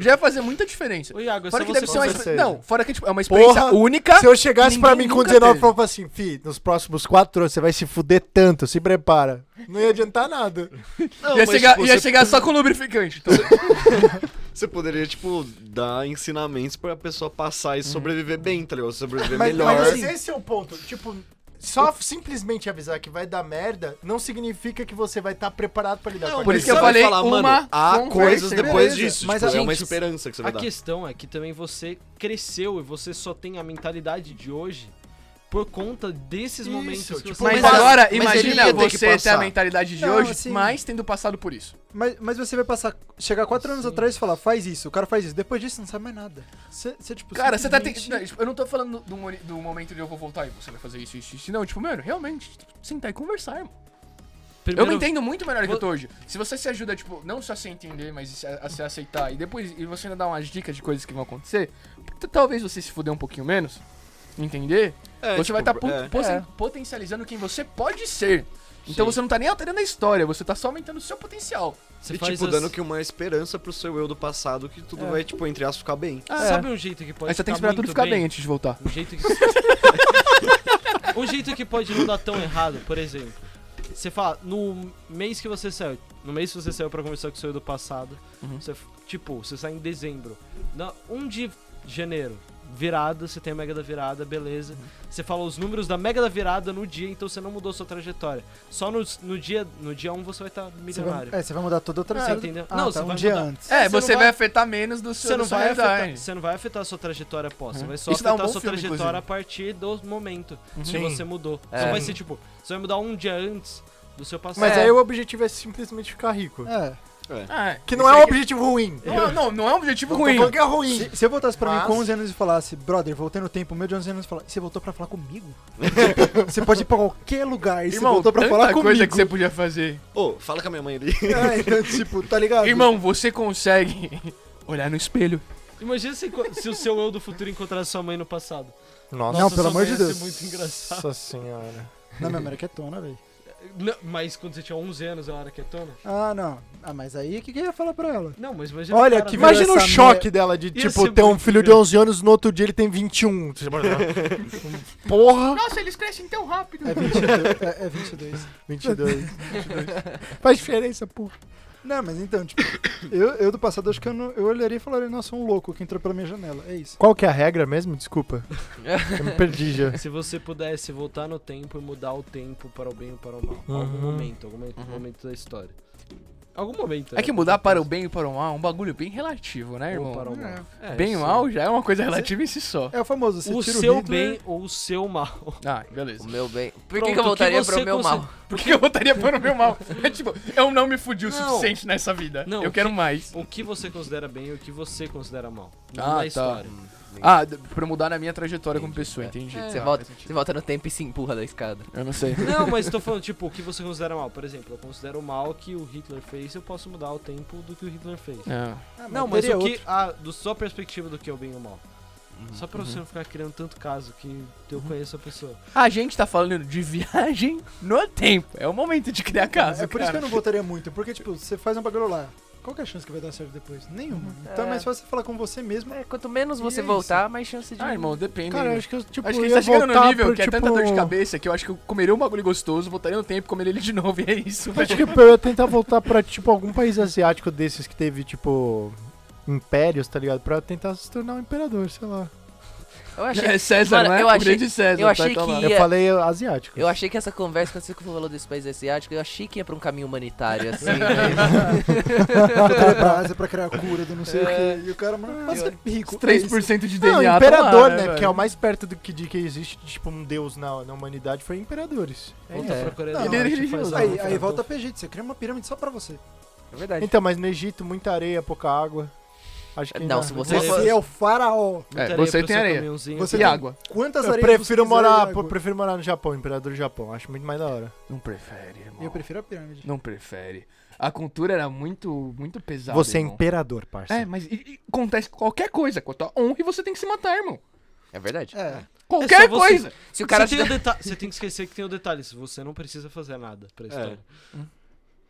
B: Já ia fazer muita diferença.
A: Ô, Iago,
B: É.
A: é só
B: Fora que
A: você
B: deve ser uma
A: conversar.
E: conversar.
B: experiência. Não, fora que tipo, é uma experiência
E: Porra,
B: única.
E: Se eu chegasse pra
B: Ninguém
E: mim com
B: nunca
E: 19
B: teve.
E: e falasse assim, fi, nos próximos 4 anos você vai se fuder tanto, se prepara. Não ia adiantar nada.
C: Não,
B: ia
C: mas,
B: chegar,
C: tipo,
B: ia
C: você-
B: chegar
C: *laughs*
B: só com lubrificante. Então,
C: Você poderia, tipo, dar ensinamentos pra pessoa passar e sobreviver
B: Uhum.
C: bem, tá ligado? Sobreviver
E: Mas,
C: melhor.
E: mas esse é o ponto. Tipo, só simplesmente avisar que vai dar merda não significa que você vai estar preparado pra lidar
C: Não,
E: com
B: Por
C: mas
B: isso que eu
C: sabe
B: falei
C: falar,
B: uma
C: mano, há
B: conversa,
C: coisas depois
B: beleza.
C: disso.
D: Mas
C: tipo,
A: a
C: é uma
A: gente-
C: esperança que você vai
A: A
C: dar.
A: questão é que também você cresceu e você só tem a mentalidade de hoje por conta desses
E: Isso,
A: momentos que
E: tipo,
A: você
B: Mas
E: Mas-
B: agora,
C: mas ele
B: imagina
C: ia ter que
B: você ter a
C: passar.
B: mentalidade de
D: Não,
B: hoje,
D: assim-
B: mas tendo passado por isso.
D: Mas, mas você vai passar, chegar quatro anos atrás e falar, faz isso, o cara faz isso. Depois disso, você não sabe mais nada. Você, você, tipo,
B: Cara, você tá
D: simplesmente-
B: tentando. Eu não tô falando do, moni- do momento de eu vou voltar e você vai fazer isso, isso, isso. Não, tipo, mano, realmente, tipo, sentar e conversar, irmão. Eu me entendo muito melhor do que eu tô hoje. Se você se ajuda, tipo, não só a se entender, mas se- a, a se aceitar, e depois e você ainda dá umas dicas de coisas que vão acontecer, t- talvez você se fuder um pouquinho menos, entender,
C: É,
B: você
C: tipo,
B: vai estar tá po-
C: é.
B: poten-
F: É.
B: potencializando quem você pode ser. Então
C: Sim.
B: você não tá nem alterando a história, você tá só aumentando o seu potencial.
A: Você
C: e,
A: faz
C: tipo,
A: as-
C: dando que uma esperança pro seu eu do passado que tudo vai, tipo, entre aspas, ficar bem.
A: Sabe um jeito que
B: Ah.
A: pode
B: Aí você tem que
A: ficar
B: esperar tudo
A: muito
B: ficar bem. antes de voltar.
A: Um
B: *laughs*
A: jeito que. um jeito que pode não dar tão errado, por exemplo. Você fala, no mês que você saiu, no mês que você saiu pra conversar com o seu eu do passado,
B: Uhum.
A: você, tipo, você sai em dezembro. Na, 1 de um janeiro, virada, você tem a mega da virada, beleza.
B: Uhum.
A: Você fala os números da mega da virada no dia, então você não mudou sua trajetória. Só no, no dia no dia 1 um você vai estar
D: Você vai,
A: milionário.
D: é, você vai mudar toda a
A: Você
D: trajetória.
A: entendeu?
D: Ah,
A: não,
D: tá,
A: você
D: um
A: vai
D: dia
A: mudar.
D: antes.
B: É,
A: Você não
B: você
A: vai-
B: vai afetar menos do seu
A: Você não,
B: da sua
A: vai afetar,
B: realidade.
A: você não vai afetar a sua trajetória após, você vai só
B: Isso dá um
A: afetar a
B: bom
A: sua
B: filme, Uhum.
A: trajetória a partir do momento que
B: Sim.
A: você mudou.
F: É.
A: Só vai ser tipo, você vai mudar um dia antes do seu passado.
E: Mas
F: É.
E: aí o objetivo é simplesmente ficar rico.
D: É.
B: Ah,
E: Que
B: isso
E: não é um
B: aí
E: objetivo ruim.
B: Não, não, não é um objetivo ruim.
E: Não tô falando que é ruim.
D: Se, se eu voltasse pra mim com
E: Mas-
D: 11 anos e falasse, brother, voltei no tempo, meu de 11 anos e falar, "E você voltou pra falar comigo? *laughs* você pode ir pra qualquer lugar e
B: Irmão,
D: você voltou pra
B: tanta
D: falar
B: coisa
D: comigo.
B: que você podia fazer.
C: Ô, fala com a minha mãe ali.
D: É, então, *laughs* tipo, tá ligado?
B: Irmão, você consegue *laughs* olhar no espelho.
A: Imagina se, se o seu eu do futuro encontrasse sua mãe no passado.
E: Nossa,
D: Não, pelo
A: sua
D: amor
A: mãe
D: de
A: ia
D: Deus.
A: Ser muito engraçado.
E: Nossa senhora.
D: Na minha memória que é tona, velho.
A: Não, mas quando você tinha 11 anos, ela era quietona?
D: Ah, não. Ah, mas aí o que, que eu ia falar pra ela?
A: Não, mas imagina.
D: Olha
A: o cara né?
D: que
A: vendo-
E: Imagina o
D: essa
E: choque dela de,
A: Ia
E: tipo,
A: ser
E: ter um
A: muito
E: filho de
A: engraçado.
E: 11 anos, no outro dia ele tem 21. Porra!
B: Nossa, eles crescem tão rápido.
D: É 22. é, é 22.
E: 22. Faz diferença, porra.
D: Não, mas então, tipo, eu, eu do passado acho que eu, não, eu olharia e falaria, nossa, um louco que entrou pela minha janela. É isso.
E: Qual que é a regra mesmo? *laughs* Desculpa. Eu me perdi já.
A: Se você pudesse voltar no tempo e mudar o tempo para o bem ou para o mal. Algum
E: Uhum.
A: momento, algum momento, momento da história. Algum momento. né?
B: É que mudar para o bem e para o mal é um bagulho bem relativo, né,
A: Ou
B: irmão?
A: para o mal.
F: É,
B: Bem
F: isso.
B: ou mal já é uma coisa relativa em si
D: *laughs*
B: só.
D: É o famoso, você
A: O
D: tira
A: seu
D: o né? Hitler,
A: bem ou o seu mal.
B: Ah,
F: O
B: beleza.
F: meu bem. Por
A: Pronto,
F: que, que eu voltaria
A: o que
F: pro
A: você
F: meu
A: consi-
F: mal?
B: Por que eu votaria para o meu mal? É tipo, eu não me fudi o
A: Não.
B: suficiente nessa vida.
A: Não,
B: eu
A: o
B: quero
A: que-
B: mais.
A: O que você considera bem e o que você considera mal.
B: Ah,
A: na
B: tá.
A: história.
C: *laughs*
B: Ah, d- pra mudar na minha trajetória como pessoa,
F: É.
B: entendi.
F: Você,
B: Ah,
F: volta,
B: faz
F: você
B: sentido.
F: volta no tempo e se empurra da escada.
B: Eu não sei.
A: Não, mas tô falando, tipo, o que você considera mal. Por exemplo, eu considero mal que o Hitler fez, eu posso mudar o tempo do que o Hitler fez.
B: É,
D: Ah,
A: Não, mas
D: teria
A: o que.
D: outro.
A: Ah, do sua perspectiva do que é o bem e o mal. Só pra você não ficar criando tanto caso que eu conheço a pessoa.
B: A gente tá falando de viagem no tempo. É o momento de criar casa.
D: É por isso que eu não votaria muito, porque, tipo, você faz um bagulho lá. Qual que é a chance que vai dar certo depois? Nenhuma. Então é mais fácil você falar com você mesmo.
F: É, quanto menos você
D: Isso.
F: voltar, mais chance de.
B: Ah, irmão, depende.
E: Cara,
B: né?
E: acho que eu, tipo,
B: acho que a
E: ia
B: gente tá chegando no
E: voltar
B: nível
E: pro,
B: que é tanta dor de cabeça que eu acho que eu comeria um bagulho gostoso, voltaria no tempo, comeria ele de novo, e é isso.
E: Acho que eu ia tentar voltar pra, tipo, algum país asiático desses que teve, tipo, impérios, tá ligado? Pra tentar se tornar um imperador, sei lá.
F: Eu
B: *laughs*
F: achei.
B: É César,
F: Mano,
B: né?
F: eu
B: O
F: achei-
B: grande César.
F: eu
B: tá-
F: achei
B: tá lá.
F: que-
E: Eu
F: Ia-
E: falei asiático.
F: Eu achei que essa conversa, quando você falou desse país asiático, eu achei que ia pra um
B: *laughs*
F: caminho humanitário, assim.
D: Votaria pra Ásia pra criar a cura do não sei o quê. E o cara, mano, mas é rico. é isso.
B: 3% de DNA.
E: Não,
B: tá lá,
E: imperador, né?
B: velho?
E: Porque é o mais perto do que, de que existe, tipo, um deus na, na humanidade foi imperadores.
A: Volta
F: é.
A: pra Coreia
D: Não,
A: do
B: ele
A: Norte.
B: é
A: faz
B: religioso.
A: a
D: Aí,
A: outra.
D: aí volta pra Egito, você cria uma pirâmide só pra você.
F: É verdade.
E: Então, mas no Egito, muita areia, pouca água. Acho que
F: Não, se você
D: Você
A: fosse-
D: é o faraó.
A: Muita
B: É,
A: areia
B: você
A: pro
B: tem
A: seu
B: areia.
A: caminhãozinho.
D: Você
B: E
D: tem-
B: água?
D: Quantas
E: Eu
D: areias
E: prefiro
D: você quiser
E: morar,
D: e
E: pô,
D: água?
E: prefiro morar no Japão, imperador do Japão. Acho muito mais da hora.
B: Não prefere, irmão.
D: Eu prefiro a pirâmide.
B: Não prefere. A cultura era muito, muito
F: Tá,
B: pesada.
E: Você é
B: irmão.
E: imperador,
B: É,
E: parceiro.
B: mas e- e acontece qualquer coisa. Com a tua honra e você tem que se matar, irmão.
F: É verdade.
D: É.
B: Qualquer
A: você-
B: coisa.
F: Se o cara
A: você,
F: te
A: tem o
F: der-
A: deta- você tem que esquecer que tem o detalhe. se Você não precisa fazer nada pra
C: É.
A: história.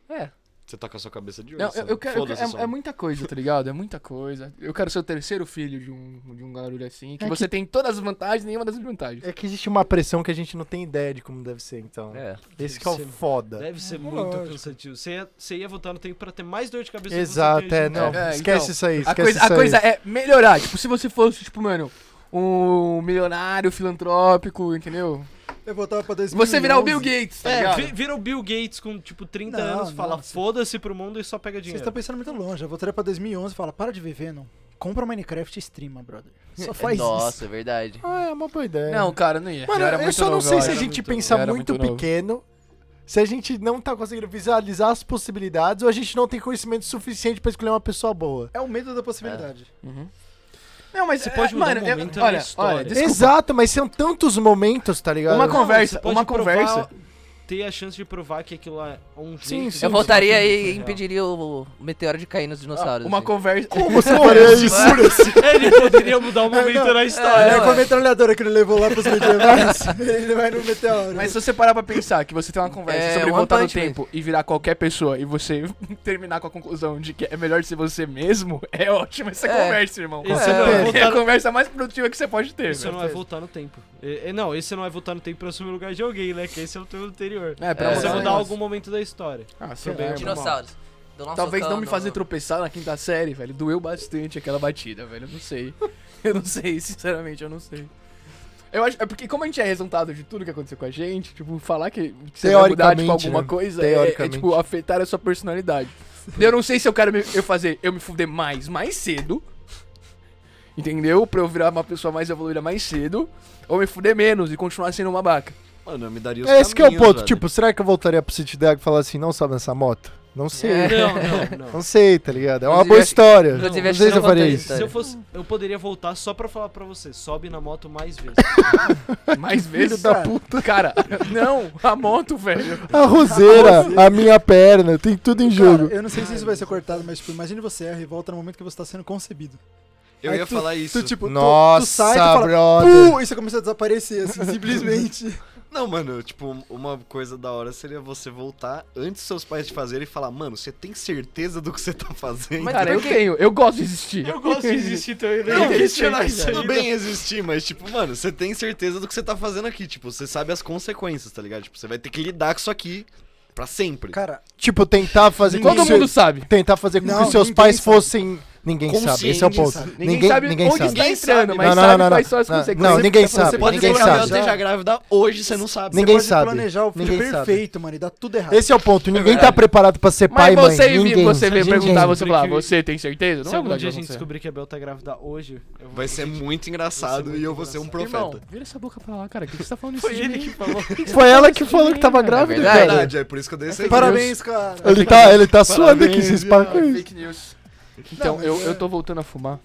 F: É.
C: Você tá com a sua cabeça de ouro.
B: Não, eu, eu quero. eu quero- é, é muita coisa, tá ligado? É muita coisa. Eu quero ser o terceiro filho de um, de um garoto assim. Que
E: É que-
B: você tem todas as vantagens e nenhuma das desvantagens.
E: É que existe uma pressão que a gente não tem ideia de como deve ser, então.
F: É.
E: Esse que é o
A: Deve ser-
E: foda.
A: Deve ser
D: É,
A: muito
D: lógico.
A: cansativo. Você ia, você ia voltar no tempo pra ter mais dor de cabeça do que
E: Exato,
A: você tem
E: é,
A: hoje em
E: não.
A: dia.
B: É,
E: esquece
B: então,
E: isso aí,
B: A
E: esquece
B: coisa,
E: isso
B: a
E: aí.
B: coisa é melhorar. Tipo, se você fosse, tipo, mano, um milionário filantrópico, entendeu?
D: Eu voltava pra 2011.
B: Você virar o Bill Gates, tá
A: É,
B: ligado?
A: vi- vira o Bill Gates com tipo 30
D: Não,
A: anos, fala
D: não, você-
A: foda-se pro mundo e só pega
D: Vocês
A: dinheiro.
D: estão pensando muito longe. Eu voltaria pra 2011 e fala, para de ver Venom. Compra Minecraft e streama, brother. Só faz
F: Nossa,
D: isso.
F: é verdade.
E: Ah, é uma boa ideia.
B: Não, cara, não ia.
E: Mano,
B: eu
E: eu,
B: era muito
E: só não
B: novo,
E: sei
B: eu
E: se a
B: era
E: gente
B: muito
E: pensa
B: novo, eu era
E: muito,
B: novo.
E: pequeno, se a gente não tá conseguindo visualizar as possibilidades ou a gente não tem conhecimento suficiente pra escolher uma pessoa boa.
D: É o medo da possibilidade.
E: É.
B: Uhum. Não, mas
A: Você
B: é,
A: pode mudar
B: mano,
A: o
B: eu-
A: momento da
B: olha,
A: história.
B: olha, desculpa.
E: Exato, mas são tantos momentos, tá ligado?
B: Uma
E: *laughs*
A: Não,
B: conversa,
A: você pode
B: uma
A: provar-
B: conversa.
A: Ter a chance de provar que aquilo é um
E: Sim,
A: jeito
E: sim.
A: de
F: Eu
A: você
F: voltaria
A: fazer
F: e
A: real.
F: impediria o o meteoro de cair nos dinossauros.
B: Ah, Uma
F: assim.
B: conversa.
E: Como você faria é isso?
A: Ele poderia mudar o momento
D: não.
A: na
D: *laughs* É,
A: história.
D: com a metralhadora que ele levou lá pros
E: *laughs*
D: medievais. ele vai no meteoro.
B: Mas se você parar pra pensar que você tem uma conversa
F: É,
B: sobre
F: um
B: voltar no
F: punch man.
B: tempo e virar qualquer pessoa e você *laughs* terminar com a conclusão de que é melhor ser você mesmo, *laughs* é ótimo essa
F: É.
B: conversa, irmão.
A: Isso não
F: É,
E: é.
A: é
B: É a
A: voltar
B: conversa mais produtiva que você pode ter.
A: Isso
B: velho.
A: não é voltar no tempo. E- e- não, esse não é voltar no tempo pra assumir o lugar de alguém, né? Que esse é o teu anterior.
B: É, pra
A: É
F: É.
A: você
B: mudar o
A: mudar
B: negócio.
A: algum momento da história.
B: Ah,
A: Também é
B: bem,
A: normal.
F: Dinossauros. Do nosso
B: Talvez
F: socão
B: não me
F: no-
B: fazer tropeçar na quinta série, velho. Doeu bastante aquela batida, velho. Eu não sei. *laughs* Eu não sei, sinceramente, eu não sei. Eu acho, é porque como a gente é resultado de tudo que aconteceu com a gente, tipo, falar que você vai mudar tipo,
E: Teoricamente,
B: alguma
E: né?
B: coisa é- é,
E: Teoricamente.
B: tipo, afetar a sua personalidade. Eu não sei se eu quero me- eu fazer eu me fuder mais, mais cedo, entendeu? Pra eu virar uma pessoa mais evoluída mais cedo, ou me fuder menos e continuar sendo uma
E: *laughs*
B: baca.
C: Mano, eu me daria os
E: É esse que é o
C: caminhos,
E: ponto.
C: velho.
E: Tipo, será que eu voltaria pro City Dag e falar assim, não sobe nessa moto? Não
A: É.
E: sei.
A: Não, não, não.
E: Não sei, tá ligado? É uma
F: Inclusive,
E: boa
F: acho-
E: história. Não
F: inclusive,
E: sei
F: acho que
E: se
F: você
E: eu
F: não
E: faria
F: conta
E: isso.
A: Se
F: Sério.
A: eu fosse, eu poderia voltar só pra falar pra você, sobe na moto mais vezes.
B: Mais vezes. da puta.
E: *laughs*
B: Cara, não, a moto, velho.
E: A roseira, a minha perna, tem tudo em
D: Cara,
E: jogo.
D: eu não sei se isso vai ser cortado, mas tipo, imagine você erra e volta no momento que você tá sendo concebido.
C: eu
D: Aí
C: ia
D: tu-
C: falar isso.
D: Tu, tipo, tu- tu, sai, tu
E: Nossa,
D: fala,
E: brother.
D: "Puh", e você começa a desaparecer,
E: *laughs*
D: assim, simplesmente.
C: Não, mano, tipo, uma coisa da hora seria você voltar antes dos seus pais te fazerem e falar, mano, você tem certeza do que você tá fazendo?
F: Mas
B: Cara, eu
F: porque-
B: tenho, eu gosto de existir.
A: também,
B: né? Não,
A: quis
B: tirar
A: isso
C: é Tudo bem existir, mas, tipo, mano, você tem certeza do que você tá fazendo aqui. Tipo, você sabe as consequências, tá ligado? Tipo, você vai ter que lidar com isso aqui pra sempre.
D: Cara,
E: Tipo, tentar fazer com
B: *laughs* Todo
E: que
B: mundo
E: seu-
B: sabe.
E: tentar fazer com
D: Não,
E: que os seus
D: ninguém
E: pais
D: sabe.
E: fossem ninguém sabe, esse é o
D: Ninguém
E: ponto.
D: sabe.
B: Ninguém, sabe
E: ninguém
B: onde
E: sabe.
B: está
C: Ninguém
B: entrando,
C: sabe.
B: mas
E: não, não,
B: sabe
E: não, não,
B: quais são as
E: não,
B: consequências.
E: não, ninguém
B: Você
E: sabe.
C: Pode
E: Ninguém
C: colocar ela
E: sabe.
C: esteja grávida hoje, você não sabe.
E: Ninguém
D: pode
E: sabe.
D: planejar o filho
E: Ninguém sabe.
D: perfeito, mano, e dá tudo errado.
E: Esse é o ponto. Ninguém tá
F: verdade.
E: preparado pra ser
B: Mas
E: pai e mãe.
B: você, vir,
E: ninguém.
B: você vem
E: Ninguém.
B: perguntar, você falar,
A: Porque-
B: você tem certeza? Não
A: Se
B: é
A: algum
B: verdade,
A: dia a
B: vai
A: gente
B: acontecer.
A: descobrir que a Bel tá grávida hoje, eu vou
C: Vai ser muito
A: Vai ser
C: engraçado e eu
A: muito
C: vou ser um
A: engraçado.
C: profeta.
B: Irmão, vira essa boca pra lá, cara. O que que você tá falando isso?
A: Foi ele
B: *laughs*
A: que falou.
E: Foi ela que falou que tava
F: verdade.
E: grávida,
C: É
E: cara.
C: verdade, é por isso que eu dei esse
D: Parabéns, cara.
E: Ele tá, ele tá suando aqui, se espalha com é isso.
B: Fake news. Então,
D: Não,
B: eu,
D: mas-
B: eu tô voltando a fumar.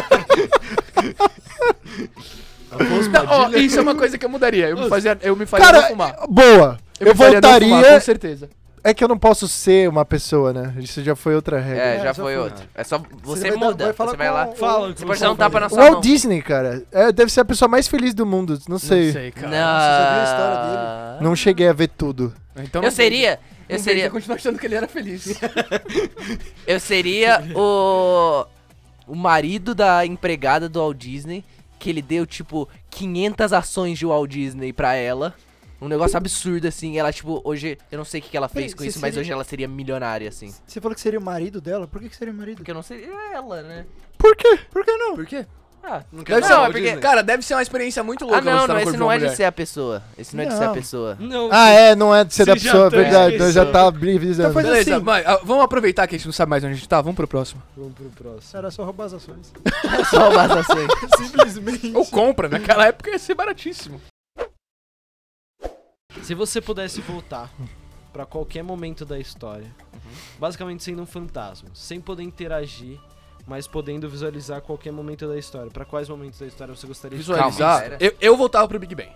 B: *laughs*
C: um
B: Não, ó, isso é uma coisa que eu mudaria. Eu me fazia, eu me faria não
E: Cara,
B: fumar.
E: boa. Eu,
B: me faria não
E: voltaria.
B: fumar, com certeza.
E: É que eu não posso ser uma pessoa, né? Isso já foi outra regra.
F: É,
D: É,
F: já
D: só
F: foi
D: foi.
F: outro. É só você
D: vai dar-
F: muda,
D: falar
F: você vai
D: com
F: lá.
D: o-
A: Fala,
F: Você pode dar um
A: Cruzão,
F: tapa na
E: O
F: sua mão.
E: Walt Disney, cara, é, deve ser a pessoa mais feliz do mundo. Não sei. Não,
B: sei,
F: Não.
E: não cheguei a ver tudo.
B: Então
F: Eu
B: não é sei.
F: seria, eu
B: Não sei,
F: seria,
B: continuo achando que ele era feliz.
F: eu seria o o marido da empregada do Walt Disney, que ele deu tipo 500 ações de Walt Disney pra ela. Um negócio absurdo assim, ela tipo hoje, eu não sei o que que ela fez
D: Peraí,
F: com
D: você
F: isso, mas
D: seria-
F: hoje ela seria milionária assim.
D: Você falou que seria o marido dela? Por que, que seria o marido?
F: Porque eu não seria ela, né?
E: Por quê?
D: Por que não?
B: *laughs* Por quê?
F: Ah,
C: Não quero
B: Deve
F: Não,
B: ser
F: é
B: uma,
F: porque-
B: porque, cara, deve ser uma experiência muito louca.
F: ah não,
B: você tá
F: não,
B: no
F: esse
B: corpo de
F: não
B: uma
F: é de
B: mulher.
F: ser a pessoa. Esse não, é de ser a
D: Não.
F: pessoa.
A: Não,
E: Ah, é, não é de ser
A: Se
E: da
A: já
E: pessoa, é
A: tá
E: verdade. Nós já
A: esquecendo.
E: tá brisando.
D: Então faz-
B: Beleza,
D: assim.
B: mas, ah, vamos aproveitar que a gente não sabe mais onde a gente tá, vamos pro próximo.
A: Vamos pro próximo.
D: Era só roubar as ações.
F: Só o ações.
D: Simplesmente.
B: Ou compra, né? naquela época ia ser baratíssimo.
A: Se você pudesse voltar pra qualquer momento da história, basicamente sendo um fantasma, sem poder interagir, mas podendo visualizar qualquer momento da história, pra quais momentos da história você gostaria de
B: Visualizar,
F: Calma,
B: eu, eu voltava pro Big Bang.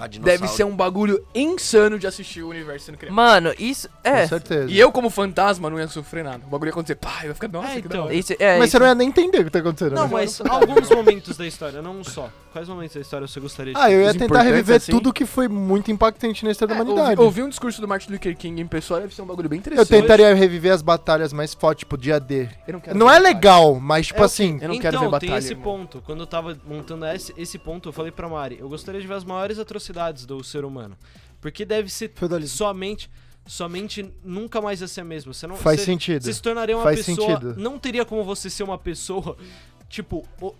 C: Ah, dinossauro.
B: Deve ser um bagulho insano de assistir o universo sendo criado.
F: Mano, isso é.
E: Com certeza.
B: E eu, como fantasma, não ia sofrer nada. O bagulho ia acontecer, pá, eu ia ficar, nossa,
A: É,
B: que
A: então.
B: da hora.
F: Isso é.
E: Mas
F: isso-
E: você não ia nem entender o que tá acontecendo.
A: Não,
E: né?
A: mas alguns momentos da história, não um só. Quais momentos da história você gostaria de
E: Ah, eu ia
B: Os
E: tentar reviver
B: importantes, assim.
E: tudo que foi muito impactante na história da humanidade.
B: ouvi, ouvi um discurso do Martin Luther King em pessoa, deve ser um bagulho bem
E: Eu
B: interessante.
E: tentaria reviver as batalhas mais fortes, tipo dia D.
B: Eu não, quero
E: Não
B: ver
E: é
B: batalha.
E: legal, mas tipo
B: É,
E: assim.
B: Eu não
A: então,
B: quero ver
A: tem
B: batalha.
A: esse
B: irmão.
A: ponto. Quando eu tava montando esse, esse ponto, eu falei pra Mari, eu gostaria de ver as maiores atrocidades do ser humano. Porque deve ser
D: Feudalismo.
A: somente. Somente nunca mais ia ser a mesma. Você não,
E: Faz
A: você-
E: sentido.
A: Você se tornaria uma
E: Faz
A: pessoa.
E: sentido.
A: Não teria como você ser uma pessoa. Tipo, o-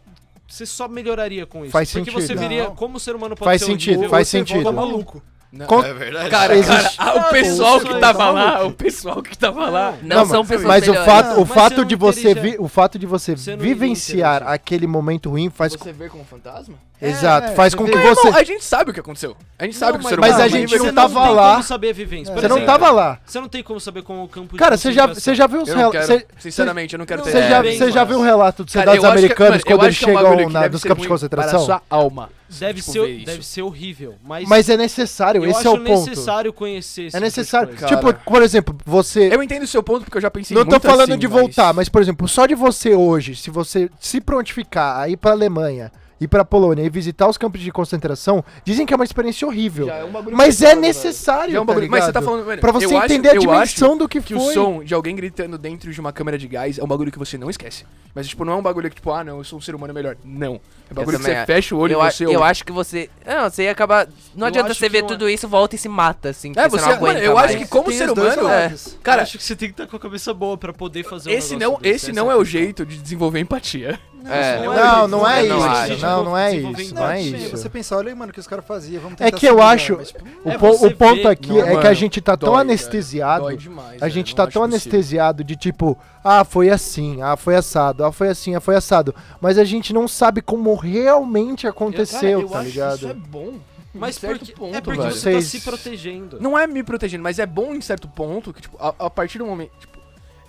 A: você só melhoraria com isso.
E: Faz
A: porque você
E: sentido.
A: viria
D: Não.
A: como o ser humano pode
E: Faz
A: ser
E: sentido,
A: um dia,
E: faz
A: você
E: sentido.
A: volta maluco.
D: Maluco.
B: Não.
E: Con-
C: É verdade.
B: Cara,
E: Existe-
B: cara, ah, o pessoal
A: isso
B: que
A: aí,
B: tava
A: tá
B: lá, o pessoal que tava lá.
A: Não.
F: Não,
E: Não,
F: são pessoas
E: Mas o
F: melhores.
E: fato, o
A: Mas você
E: fato
A: não
E: de você
A: teria-
E: vi- o fato de você,
A: Você não iria
E: vivenciar
A: interagir.
E: aquele momento ruim faz com-
B: Você vê como fantasma?
E: exato,
D: é,
E: faz
D: você
E: com
D: vê.
E: que
B: Meu irmão,
E: você
B: a gente sabe o que aconteceu. A gente sabe que o ser humano
E: mas a
B: é
E: gente
B: horrível.
E: não
A: você
E: tava
A: não tem
E: lá.
A: Como saber a vivência. Por
E: você não
A: exemplo,
E: tava lá.
A: Você não tem como saber como o campo de
E: Cara, você já,
A: concentração-
E: você já viu os
B: Eu não
E: rel-
B: quero,
E: você,
B: sinceramente, eu não quero ter
E: você
A: é,
E: já,
A: bem,
E: você já
A: mano.
E: viu o relato dos
B: Cara, eu
E: soldados
B: acho que-
E: americanos
B: mano, eu
E: quando eles
B: acho que é um
E: chegam
B: bagulho que
E: na-
B: deve
E: dos
B: ser
E: campos de
B: ruim Para a
E: concentração?
B: sua alma.
A: Deve,
B: Tipo, ver
A: ser,
B: isso.
A: deve ser horrível. Mas,
E: Mas é necessário,
A: eu
E: esse
A: acho
E: é o ponto.
A: necessário conhecer esse
E: É necessário.
A: Tipo de
B: coisa.
E: Tipo,
B: Cara.
E: por exemplo, você
B: Eu entendo o seu ponto porque eu já pensei
E: Não tô
B: muito
E: falando
B: assim,
E: de voltar, mas... por exemplo, só de você hoje, se você se prontificar, a ir pra Alemanha ir pra Polônia e visitar os campos de concentração, dizem que é uma experiência horrível.
B: Já é um bagulho
E: Mas
B: muito
A: tá
E: é
B: foda, velho.
E: necessário,
B: Já é um bagulho.
E: tá
B: Mas você
E: ligado?
B: tá falando, velho,
E: Pra você
B: eu acho-
E: entender
B: eu
E: a dimensão do que,
B: acho que
E: foi.
B: o som de alguém gritando dentro de uma câmera de gás é um bagulho que você não esquece. Mas, tipo, não é um bagulho que, tipo, ah, não, eu sou um ser humano melhor. Não. É um bagulho que você
F: também acho.
B: fecha o olho
F: eu,
B: e
F: a-
B: você... é um
F: eu acho que você. é, Não, você ia acabar.
A: Eu
F: Não adianta
A: acho
F: você
A: que
F: ver
A: eu-
F: tudo isso, volta e se mata, assim.
B: É,
F: porque
B: você...
F: não aguenta
B: mano, eu
F: mais. É.
B: acho que como
E: Tem
B: ser
E: os dois
B: humano... é.
F: lados.
A: Cara,
B: Cara,
A: acho que você tem que estar com a cabeça boa pra poder fazer um
B: esse
A: negócio
B: não,
A: desse,
B: esse
A: essa tá?
B: não é o
A: a questão.
B: jeito de desenvolver empatia.
F: É.
A: Não
E: Não, não
B: né?
E: é
F: Eu não acho.
E: isso. Não, não é
A: Desenvolver
E: isso. Não é
A: empatia,
E: isso.
D: Você pensar, olha aí, mano, o que os caras faziam. Vamos
E: É
D: tentar
E: que eu
D: simular",
E: acho-
D: mas, tipo,
E: O,
A: É
E: po-
A: você
E: o ponto
A: ver-
E: aqui
B: Não,
E: é que
B: mano,
E: a gente tá tão
B: dói, velho.
E: anestesiado.
B: Dói demais.
E: A
B: velho,
E: gente
B: é, não
E: tá
B: acho possível.
E: tão anestesiado de tipo, ah, foi assim, ah, foi assado, ah, foi assim, ah, foi assado. Mas a gente não sabe como realmente aconteceu,
B: eu
E: tá
B: acho
E: ligado?
B: Que isso é bom. em
A: Mas
B: certo
A: porque,
B: ponto,
A: é porque
B: velho.
A: você tá
E: Vocês-
A: se protegendo.
B: Não é me protegendo, mas é bom em certo ponto que, tipo, a, a partir do momento. Tipo,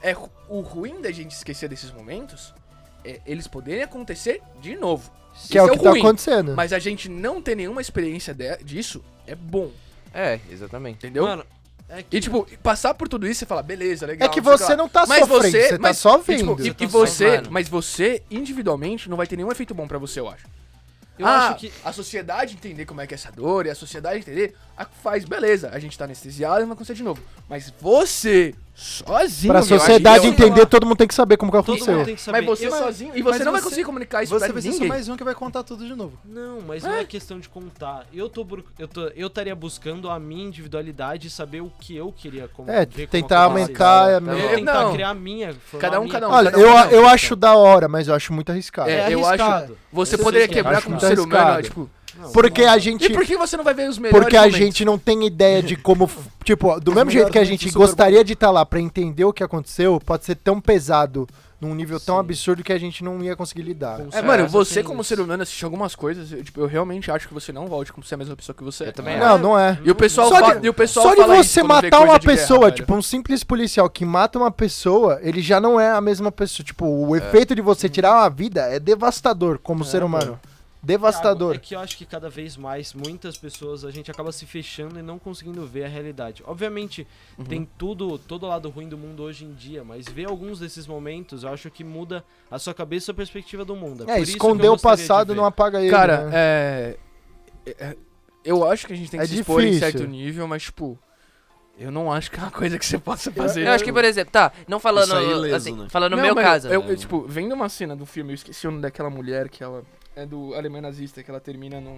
B: é, ru- o ruim da gente esquecer desses momentos é eles poderem acontecer de novo.
E: Que é o
B: Isso
E: que tá acontecendo.
B: Mas a gente não ter nenhuma experiência de- disso é bom,
F: É, exatamente.
B: entendeu?
A: Mano, é que
B: e, tipo, e passar por tudo isso e falar, beleza, legal.
E: é que
B: não sei o
E: você
B: lá.
E: não tá
B: Mas
E: sofrendo,
B: você-
E: você tá
B: mas-
E: só
B: E, tipo,
E: vendo.
B: e- e
F: Tá só
B: você,
F: vendo.
B: mas você, individualmente, não vai ter nenhum efeito bom pra você, eu acho.
A: eu
B: ah,
A: acho que
B: a sociedade entender como é que é essa dor e a sociedade entender, a- faz beleza, a gente tá anestesiado e não acontecer de novo. Mas você, sozinho,
E: Pra
B: meu,
E: sociedade
B: eu acho que- é um
E: entender, todo mundo tem que saber como que
A: todo
E: aconteceu.
A: mundo tem que saber.
B: Mas você
A: Eu-
B: sozinho, e você
D: mas
B: não vai
D: você-
B: conseguir comunicar isso
D: Você
B: pra
D: vai ser só
B: ninguém.
D: mais um que vai contar tudo de novo.
A: Não, mas não é questão de contar. Eu tô bru- eu tô, eu estaria buscando a minha individualidade e saber o que eu queria como
E: É,
A: ver como
E: tentar
A: acontece.
E: aumentar. a
F: Tá
A: Eu
B: bom.
E: minha-
A: tentar
B: Não.
A: criar a minha. formar
B: Cada um,
A: a minha.
B: cada um.
E: Olha,
B: cada um,
E: eu,
B: cada um.
E: eu acho da hora, mas eu acho muito arriscado.
B: É, eu
A: arriscado.
B: acho. Você
A: Eu sei
B: poderia
A: que é
B: quebrar
E: arriscado.
B: como
E: Acho
B: ser
E: muito
B: humano,
E: arriscado.
B: tipo.
E: Porque a
B: E
E: gente
B: por que você não vai ver os melhores
E: Porque a
B: momentos?
E: gente não tem ideia de como.
B: *laughs*
E: f- Tipo, do mesmo jeito que a
D: melhores
E: gente
D: do Super Bowl.
E: gostaria de estar lá pra entender o que aconteceu, pode ser tão pesado, num nível tão absurdo que a gente não ia conseguir lidar.
A: Com
B: É,
A: certeza
B: mano, você
A: tem
B: como
A: isso.
B: ser humano assiste algumas coisas, eu, tipo, eu realmente acho que você não volte como ser a mesma pessoa que você é.
F: Eu também
E: Não, não é.
B: E o pessoal
E: Só de-
B: fala, e o pessoal
E: Só de
B: fala isso
E: você
B: quando vê coisa
E: matar uma
B: de guerra,
E: pessoa,
B: velho.
E: tipo, um simples policial que mata uma pessoa, ele já não é a mesma pessoa. Tipo,
B: É.
E: o efeito de você tirar uma vida é devastador como ser humano.
A: É
E: Devastador.
A: que eu acho que cada vez mais, muitas pessoas, a gente acaba se fechando e não conseguindo ver a realidade. Obviamente,
E: Uhum.
A: tem tudo, todo lado ruim do mundo hoje em dia, mas ver alguns desses momentos, eu acho que muda a sua cabeça e a sua perspectiva do mundo.
E: É, esconder o passado não apaga ele.
B: Cara,
E: né?
B: é... é- é- Eu acho que a gente tem que
E: É
B: se expor em
E: difícil.
B: certo nível, mas, tipo... Eu não acho que é uma *laughs* coisa que você possa fazer.
F: Eu acho que, por exemplo, tá, não falando.
C: Isso aí é ileso,
F: assim,
C: né?
F: falando no
B: Não,
F: meu
B: mas
F: caso.
B: Eu, eu, tipo, vendo uma cena do filme, eu esqueci o nome daquela mulher que ela... É do Alemanha Nazista, que ela termina num...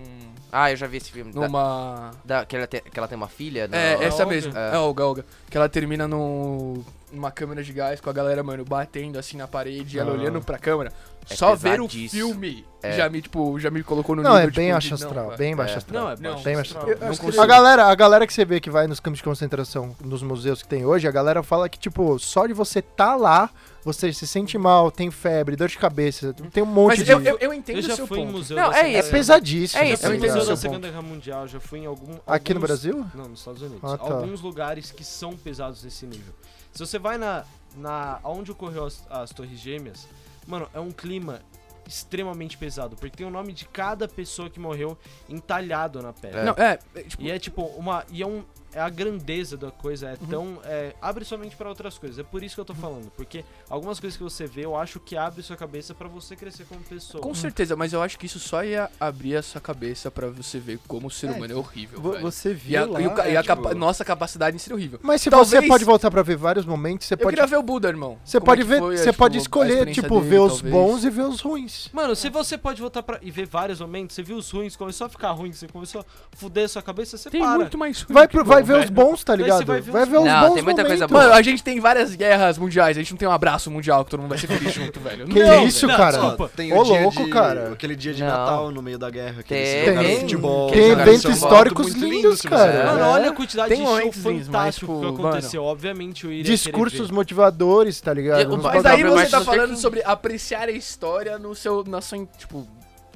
F: Ah, eu já vi esse filme. da-
B: Numa...
F: da- que, ela tem, que ela tem uma filha? Não.
B: É, essa
A: Olga.
B: mesmo.
F: É.
B: É. Olga, Olga. Que ela termina num- numa câmera de gás com a galera, mano, batendo assim na parede, ela
E: Ah.
B: olhando pra câmera.
F: É
B: Só ver o
F: pesadíssimo.
B: filme
F: É.
B: já me, tipo, já me colocou no
E: Não,
B: nível,
E: é
B: tipo,
E: bem
B: de-
E: baixo
B: não,
E: astral.
B: cara.
E: Bem baixo
F: É.
E: astral. Um
A: Não, é
B: Não,
A: baixo
E: bem
A: astral.
E: mais-
A: Não
B: acho que
A: consigo.
E: A galera, a galera que você vê que vai nos campos de concentração, nos museus que tem hoje, a galera fala que, tipo, só de você tá lá, você se sente mal, tem febre, dor de cabeça, tem um monte
B: Mas
E: de...
B: eu, eu, eu entendo
A: Eu
B: o
A: já
B: seu
A: fui em
B: ponto.
A: museu
F: Não,
A: da
F: é isso,
E: É
A: Segunda-
E: pesadíssimo.
F: É
A: Já
F: isso,
A: fui
B: eu
A: em
B: entendo
A: museu da
B: seu
A: Segunda Guerra Mundial, já fui em algum
E: Aqui no
A: alguns-
E: Brasil?
A: Não, nos Estados Unidos.
E: Ah, tá.
A: Alguns lugares que são pesados nesse nível. Se você vai na. na onde ocorreu as, as Torres Gêmeas, mano, é um clima extremamente pesado. Porque tem o nome de cada pessoa que morreu entalhado na pedra.
B: Não, é, é, tipo,
A: E é tipo, uma. E é um. É a grandeza da coisa,
B: Uhum.
A: é tão. é, abre sua mente pra outras coisas. É por isso que eu tô falando. Porque algumas coisas que você vê, eu acho que abre sua cabeça pra você crescer como pessoa.
B: com certeza, mas eu acho que isso só ia abrir a sua cabeça pra você ver como o ser
D: É,
B: humano é horrível,
D: Vo-
B: velho. E
D: Você
B: a,
D: viu lá...
B: e o ca-
D: é,
B: e a
D: tipo,
B: capa- nossa capacidade em ser horrível.
E: Mas se
B: Talvez-
E: você pode voltar pra ver vários momentos, você
B: Eu
E: pode...
B: queria ver o Buda, irmão.
E: Você
B: Como
E: pode
B: é que
E: ver,
B: foi, é,
E: você
B: tipo,
E: pode
B: a
E: escolher,
B: experiência
E: tipo,
B: dele,
E: ver os
B: talvez.
E: bons e ver os ruins.
B: Hum,
A: Mano,
F: É.
A: se você pode voltar pra... e ver vários momentos, você viu os ruins, começou a ficar ruim, você começou a fuder sua cabeça, você
B: Tem
A: para.
B: muito mais ruim
E: Vai,
B: que
E: pro-
B: bom,
E: vai ver
B: velho.
E: os bons, tá
A: Daí
E: ligado?
A: você vai
E: Vai
A: ver
E: ver
A: os
E: os
A: bons.
E: bons
F: Não, tem muita coisa
E: momentos.
F: boa.
B: Mano, a gente tem várias guerras mundiais, a gente não tem um abraço mundial que todo mundo vai ser feliz junto, *laughs* velho.
E: Que
A: Não,
E: isso,
A: não,
E: cara?
A: desculpa.
C: Tem
E: Ô,
C: o dia
E: louco,
C: de,
E: cara.
C: Aquele dia de
F: Não.
C: Natal no meio da guerra. Que
F: Tem.
C: eles jogaram
E: Tem.
C: futebol.
E: Tem
C: jogaram
E: eventos
B: um
C: samba,
E: históricos
C: um muito
E: lindos,
C: lindíssimos,
E: cara.
C: né?
A: Mano,
E: É.
A: olha a quantidade
B: Tem
A: de show
B: momentos, mas,
A: fantástico que
B: tipo,
A: aconteceu. Obviamente eu iria querer
E: Discursos
A: ver.
E: motivadores, tá ligado?
F: Eu-
E: Uns
B: Mas
F: Mas
E: bagulho-
B: aí
F: aí
B: você
F: você
B: tá
F: tá
B: falando
F: que-
B: sobre apreciar a história no seu, na sua, tipo,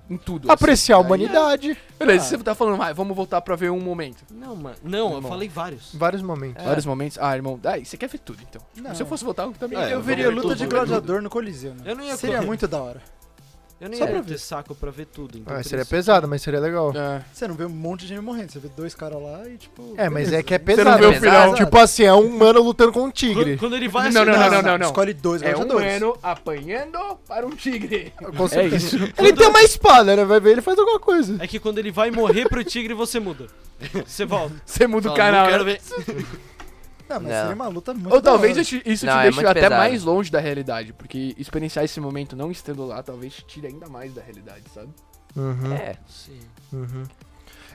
B: em tudo.
E: Apreciar a
B: assim. Aí-
E: humanidade.
B: Beleza, você tá falando, ah, vamos voltar pra ver um momento.
A: Não, mano. Não, eu
B: Irmão.
A: falei vários.
E: Vários momentos.
B: Vários momentos. Ah, irmão, ah, você quer ver tudo, então. Tipo,
D: Não.
B: se eu fosse voltar, eu também
C: É,
B: ia
D: Eu
B: ver
D: veria
C: vamos ver
D: luta de
C: tudo.
D: gladiador no Coliseu, né?
A: Eu não ia
D: Seria
A: colocar-
D: muito da hora.
A: Eu nem
D: Só
A: ia
D: pra
A: ter saco pra ver tudo, então
E: Ah,
A: por
E: seria
A: isso-
E: pesado, mas seria legal.
B: É.
D: Você não vê um monte de gente morrendo, você vê dois caras lá e tipo.
E: É, mas
D: beleza.
E: é que é
D: Você
E: pesado.
B: vê o final.
E: Tipo assim, é um humano lutando com um tigre.
A: Quando, quando ele vai
B: Não,
A: acertar-
B: não, não, não, não.
D: Escolhe dois
B: É um
D: gladiadores.
B: ano apanhando para um *laughs* tigre.
E: Com certeza.
A: isso.
E: Ele tem uma espada, né? Vai ver, ele faz alguma coisa.
A: É que quando ele vai morrer pro tigre, você
E: *laughs*
A: muda. Você volta.
B: Você muda o
C: Fala,
B: canal.
C: Não quero
B: né?
C: ver.
D: Não, mas
F: Não.
D: seria uma luta muito.
B: Ou
D: da
B: talvez
D: hora.
B: isso te- isso
F: Não,
B: te
F: é
B: deixe
F: muito
B: até
F: pesado.
B: mais longe da realidade, porque experienciar esse momento não estando lá talvez te tire ainda mais da realidade, sabe?
E: Uhum,
F: É.
A: Sim.
E: uhum.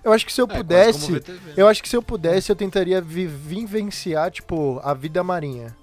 E: Eu acho que se eu
C: É, quase
E: pudesse.
C: como ver TV, né?
E: Eu acho que se eu pudesse, eu tentaria vi- vivenciar, tipo, a vida marinha.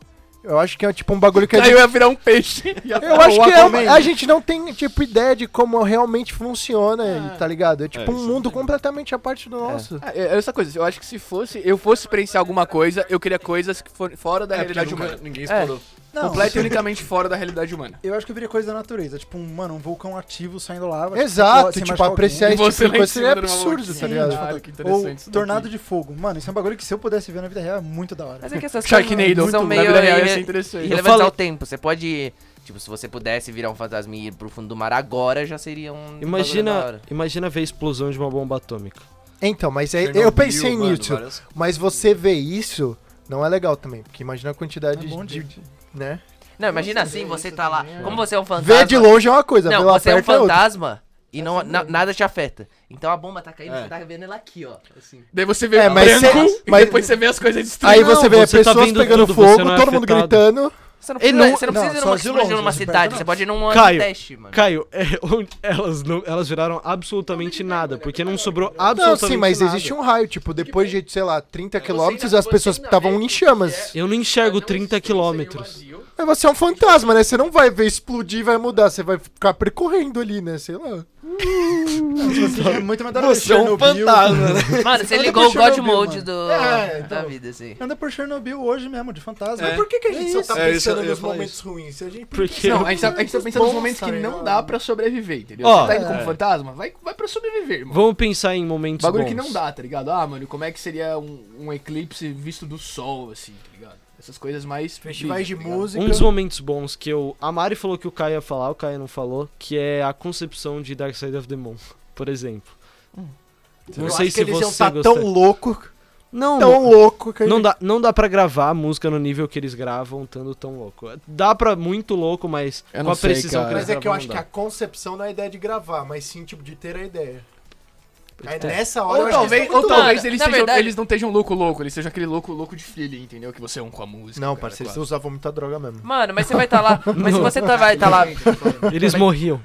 E: Eu acho que é tipo um bagulho que a
B: Aí
E: gente.
B: eu ia virar um *laughs* peixe.
E: Eu acho que é uma-
D: Aquaman.
E: a gente não tem, tipo, ideia de como realmente funciona,
B: É.
E: tá ligado? É tipo
C: É,
E: um
C: isso
E: mundo completamente à parte do nosso.
B: Ah, é é essa coisa, eu acho que se fosse, eu fosse experienciar alguma coisa, eu queria coisas que forem fora da
C: É, porque
B: realidade
C: nunca-
B: humana.
C: Ninguém
F: É.
C: explorou.
D: Não,
B: Completa e unicamente fora da realidade humana.
D: eu acho que eu viria coisa da natureza. Tipo, um, mano, um vulcão ativo saindo lava. tipo,
E: Exato,
D: você
E: tipo,
D: machuca
E: apreciar
B: E
E: esse tipo
B: você
E: de
B: lá em
E: coisa seria
B: cima dando uma
E: absurdo,
B: voltinha.
E: tá
D: Sim,
E: ligado?
D: tipo,
B: Caralho, que
D: Ou
B: interessante isso daqui.
D: tornado de fogo. Mano, isso é um bagulho que se eu pudesse ver na vida real é muito da hora.
F: Mas é que essas
B: Sharknado,
F: coisas são
B: na
F: meio né?
B: vida real é assim ia
F: irre-
B: ser interessante.
F: irrelevantes
A: falei-
F: ao tempo. Você pode... Tipo, se você pudesse virar um fantasma e ir pro fundo do mar agora, já seria um... bagulho da
A: Imagina,
F: hora.
A: imagina ver a explosão de uma bomba atômica.
E: Então, mas é- eu
C: Chernobyl,
E: pensei
C: um mano,
E: nisso.
C: várias-
E: Mas você vê isso não é legal também, porque imagina a quantidade
D: É bom
E: *laughs* de,
D: de-
E: né?
F: Não, imagina assim, você tá lá. Como você é um fantasma...
E: Ver de longe é uma coisa, ver
F: Não,
E: lá
F: você é um
E: perto é outra.
F: fantasma e não,
E: é
F: na- nada te afeta. Então a bomba tá caindo,
C: É.
F: você tá vendo ela aqui, ó. Assim.
B: Daí você vê
E: É, mas
B: branco
E: cê-
B: e
E: mas-
B: depois você vê as coisas destruídas.
E: Aí você vê
A: você tá
E: pessoas
A: vendo
E: pegando
A: tudo, você
E: fogo,
A: não é
E: todo mundo
A: afetado.
E: gritando.
F: Você não
A: Ele
F: precisa,
A: não-
F: você não
D: não,
F: precisa ir
D: só
F: numa,
D: de
F: você
D: longe,
F: pode ir numa
D: de perto
F: cidade,
D: não.
F: você pode ir num
A: Caio.
F: teste, mano.
A: Caio, é *laughs* onde- elas, não, elas viraram absolutamente nada, porque não sobrou
E: Não,
A: absolutamente nada.
E: sim, mas existe um raio, tipo, depois de, sei lá, 30 quilômetros,
F: tá
B: ainda-
E: as
B: você
E: pessoas
B: ainda
E: estavam
F: né?
B: vê
E: em
B: que
E: chamas.
A: Eu não enxergo
E: um
A: 30 quilômetros.
E: Mas você é um fantasma, né? Você não vai ver explodir e vai mudar, você vai ficar percorrendo ali, né? Sei lá.
D: Isso é muito mais da hora.
C: Você é um
D: Chernobyl.
C: fantasma, né?
F: Mano, você
D: Olha
F: ligou o
D: pro
F: God
D: Chernobyl,
F: Mode
D: mano.
F: do, da
E: É, então.
F: vida, assim.
D: *laughs* Anda por Chernobyl hoje mesmo, de fantasma.
C: É.
D: Mas por que, que a gente só
C: isso.
E: tá
C: É, isso eu ia falar
E: ruins? A gente é
A: Porque
B: Não, a gente tá, a gente tá pensando nos
E: Bom,
B: momentos que
E: sabe,
B: não
E: ó.
B: dá pra sobreviver, entendeu?
A: Ó,
B: você tá indo como
E: é.
B: fantasma? Vai, vai pra sobreviver, irmão.
A: vamos pensar em momentos
B: Bagulho
A: bons.
B: que não dá, tá ligado? Ah, mano, como é que seria um, um eclipse visto do sol, assim, tá ligado? Essas coisas mais.
E: Festivais de
B: brilham, tá ligado?
E: música.
A: Um dos momentos bons que eu. A Mari falou que o Caio ia falar, o Caio não falou, que é a concepção de Dark Side of the Moon, *laughs* por exemplo. Não
E: Hum. Eu
A: sei
E: acho
A: se
E: que eles iam
A: você
E: tá
A: gostar.
E: tão
C: é
E: louco,
A: Não,
E: tão louco que a
A: Não
E: gente-
A: dá, não dá pra gravar a música no nível que eles gravam, estando tão louco. Dá pra muito louco, mas
B: Eu
A: com
B: não
A: a
B: sei,
A: precisão
B: cara.
A: que eles
E: Mas é que eu
A: gravam,
E: acho
A: não
E: que a
A: dá.
E: concepção não é a ideia de gravar, mas sim, tipo, de ter a ideia. Aí nessa hora
B: Ou
E: eu acho que
B: talvez,
E: isso é
B: ou
E: muito louco.
B: talvez
F: Na
B: eles, sejam,
F: verdade-
B: eles não estejam louco louco, eles sejam aquele louco louco de filho, entendeu? Que você é um com a música.
E: Não,
B: cara,
E: parceiro, você
B: quase.
E: usava muita droga mesmo.
F: Mano, mas você vai tá lá. Mas se você tá, vai tá lá.
A: Eles morriam.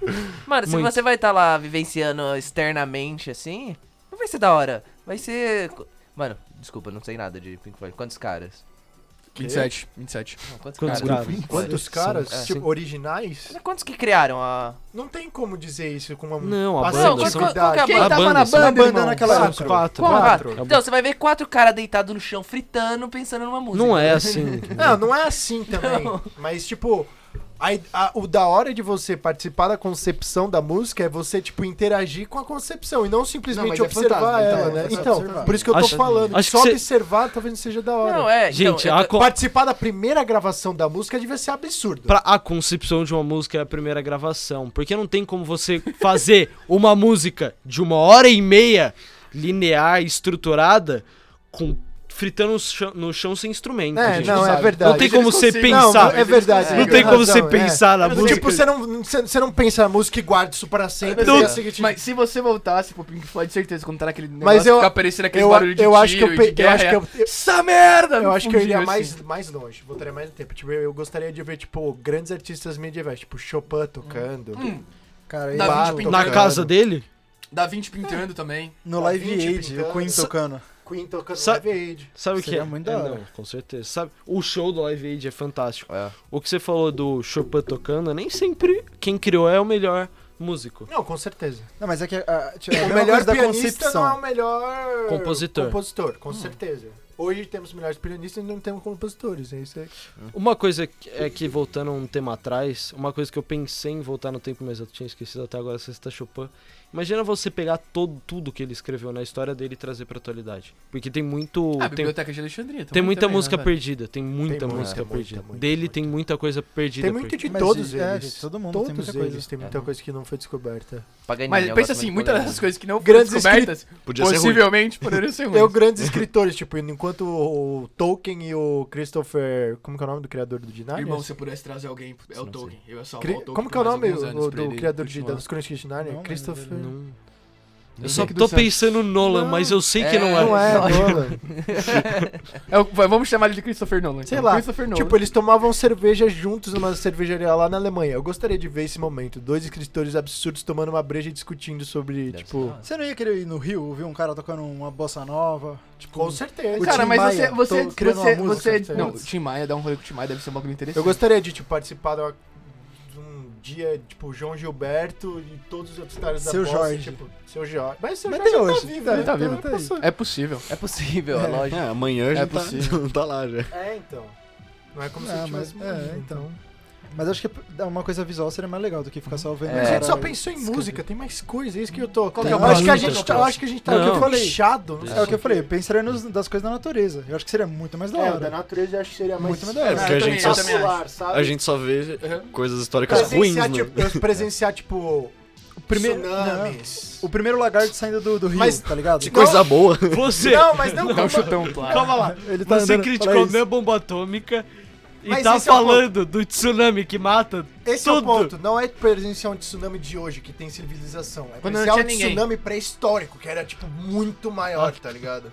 F: Mano, se
A: Muito.
F: você vai tá lá vivenciando externamente, assim. Não vai ser da hora. Vai ser. co- Mano, desculpa, eu não sei nada de Pink Floyd. Quantos caras?
B: 27, 27.
F: Não, quantos,
A: Quantos
F: caras?
A: caras?
E: Quantos
A: São-
E: caras,
A: é,
E: tipo,
A: sim.
E: originais?
F: Quantos que criaram a.
E: Não tem como dizer isso com uma
A: Não, a banda
F: Não, qual,
A: são-
F: qual- qual que é a
B: Quem
F: banda?
A: A
B: tava
A: banda,
B: na
A: são-
B: banda,
D: banda
B: irmão?
D: naquela
A: São
D: época.
A: quatro. Tá
F: Qual a
A: quatro.
F: banda? Então, você vai ver quatro caras deitados no chão, fritando, pensando numa música.
A: Não é assim.
F: *laughs* Então,
E: Não, não é assim também. Mas, tipo, a i- a- o da hora de você participar da concepção da música é você, tipo, interagir com a concepção e não simplesmente
B: Não, mas é
E: observar
B: fantasma, então,
E: ela,
B: é
E: né?
D: só
E: Então,
D: observar.
E: por isso que eu tô
A: Acho-
E: falando.
A: acho que
E: só
A: cê-
E: observar talvez não seja da hora.
F: Não, é. então,
A: *laughs* Gente,
F: eu
A: a
F: tô-
A: co-
E: Participar da primeira gravação da música devia ser absurdo.
A: pra a concepção de uma música é a primeira gravação. Porque não tem como você fazer uma música de uma hora e meia linear, estruturada, com fritando no chão, no chão sem instrumento.
E: É,
A: gente.
E: não,
A: não,
E: é
B: sabe.
E: verdade.
A: tem como
B: eles
A: você
B: conseguem,
A: pensar.
E: Não, é verdade.
B: Não
E: Igor,
A: tem como
E: razão,
A: você
E: é.
A: pensar na
B: Eu não sei
A: música.
E: Tipo, você não, você você não pensa na música e guarda isso para sempre. tá
B: Não.
E: no dia seguinte-
D: tipo,
B: Mas é tipo, se você voltasse pro Pink Floyd, certeza, quando tá naquele negócio,
E: Mas eu-
B: fica aparecendo aquele
E: eu-
B: barulho de
E: eu acho que eu
B: tiro e
E: pe-
B: de
E: eu
B: guerra,
E: acho que eu- eu-
B: Essa merda!
E: Eu acho que eu
B: fugiu,
E: iria
B: assim.
E: mais, mais longe, voltaria mais no tempo. Tipo, eu, eu gostaria de ver, tipo, grandes artistas medievais, tipo Chopin tocando.
B: Hum.
A: Hum.
B: Da
D: Cara, eu-
B: Vinci
E: Bach
B: Pintando.
A: Na
E: tocando,
A: casa dele?
B: Dá 20 pintando também.
D: no
E: Tá
D: Live
E: 20
D: Aid, o Queen
E: brincando.
D: tocando.
E: Queen tocando
A: Sa-
E: Live Aid.
A: Sabe o que
D: Seria
A: é?
D: muito da
A: é,
D: hora.
A: não, com certeza. Sabe, o show do Live Aid é fantástico.
F: É.
A: O que você falou do Chopin tocando, nem sempre quem criou é o melhor músico.
E: Não, com certeza.
D: Não, mas é que. ah, tipo, é a
E: O
D: mesma
E: melhor
D: coisa da
E: pianista não é
D: concepção. Hum.
E: o melhor...
A: Compositor.
E: Compositor, com certeza. Hoje temos melhores pianistas e não temos compositores. É isso aí.
A: Uma coisa que- é que, voltando um tema atrás, uma coisa que eu pensei em voltar no tempo, mas eu tinha esquecido até agora, Sexta Chopin. Imagina você pegar todo, tudo que ele escreveu na história dele e trazer pra atualidade. Porque tem muito...
B: Ah, a
A: tem,
B: Biblioteca de Alexandria.
A: tem muita
B: também, né,
A: música
B: velho?
A: perdida, tem muita
E: muita,
A: música
E: muita,
A: perdida.
E: muita,
A: Dele
E: muita.
A: tem muita coisa perdida.
E: Tem muito de
D: Mas
E: todos
D: de- é,
E: eles.
D: de todo mundo tem
E: todos
D: muita
E: eles
D: coisa. É.
E: tem muita coisa que não foi descoberta.
F: Paganini, eu
A: né?
B: Mas
F: gosto
B: pensa
F: muito
B: assim,
F: do
B: muitas
F: Paganini.
B: dessas coisas que não foram
E: Grandes
B: descobertas,
C: Podia ser ruim.
B: possivelmente poderiam *laughs* ser
E: Tem
B: ruins.
E: grandes escritores, *laughs* tipo, enquanto o Tolkien e o Christopher. Como que é o nome do criador do Dinari?
B: Irmão, se eu pudesse trazer alguém, é o Tolkien. Eu ia salvar
E: Cri-
B: o Tolkien
E: Como
B: por
E: que é o
B: mais
E: nome
B: alguns anos
E: o-
B: pra
E: do
B: ele
E: criador de,
B: continuar.
E: das Crônicas de
D: Não,
E: Narnia?
D: mas
E: Christopher.
D: ele-
A: Não- Eu
B: Nem
A: só
B: aqui do
A: tô
B: Santos.
A: pensando no Nolan,
E: Não.
A: mas eu sei que
F: É,
A: não é.
E: *laughs* Não
D: *laughs*
E: é, Nolan.
B: É o- vai- Vamos chamar ele de Christopher Nolan.
E: Sei
B: então.
E: lá,
B: Christopher Nolan.
E: Tipo, eles tomavam cerveja juntos numa cervejaria lá na Alemanha. Eu gostaria de ver esse momento. Dois escritores absurdos tomando uma breja e discutindo sobre,
F: Deve
E: tipo.
F: ser.
D: Você não ia querer ir no Rio ouvir um cara tocando uma bossa nova? Tipo,
E: Com certeza.
B: Cara,
E: Tim
B: mas você.
E: Maia,
B: Você.
E: tô criando
B: Você.
E: uma música,
B: você
E: sei lá.
B: não, Tim Maia, dar um rolê com o Tim Maia deve ser um bagulho interessante.
E: Eu gostaria de tipo, participar de, uma- de um dia, tipo, João Gilberto e todos os oficiais da
D: Seu
E: bossa,
D: Jorge.
E: tipo, seu Jorge. Mas seu
D: Mas
E: Jorge
D: tem
E: tá
D: hoje.
E: vivo,
D: Tá,
E: né?
B: tá
E: Então
B: vivo. É
E: é possível.
B: possível.
F: É possível, é lógico.
C: É, amanhã
B: É
C: já tá,
B: possível.
C: tá lá já.
E: É, então. Não é como se
D: Ah,
E: eu tivesse
D: mas- é,
E: morrido,
D: então. Mas acho que dá uma coisa visual seria mais legal do que ficar só vendo.
F: É.
E: Mas a gente só
D: cara-
E: pensou em
D: escrever.
E: música, tem mais coisa, é isso que eu tô.
D: que é
E: eu,
D: o
E: acho que
D: próximo?
E: a gente tá, eu acho que a gente tá
A: Não.
E: aqui, eu
A: Não.
E: falei, inchado, não sei
D: É o que eu
E: porquê.
D: falei, pensaria nos, das coisas da natureza. Eu acho que seria muito mais da
E: É, o
D: hora.
E: da natureza eu acho que seria mais. É,
D: Muito mais da hora.
C: porque
B: eu
C: a
B: também-
C: gente
B: eu
C: só
B: também acho.
E: popular, sabe?
C: A gente só vê
B: Uhum.
C: coisas históricas ruins,
E: presenciar,
C: né?
E: tipo, presenciar, tipo,
D: O primeiro,
E: tsunamis.
D: não, o primeiro lagarto saindo do, do rio,
E: Mas-
D: tá ligado?
C: De coisa boa.
A: Você,
E: Não, mas não,
B: Dá um
E: calma,
B: chutão, claro.
A: calma lá.
D: *laughs* Ele tá
A: Você
D: andando,
A: criticou
D: fala
A: a
D: isso.
A: minha bomba atômica e
E: Mas
A: tá
E: esse é o
A: falando do tsunami que mata
E: Esse é o
A: tudo.
E: ponto. Não é presenciar um tsunami de hoje que tem civilização. É
B: Quando não
E: presenciar um
B: tinha ninguém.
E: tsunami pré-histórico, que era, tipo, muito maior, tá ligado?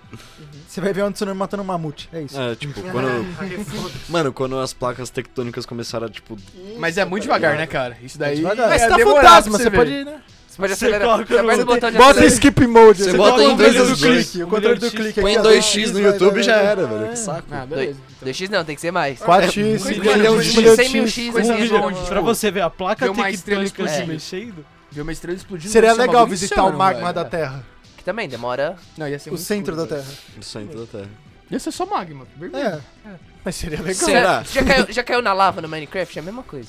D: Você vai ver um tsunami matando um mamute, é isso.
C: É, tipo,
E: *laughs*
C: quando. *laughs*
E: Ah, que foda.
C: Mano, quando as placas tectônicas começaram a, tipo.
B: Mas é muito devagar, né, cara? Isso daí.
D: devagar.
B: é
E: Mas tá
B: demorado
E: fantasma,
B: pra
E: você
B: ver.
E: pode, né?
F: Você pode
A: Você
F: acelerar.
A: coloca
F: Você
A: no-
F: aperta o botão de
D: Bota
F: acelerar.
D: skip mode.
C: Você bota
A: em
D: o
A: dois
D: controle do
A: X.
D: clique, o controle do
A: Milhão de X.
D: clique
F: Põe
D: aqui.
F: em
D: ó.
C: 2x um no
D: Vai, vai,
C: YouTube
D: vai,
C: já
D: vai. É.
C: era, velho. Que saco.
B: Ah, beleza.
F: Dois- 2x não, tem que ser mais.
D: 4x,
B: Coisa-
D: 5
B: milhão
D: milhões
B: de-
D: de
B: milhão
D: milhão
F: 100 mil
D: de
F: X,
B: Coisa
A: Um
B: de
A: milhão.
B: longe,
A: pra
B: tipo,
A: você ver a
B: ver
A: placa
B: uma estrela
A: tectônica se
F: explodindo.
A: um mexendo.
B: Ver uma estrela explodindo.
E: Seria
B: deve ser um
E: legal
B: bagulho
E: visitar o
B: insano,
E: magma
B: velho.
E: da Terra.
F: Que também demora.
B: Não, ia ser
D: O
B: muito
D: centro
B: escuro,
D: da
B: velho.
D: Terra.
C: Isso aí, então, até.
B: Ia ser só magma. vermelho.
D: É.
E: Mas seria legal.
F: Você
C: Será?
F: já, já caiu, já caiu na lava no Minecraft? É a mesma coisa.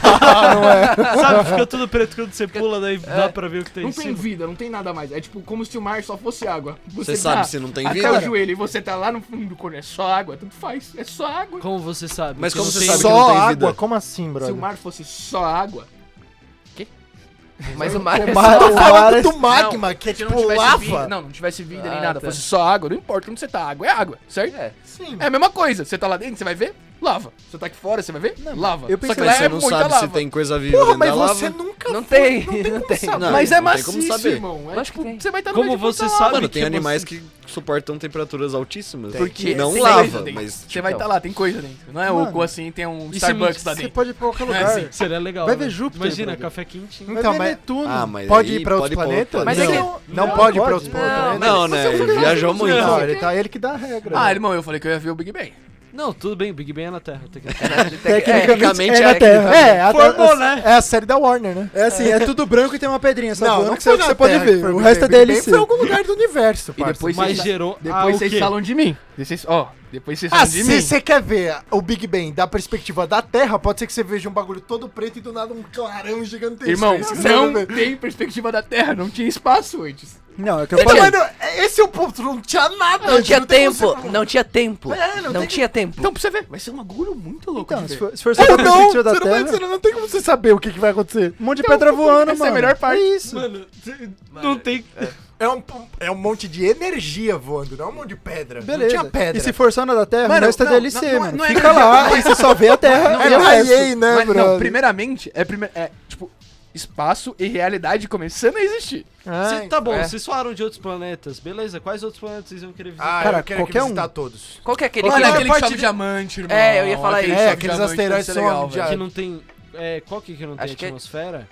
D: *laughs*
A: Sabe, fica tudo preto quando você pula, daí dá pra ver o que É. tem
B: Não
A: em
B: tem
A: cima.
B: vida, não tem nada mais. É tipo como se o mar só fosse água.
C: Você
B: tá
C: sabe se não tem
B: até o
C: vida?
B: joelho e você tá lá no fundo do corno. É só água, tanto faz. É só água.
A: Como você sabe?
C: Mas
A: que
C: como
A: não
C: você
A: tem-
C: sabe que não
E: Só
C: tem
E: água?
C: vida?
E: Como assim,
B: Se o
E: brother?
B: mar fosse só água.
F: Mas o mar é assim,
D: mar-
F: só...
E: Tô
D: o
E: falando
D: mar-
E: do magma, que é
B: se
E: tipo
B: não tivesse vida-
E: lava.
B: não, não tivesse vida nem
F: Ah,
B: nada.
F: tá.
B: Fosse só água, não importa onde você tá. Água é água, certo?
F: É.
E: Sim.
B: É a mesma coisa. Você tá lá dentro, você vai ver? Lava. Você tá aqui fora, você vai ver? lava. Só
D: eu
B: que
D: pensei-
B: lá
C: Mas
B: é
C: você não
B: muita
C: sabe
B: lava.
C: se tem coisa viva
E: Porra,
C: dentro
E: mas
C: da lava.
E: você nunca
F: Não
E: foi-
F: tem,
E: como
F: não tem.
E: saber.
C: Não,
B: Mas é
C: não tem como
B: maciço,
C: saber.
B: irmão. É
F: Lógico que
B: tipo,
F: tem.
B: você vai estar no
A: Como
B: meio de
A: você
B: muita lava.
A: sabe
C: Mano,
A: que
C: tem animais
A: você-
C: que suportam temperaturas altíssimas.
F: Porque
C: não
F: tem
C: lava,
B: coisa dentro.
C: mas. tipo,
B: Você vai estar lá, tem coisa dentro. Não é
D: Mano.
B: oco assim, tem um
A: se
B: Starbucks lá
D: Você
B: dentro.
D: pode ir pra qualquer
B: É
D: lugar.
B: assim.
A: Seria legal.
D: Vai
A: né?
D: ver Júpiter,
A: Imagina,
D: brother.
A: café quentinho.
E: Então,
D: vai ver
E: mas-
D: Netuno.
C: Ah, mas
E: Pode
C: aí
E: ir pra outro
C: pode
E: planeta?
B: Mas é
C: não.
B: que é
D: não,
E: Não pode ir pra outro
D: Não.
E: planeta.
C: Não, né? Ele viajou muito.
E: Não,
B: Não,
E: ele, tá, ele que dá a regra.
B: Ah, irmão, eu falei que eu ia ver o Big Bang.
A: Não, tudo bem, Big Ben é na Terra.
D: *laughs*
A: tem que-
D: Tecnicamente é
F: é,
D: na Terra.
E: É, a,
A: Formou,
E: a-
A: né?
E: É a série da Warner, né?
D: É assim, é tudo branco e tem uma pedrinha, só voando que
E: foi
D: você,
E: na
D: você pode
E: Terra que
D: ver.
E: foi
D: O
E: Big
D: resto é
E: Bang. Big Bang
D: DLC.
E: Foi em algum lugar do universo,
B: E
E: parça.
B: depois tá-
A: Mas
B: vocês,
A: gerou.
B: depois
A: ah, o
B: vocês
A: quê?
B: falam de mim. Depois vocês- ó, depois vocês
E: Ah,
B: falam de mim.
E: se você quer ver o Big Bang da perspectiva da Terra, pode ser que você veja um bagulho todo preto e do nada um clarão gigantesco.
B: Irmão,
E: É isso que você vai
B: não
E: ver.
B: tem perspectiva da Terra, não tinha espaço antes.
D: Não, é o que eu
E: Então,
D: falei.
E: mano, esse é o ponto, não tinha nada.
F: Não tinha
E: tem como
F: tempo,
E: você-
F: não tinha tempo.
E: É, não
F: Não
E: tem-
F: tinha tempo.
B: Então, pra você ver, vai ser um agulho muito louco
D: Então,
B: de
D: se
B: ver.
D: for, se for só
E: Ou
D: a
E: não,
D: perspectiva da
E: você não, vai, você
D: Terra,
E: não não tem como você saber o que, que vai acontecer.
D: um monte de
B: Então,
D: pedra voando,
B: essa é a
D: mano.
B: melhor parte.
D: É isso.
A: Mano, cê- não tem.
E: É um, é um monte de energia voando, não é um monte de pedra. Não
D: Beleza.
E: tinha pedra.
D: E se for só na da Terra,
B: Mano,
D: o resto é
B: não,
D: DLC,
B: não, não é-
D: mano.
B: não é
D: Fica
B: que-
D: lá e você só vê a Terra
E: não,
D: e
E: não,
D: o resto.
E: aí, né,
B: Mas, não,
E: brother?
B: primeiramente, é, prime- é, tipo, espaço e realidade começando a existir.
E: Ai,
A: Cê- tá bom,
F: é.
A: vocês falaram de outros planetas. Beleza, quais outros planetas vocês vão querer visitar?
E: Ah,
D: Cara,
E: eu quero
D: qualquer
E: aqui
D: um.
E: visitar todos.
F: Qual que é aquele
E: Olha,
B: Então,
F: que-
E: aquele que chove
B: diamante, irmão.
F: É, eu ia falar
B: Aquele
F: isso.
B: chove
E: É, aqueles
B: diamante deve
E: asteroides
B: ser
E: são
B: legal,
E: de-
B: velho.
A: que não tem. É, qual que, que não tem
F: Acho que é-
A: atmosfera?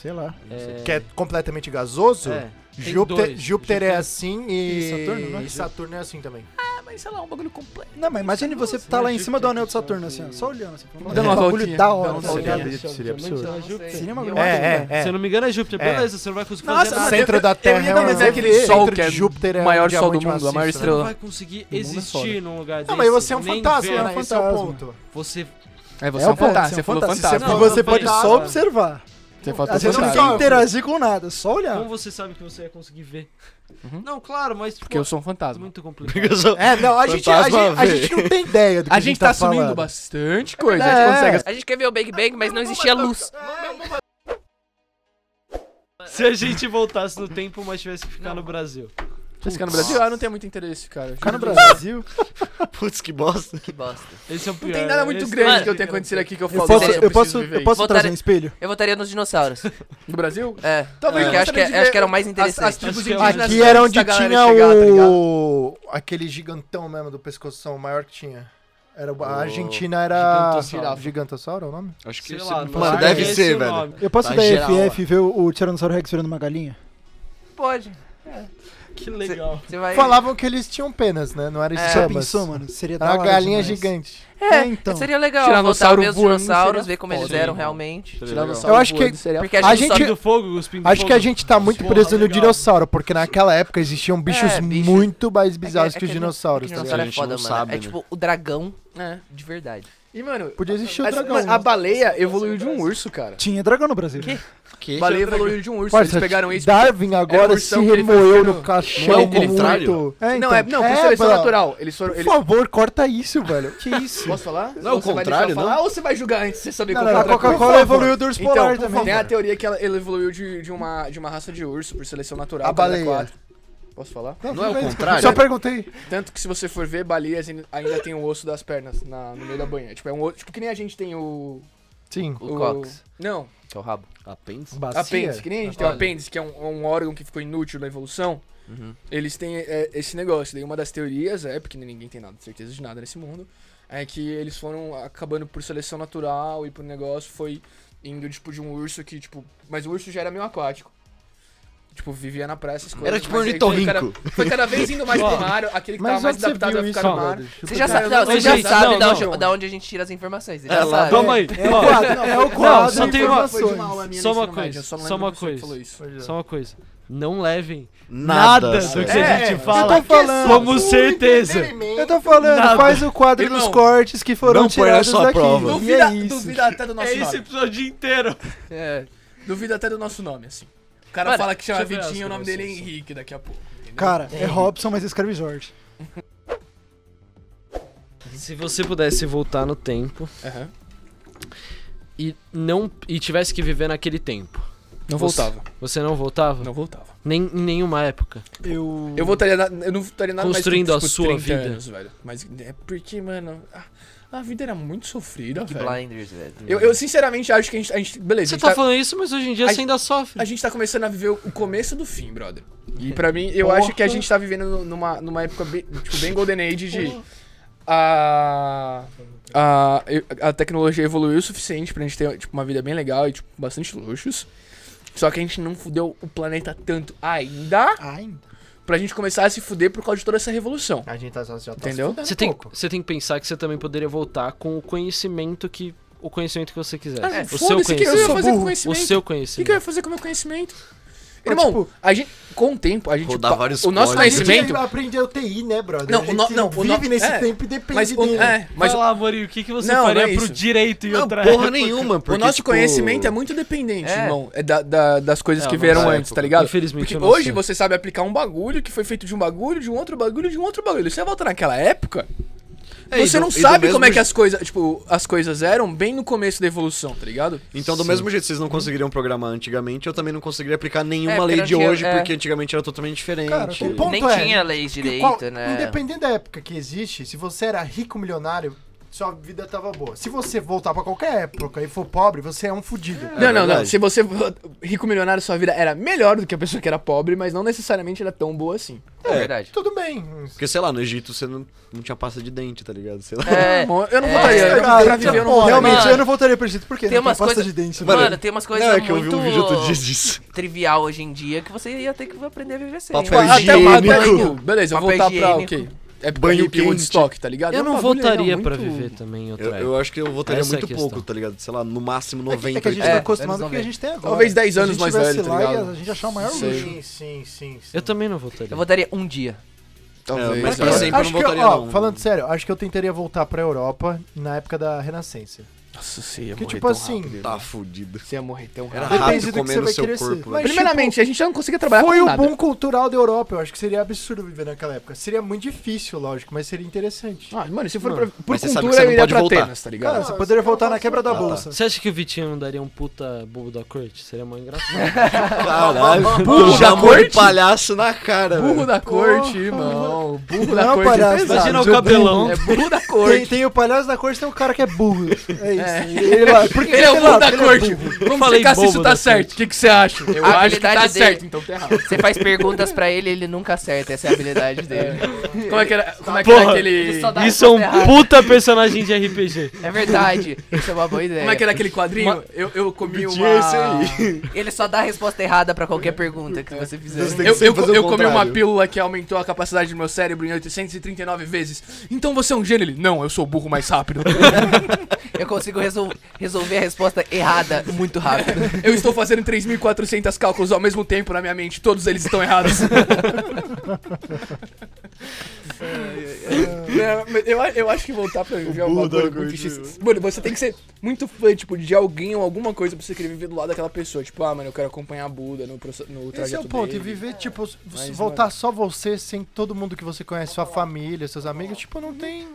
D: Sei lá.
A: É,
E: Que é completamente gasoso.
A: é, tem
E: Júpiter,
A: dois.
E: Júpiter é assim e...
D: E Saturno, né?
E: e Saturno é assim também.
B: mas sei lá, um bagulho completo.
D: Não, mas imagine você tá lá em cima do anel de Saturno, assim, ó, só olhando, assim.
B: Dando uma
D: um bagulho
B: voltinha,
D: da
B: dando
D: hora,
B: uma
D: tá ligado?
A: né?
B: voltinha.
E: Seria
A: Então,
E: absurdo.
D: Seria uma
B: Eu
D: grande
B: acho-
E: né?
D: ideia.
A: é Se eu não me engano, é Júpiter.
B: É.
A: Beleza, você não vai conseguir
B: Nossa,
A: fazer
B: mano,
A: nada.
B: eu-
E: centro da
B: eu-
E: Terra
B: eu
E: é
B: ia- não,
E: um-
B: mas é aquele
E: entre
B: sol que é
E: Júpiter é
B: o
E: um
B: maior sol do
E: diamante
B: mundo, a maior
E: maciço,
A: Você não
B: estrela.
A: vai conseguir
D: é
A: existir
D: foda.
A: num lugar desse.
E: Não, mas você é um
A: nem
E: fantasma,
A: ver.
E: né? Esse é o
D: fantasma.
E: ponto.
A: Você
B: É, você
D: É
B: é um
D: o ponto,
B: fantasma,
D: você é
B: você
D: um
B: falou
D: fantasma.
B: fantasma.
D: E
A: Não,
D: você
A: eu
D: pode
A: falei-
D: só observar.
B: Você é
D: A
B: faltou
D: gente não
E: fantasma.
D: quer interagir com nada, só olhar.
A: Como você sabe que você ia conseguir ver?
B: Uhum.
A: Não, claro, mas tipo,
B: Porque eu sou um fantasma.
A: muito
C: Porque
A: complicado.
C: *laughs* eu sou-
E: É, não, a gente, a,
B: Fantasma,
E: gente, a
B: velho.
E: gente não tem ideia do que
B: A gente tá assumindo
E: falando.
B: bastante coisa, a
E: É.
B: gente consegue
F: A gente quer ver o Big Bang, mas não existia luz.
A: *laughs* Se a gente voltasse *laughs* no tempo, mas tivesse que ficar no Brasil.
B: Você ficar no Brasil? Ah, eu não tenho muito interesse, cara.
D: Ficar no Brasil,
C: Putz, que bosta.
F: Que bosta.
A: Esse é o pior.
B: Não tem nada muito grande que eu tenha acontecido aqui que eu falo.
D: eu posso,
B: "Nossa,
D: eu posso,
B: preciso viver
D: eu posso
F: isso.
D: trazer um espelho?
F: Eu votaria nos dinossauros.
B: isso". No Brasil?
F: É.
B: Talvez
F: porque
B: eu
F: acho que,
B: gostaria de
F: acho
B: ver
F: que era o mais
B: As, as
F: interessante.
B: tribos
A: Acho que é o
B: indígenas
E: Aqui era
B: antes
E: onde
B: da galera
E: tinha
B: chegar, tá ligado?
E: o. aquele gigantão mesmo do pescoção maior que tinha. Era, o-
C: O-
E: a Argentina era.
A: Gigantossauro.
E: Gigantossauro é o nome?
C: Acho que
A: Sei
C: você
A: lá,
C: não
A: não
C: fala-
A: sei
C: deve
A: esse
C: ser,
A: o
C: velho.
A: nome.
D: Eu posso
C: Tá
D: dar
C: geral,
D: FF e ver o, o Tiranossauro Rex virando uma galinha?
F: Pode.
A: Que legal.
F: Você vai...
E: Falavam que eles tinham penas, né? Não era
F: É.
D: Você já
E: escamas.
D: pensou, mano? Seria da
E: Era É uma
D: hora
E: galinha
D: demais.
E: gigante.
F: É,
D: É, então.
F: seria legal voltar
B: Tiranossauro
F: mesmo
B: voando
F: os dinossauros,
B: seria
F: ver como eles
B: foda,
F: eram
B: hein?
F: realmente.
C: Seria Tá legal.
E: Eu acho que-
B: seria
F: Porque a gente,
E: A
A: Sabe
E: gente-
F: sabe-
A: do fogo, os pingos
E: Acho que a gente tá muito
A: Porra,
E: preso no
A: legal.
E: dinossauro, porque naquela época existiam bichos
F: É, bicho.
E: muito mais bizarros
F: é
E: que,
F: que- é
E: os
F: que-
E: dinossauros.
F: que
E: tá
F: dinossauro
C: A
F: é
C: gente
F: foda,
C: não
F: mano.
C: sabe,
F: é
C: né?
F: tipo o dragão
B: É.
F: de verdade.
B: E, mano,
E: Podia existir o
B: mas-
E: dragão.
B: mas
E: né?
B: a baleia evoluiu de um urso, cara.
D: Tinha dragão no Brasil. É,
F: Que?
C: Que?
B: baleia evoluiu de um urso,
E: Parça,
B: eles pegaram isso.
E: Darwin
B: era um
E: agora se
B: ursão que ele foi
E: remoeu no
B: ficando-
E: caixão
B: um
C: Não, ele trai,
E: muito. É, então.
B: Não, é, não, por
E: É,
B: seleção
E: bro.
B: natural. Eles foram.
E: Por
B: Eles...
E: favor, corta isso, velho.
D: Que
B: *laughs*
D: isso?
B: Posso falar?
C: Não,
B: Ou você
C: o
B: vai
C: contrário,
B: deixar eu falar?
C: não.
B: Ou você vai julgar antes de você saber
E: Não,
B: qual
E: não,
B: que é
E: a
B: o dragão?
E: Coca-Cola evoluiu do urso
B: Então,
E: polar
B: por
E: também.
B: Tem a teoria que ela ela evoluiu de, de uma, de uma raça de urso por seleção natural.
E: A
B: cada
E: baleia.
B: quatro. Posso falar?
C: Não é o
E: tudo bem,
C: contrário?
E: Só perguntei.
B: Tanto que se você for ver, baleias ainda- ainda tem o osso das pernas na- no meio da banha. Tipo, é um osso. Tipo, que nem a gente tem o.
E: Sim.
F: O cox,
B: Não,
F: que é o rabo.
C: Apêndice?
B: apêndice. Que nem a gente tem o
F: Olha.
B: apêndice, que é um, um órgão que ficou inútil na evolução.
F: Uhum.
B: Eles têm é, esse negócio. Daí uma das teorias é, porque ninguém tem nada, certeza de nada nesse mundo, é que eles foram acabando por seleção natural e por negócio, foi indo, tipo, de um urso que, tipo... Mas o urso já era meio aquático. Tipo, vivia na praia, essas coisas.
C: Era tipo um
B: mas é aí foi cada-
C: ornitorrinco.
B: Foi cada vez indo mais pro mar, aquele que tava mais adaptado a ficar no mar.
F: Você já
B: Cara,
F: sabe,
B: eu
F: não,
B: não
F: você
A: sei,
F: já
A: gente,
F: sabe
A: não,
F: da,
A: não.
F: onde, da onde a gente tira as informações. Você já
C: É lá,
F: sabe.
A: Toma aí.
E: É o
A: ó,
E: quadro, é o quadro.
A: só tem uma-
E: informações.
A: Só uma coisa, só uma coisa. Só uma coisa. Não levem nada,
C: Nada. É.
A: do
C: sério.
A: que a gente fala
E: Eu tô
B: é
E: falando.
A: como certeza.
E: Eu tô falando,
A: Nada.
E: faz o quadro
B: Irmão,
E: dos cortes que foram
C: não põe na
E: tirados
C: sua
E: daqui.
C: prova.
E: E
B: Duvida,
E: é isso.
B: duvida até do nosso
A: É esse
B: nome.
A: episódio inteiro.
B: *laughs* É, duvida até do nosso nome, assim. O cara
F: Mano,
B: fala que chama
A: deixa eu ver
B: Vitinho, o
A: essa
B: nome dele é
A: versão.
B: Henrique daqui a pouco. entendeu?
D: Cara, é Robson, mas escreve Jorge.
A: Se você pudesse voltar no tempo
B: Aham.
A: e não e tivesse que viver naquele tempo,
B: Não
A: Você-
B: voltava.
A: você não voltava?
B: Não voltava.
A: Nem em nenhuma época.
D: Eu.
B: Eu voltaria na, eu não voltaria nada
A: Construindo
B: mais que,
A: a
B: tipo,
A: sua
B: 30
A: vida.
B: anos, velho. Mas é porque, mano, a, a vida era muito sofrida,
F: Que
B: velho.
F: blinders, né? velho.
B: Eu, eu sinceramente acho que a gente, a gente beleza,
A: Você
B: a gente
A: tá
B: tá,
A: falando isso, mas hoje em dia
B: A
A: você ainda sofre.
B: a gente tá começando a viver o começo do fim, brother. E pra mim, eu acho que a gente tá vivendo nu- numa, numa época bem, tipo, bem golden age de a a, eu- a tecnologia evoluiu o suficiente pra gente ter tipo, uma vida bem legal e tipo, bastante luxos. Só que a gente não fudeu o planeta tanto ainda
E: Ainda.
B: pra gente começar a se fuder por causa de toda essa revolução.
E: A gente tá só já tá
B: Entendeu?
E: se fudendo
A: Você
E: um
A: tem,
E: pouco.
A: você tem que pensar que você também poderia voltar com o conhecimento que. O conhecimento que você quiser.
B: Ah,
A: o seu
B: foda-se, o que eu ia
A: conhecimento.
B: fazer com o
A: O
B: conhecimento?
A: seu
B: O que, que eu
A: conhecimento.
B: ia fazer com o meu conhecimento?
E: Mas,
B: Irmão,
E: tipo,
B: a gente, com o tempo, a gente.
C: rodar
B: pa-
C: vários
B: o nosso
E: A
C: códigos.
B: conhecimento.
E: gente aprende a UTI, né, brother?
B: Não,
E: a
B: o
E: gente
B: no- não, o
E: vive
B: no-
E: nesse
B: é.
E: tempo e depende
B: Mas, o,
E: dele.
B: é, mas
A: Vai lá, Amorim, o que, que você
B: Não, não
A: faria
B: é
A: pro
B: isso.
A: direito e
C: Não,
A: outra
C: porra
A: época?
C: nenhuma, porque,
B: o nosso
C: tipo,
B: conhecimento é muito dependente,
F: É.
B: irmão. É da- da- das coisas
A: É,
B: que
A: a
B: vieram
C: nossa
B: antes,
C: época.
B: tá ligado?
A: Infelizmente,
B: Porque
A: eu não
B: hoje
A: sei.
B: você sabe aplicar um bagulho que foi feito de um bagulho, de um outro bagulho, de um outro bagulho. Você volta naquela época,
C: É, e
B: você
C: do-
B: não
C: e do
B: sabe
C: mesmo
B: como é que
C: je-
B: as coisas, tipo, as coisas eram bem no começo da evolução, tá ligado?
C: Então, do mesmo jeito, vocês não conseguiriam programar antigamente, eu também não conseguiria aplicar nenhuma
F: porque
C: lei
F: não
C: de
F: tinha-
C: hoje,
F: é.
C: porque antigamente era totalmente diferente.
E: Cara, o ponto
F: Nem
E: é,
F: tinha leis
E: que
F: direito,
E: qual-
F: né?
E: Independente da época que existe, se você era rico milionário, sua vida tava boa. Se você voltar pra qualquer época e for pobre, você é um fudido.
B: não, não, não.
C: verdade.
B: Se você rico milionário, sua vida era melhor do que a pessoa que era pobre, mas não necessariamente era tão boa assim.
F: É verdade.
E: Tudo bem.
C: Porque, sei lá, no Egito você não, não tinha pasta de dente, tá ligado? Sei lá.
F: É,
B: Bom, eu não um
F: É,
B: voltaria. eu
D: cara,
B: pra viver, eu não
D: pô,
B: voltaria.
D: realmente,
F: Mano,
D: eu não voltaria pra Egito porque
F: tem
D: não tem
F: umas
D: pasta
F: coisas-
D: de dente. né?
C: Mano,
D: Mano,
F: mano, tem umas coisas
C: não, é
F: muito
C: que eu vi um vídeo outro dia disso.
F: trivial hoje em dia que você ia ter que aprender a viver sem.
C: Papel
B: Até,
C: higiênico.
B: até, tipo, beleza, eu vou
F: é Papel
B: voltar pra,
F: higiênico.
B: ok. é
C: Banho
B: banho de
C: quente.
B: estoque, tá ligado? É
A: Eu
B: um
A: não
B: bagulho,
A: votaria
B: não,
A: pra
B: muito-
A: viver também em outra
C: Eu,
A: época.
C: eu acho que eu votaria
A: Essa é a
C: muito
A: questão.
C: pouco, tá ligado? Sei lá, no máximo
D: É que,
C: 90.
D: é que a gente
C: tá
D: tá
C: ligado?
D: acostumado
F: anos
D: com o que a gente tem agora.
B: Talvez 10
D: Se a
B: anos
D: gente
B: mais
D: tivesse
B: velho, tá
D: lá e
B: ligado?
D: a gente achar o maior
B: Sei.
D: luxo.
E: Sim, sim, sim, sim.
A: Eu também não votaria.
F: Eu votaria um dia.
C: É,
B: Talvez.
C: mas
B: é.
C: pra sempre eu
E: acho
C: não
E: que, eu-
C: votaria,
E: ó,
C: não.
E: falando sério, acho que eu tentaria voltar pra Europa na época da Renascença.
B: Nossa, você ia
E: Que
B: morrer
E: tipo
B: tão
E: assim,
B: rápido,
C: Tá
B: irmão.
C: fudido.
B: Você ia morrer tão
C: Era
B: Tá rápido.
E: Depende do
C: rato
E: que você
C: comendo
E: vai
C: seu
E: querer ser.
C: corpo.
E: Mas,
B: né?
E: tipo,
C: velho.
B: Primeiramente, a gente já não conseguia trabalhar
E: Foi
B: com
E: o
B: nada.
E: boom cultural da Europa. Eu acho que seria absurdo viver naquela época. Seria muito difícil, lógico, mas seria interessante.
B: Ah, mano, se for
E: Mano,
B: pra, por
C: mas você sabe que
B: cultura,
C: você
B: eu
C: não
B: iria
C: pode
B: pra
C: voltar.
B: Atenas, tá ligado?
D: Cara,
E: Ah,
D: você
E: mas
D: poderia
E: eu
D: voltar
E: posso
D: na quebra da
C: voltar.
D: bolsa.
A: Você acha que o Vitinho não daria um puta bobo da corte? Seria mó engraçado.
C: Caralho,
B: Burro
C: burro
B: da
C: da cor
B: corte?
C: palhaço na cara,
B: Burro
C: velho.
B: da corte, irmão. Burro da
E: Não,
B: corte é
E: palhaço.
B: pesado.
A: Imagina o
E: eu-
A: cabelão.
B: É burro da
E: Tem,
B: corte.
E: tem o palhaço da corte, tem um cara que é
D: *laughs*
E: burro. É isso.
B: É.
E: Ele, lá- por que que
B: Ele é o
E: lá?
B: burro da
E: Porque ele
B: corte. Vamos
A: Falei
B: checar se
A: bobo
B: isso tá
A: da
B: certo. O que que você acha? Eu
F: A
B: acho que tá
F: habilidade dele-
B: certo, então tá errado.
F: Você faz perguntas pra ele ele nunca acerta. Essa é a habilidade dele.
B: Como é que era, como é que era
A: Porra.
B: aquele...
F: Ele só dá-
A: Isso é um
F: errado.
A: puta personagem de RPG.
F: É verdade. Isso é uma boa ideia.
B: Como é que era aquele quadrinho?
A: Ma-
B: Eu, eu comi
C: Vitinho
B: uma...
C: é esse aí.
F: Ele só dá a resposta errada pra qualquer pergunta que você fizer.
C: Você tem que
B: Eu,
C: sempre
B: eu,
C: fazer o
B: eu comi uma
C: contrário.
B: pílula que aumentou a capacidade do meu cérebro em 839 vezes. Então você é um gênio? Ele, não, eu sou o burro mais rápido.
F: Eu consigo resol- resolver a resposta errada muito rápido.
B: eu estou fazendo 3.400 cálculos ao mesmo tempo na minha mente. Todos eles estão errados. Não, mas eu, a- eu acho que voltar pra viver é um
C: burro da
B: bagulho muito
C: corte,
B: difícil. Mano, você tem que ser muito fã, tipo, de alguém ou alguma coisa pra você querer viver do lado daquela pessoa. Tipo, ah, mano, eu quero acompanhar a Buda no, proce- no trajeto
E: Esse é o ponto, e
B: dele.
E: viver, tipo, se
B: Mas,
E: voltar só você, sem todo mundo que você conhece, sua família, seus amigos, tipo, não tem.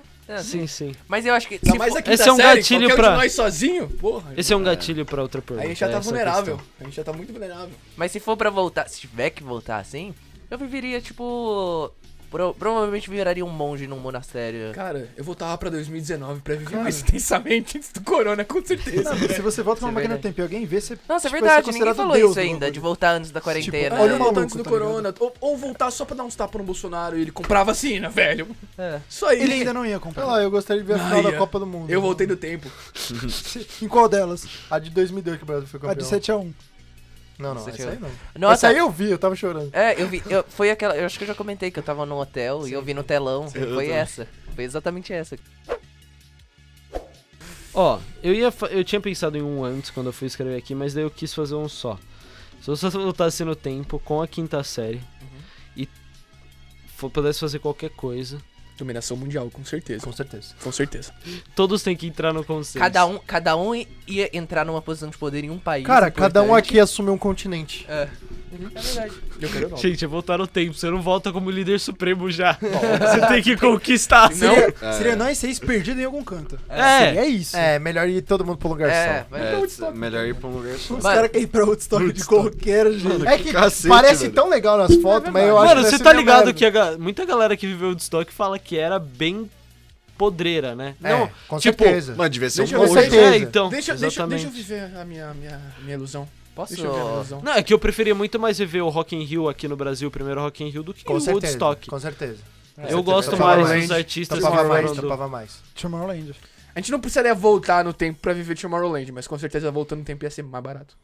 A: Sim, sim.
F: Mas eu acho que.
B: Ainda
F: se
B: mais
F: for-
B: a quinta
A: Esse é um
B: série,
A: gatilho
B: qualquer um
A: pra-
B: de nós sozinho, porra.
A: Esse é um gatilho pra outra pergunta.
B: Aí a gente já
A: é
B: tá
A: essa
B: vulnerável. A gente já tá muito vulnerável.
F: Mas se for pra voltar, se tiver que voltar assim, eu viveria, tipo. pro- provavelmente viraria um monge num monastério.
B: Cara, eu voltava pra 2019 pra viver mais intensamente antes do corona, com certeza.
D: Não, mas se você volta pra uma
F: Isso
D: máquina
F: é
D: do
F: verdade.
D: tempo e alguém vê, você.
F: Nossa, é
D: tipo, vai ser
F: verdade, ninguém
D: considerado
F: falou
D: Deus
F: isso
D: do
F: ainda,
D: bagulho.
F: de voltar antes da quarentena.
B: Tipo, Olha o
F: né?
B: maluco antes do
D: tá ligado?
B: corona. Ou, ou voltar só pra dar uns tapas no Bolsonaro e ele comprar a vacina, velho.
F: É.
B: Só isso.
D: Ele ainda não ia
E: Sei
D: comprar.
E: lá, "Ah, eu gostaria de ver a final
B: Ai, é.
E: da Copa do Mundo.
B: Eu voltei no tempo.
D: Em qual delas?
E: A de 2002 que o Brasil foi
D: A um.
E: campeão.
D: de 7x1.
E: Não, não,
F: Sete
E: essa
F: a um.
E: aí não.
F: Nossa,
E: Essa aí eu vi, eu tava chorando.
F: É, eu vi. eu- foi aquela. Eu acho que eu já comentei que eu tava num hotel e eu vi no telão. foi essa. Foi exatamente essa.
A: Ó, eu ia fa- eu tinha pensado em um antes quando eu fui escrever aqui, mas daí eu quis fazer um só. Se você voltasse no tempo com a quinta série e fo- pudesse fazer qualquer coisa,
B: Dominação mundial, com certeza.
E: Com certeza.
B: Com certeza.
A: todos têm que entrar no consenso.
F: Cada um, cada um ia entrar numa posição de poder em um país.
E: Cara, cada um
F: importante.
E: aqui assumiu um continente.
F: É. É verdade.
B: Eu quero não.
A: Gente, é voltar no tempo, você não volta como líder supremo já. você tem que conquistar.
B: Não,
D: Seria, seria nós seis perdidos em algum canto.
A: É.
D: Seria isso.
E: É, melhor ir todo mundo pro lugar
F: É,
E: só.
F: mas
C: É, tss, melhor ir pra um lugar só.
D: Os
F: Mano.
D: caras querem ir pra Woodstock de qualquer jeito.
E: É que É
C: cacete,
E: parece
C: velho.
E: tão legal nas fotos, mas eu acho
A: Mano,
E: que
A: você
E: deve
A: tá
E: ser meio
A: ligado
E: merda.
A: que a ga- muita galera que viveu o estoque fala que era bem podreira, né?
E: É,
A: Não,
E: com
A: tipo,
E: certeza.
C: Mano, devia ser
B: Deixa
C: um
B: eu ver
E: com
B: se-
C: monge.
E: certeza.
A: é, então.
B: Deixa, deixa,
A: exatamente.
B: deixa eu viver a minha, minha, minha ilusão.
F: Posso.
B: Deixa eu ver a ilusão.
A: Não, é que eu preferia muito mais viver o Rock in Rio aqui no Brasil, o primeiro Rock in Rio, do que
E: Com
A: o
E: certeza.
A: Woodstock.
E: Com certeza. Tá
A: eu gosto
E: Topava
A: mais
E: mais,
A: dos artistas
E: Tampava
A: que
E: mais,
A: foram do-
E: tampava mais.
D: Tomorrowland.
B: A gente não precisaria voltar no tempo pra viver Tomorrowland, mas com certeza voltando no tempo ia ser mais barato.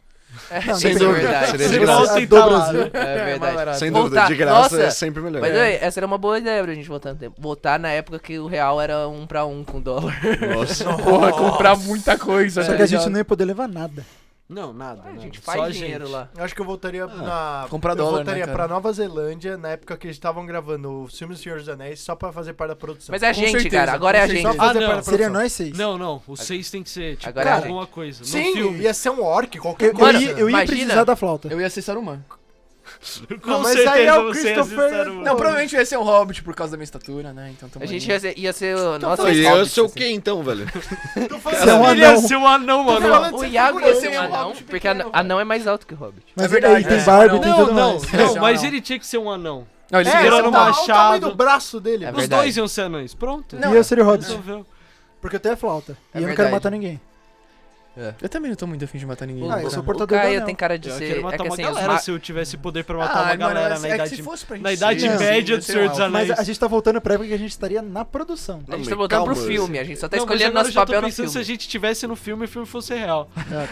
F: É,
D: Não,
F: sem
D: não.
F: dúvida.
C: Seria
A: Você
C: de graça.
A: volta e
E: Do
A: tá lá.
E: Brasil.
A: né?
F: É
B: mais
F: verdade.
B: barato.
C: Sem
F: Voltar.
C: dúvida, de graça é
F: Nossa.
C: sempre melhor.
F: Mas ué, essa era uma boa ideia pra gente voltar no tempo. Voltar na época que o real era um pra um com dólar.
C: Nossa.
B: Porra, comprar muita coisa.
D: Só
B: tá
D: que a
B: ligado?
D: gente não ia poder levar nada.
A: Não, nada.
F: A
A: nada.
F: Ah, gente
A: Só a
F: faz
A: gente.
F: dinheiro lá.
E: Eu acho que eu voltaria
A: Ah,
E: na.
B: comprar
E: eu
B: dólar, né,
E: voltaria
B: cara?
E: pra Nova Zelândia na época que eles estavam gravando o filme do Senhor dos Anéis só pra fazer parte da produção.
F: Mas é a
B: Com
F: gente,
B: certeza,
F: cara. Agora é
B: com
F: a gente.
E: Só
A: Ah,
E: fazer
A: não.
E: parte da
D: Seria
E: produção.
D: nós seis.
A: Não, não. Os seis tem que ser, tipo,
F: Agora é a gente.
A: alguma coisa. No
E: Sim,
A: filme.
E: ia ser um orc, qualquer
D: Eu,
E: coisa.
D: ia, eu ia
F: imagina.
D: precisar da flauta.
B: Eu ia ser Saruman.
A: *laughs* Com
E: Não, mas aí é
A: certeza
E: o
A: vocês
E: Christopher-
A: assistiram-
B: Não, provavelmente eu ia ser um hobbit por causa da minha estatura, né? Então tamo
F: A gente
B: aí.
F: ia ser. Ia ser o- nossa,
C: Não, e eu
F: hobbits,
C: sou o
F: assim.
C: quê então, velho?
D: Você é um
A: Ele ia
D: anão.
A: ser um anão, mano.
E: falando de
F: O
E: ser
F: Iago ia
E: figurante,
F: ser um
E: né?
F: anão,
B: Hobbit
F: porque anão-
B: pequeno,
F: anão é mais alto que o hobbit.
D: Mas
B: É
D: ele-
B: verdade,
D: ele tem
B: é.
D: barba e tem
A: Não,
D: tudo
A: não,
D: mais.
A: não,
B: Não,
A: mas
B: não.
A: ele tinha que ser um anão.
B: Não, ele
E: É,
B: segurou
A: segurando
E: olha
B: no
A: um
E: o tamanho-
B: macho.
A: machado.
E: olha o tamanho do braço dele.
F: É
A: Os
F: verdade.
A: dois iam ser anões. Pronto.
D: E eu seria o Hobbit.
A: Resolveu.
D: Porque eu tenho a flauta.
B: É
D: e eu não quero
B: verdade.
D: matar ninguém.
F: É.
B: Eu também não tô muito afim de matar ninguém. tá?
D: Ah, eu
B: cara.
D: sou
F: O
D: portador
F: Caia
D: do anel.
F: tem cara de
A: Eu
F: ser.
A: quero
F: é
A: matar
F: que
A: uma
F: assim, os
A: galera
F: ma-
A: se eu tivesse poder pra matar uma galera
B: mano,
A: na
B: é que
A: idade.
B: se fosse pra gente
A: na idade
B: ser assim,
A: média do
B: sei
A: Senhor
B: lá,
A: dos
D: Mas
A: Anéis.
D: a gente tá voltando pra época que a gente estaria na produção.
F: A gente
C: Não,
F: tá
C: mas
F: voltando pro
C: calma,
F: filme, a gente só tá
A: Não, mas
F: escolhendo
A: agora
F: nosso
A: eu já
F: papel
A: tô
F: no
A: pensando
F: filme.
A: se a gente tivesse no filme e o filme fosse real.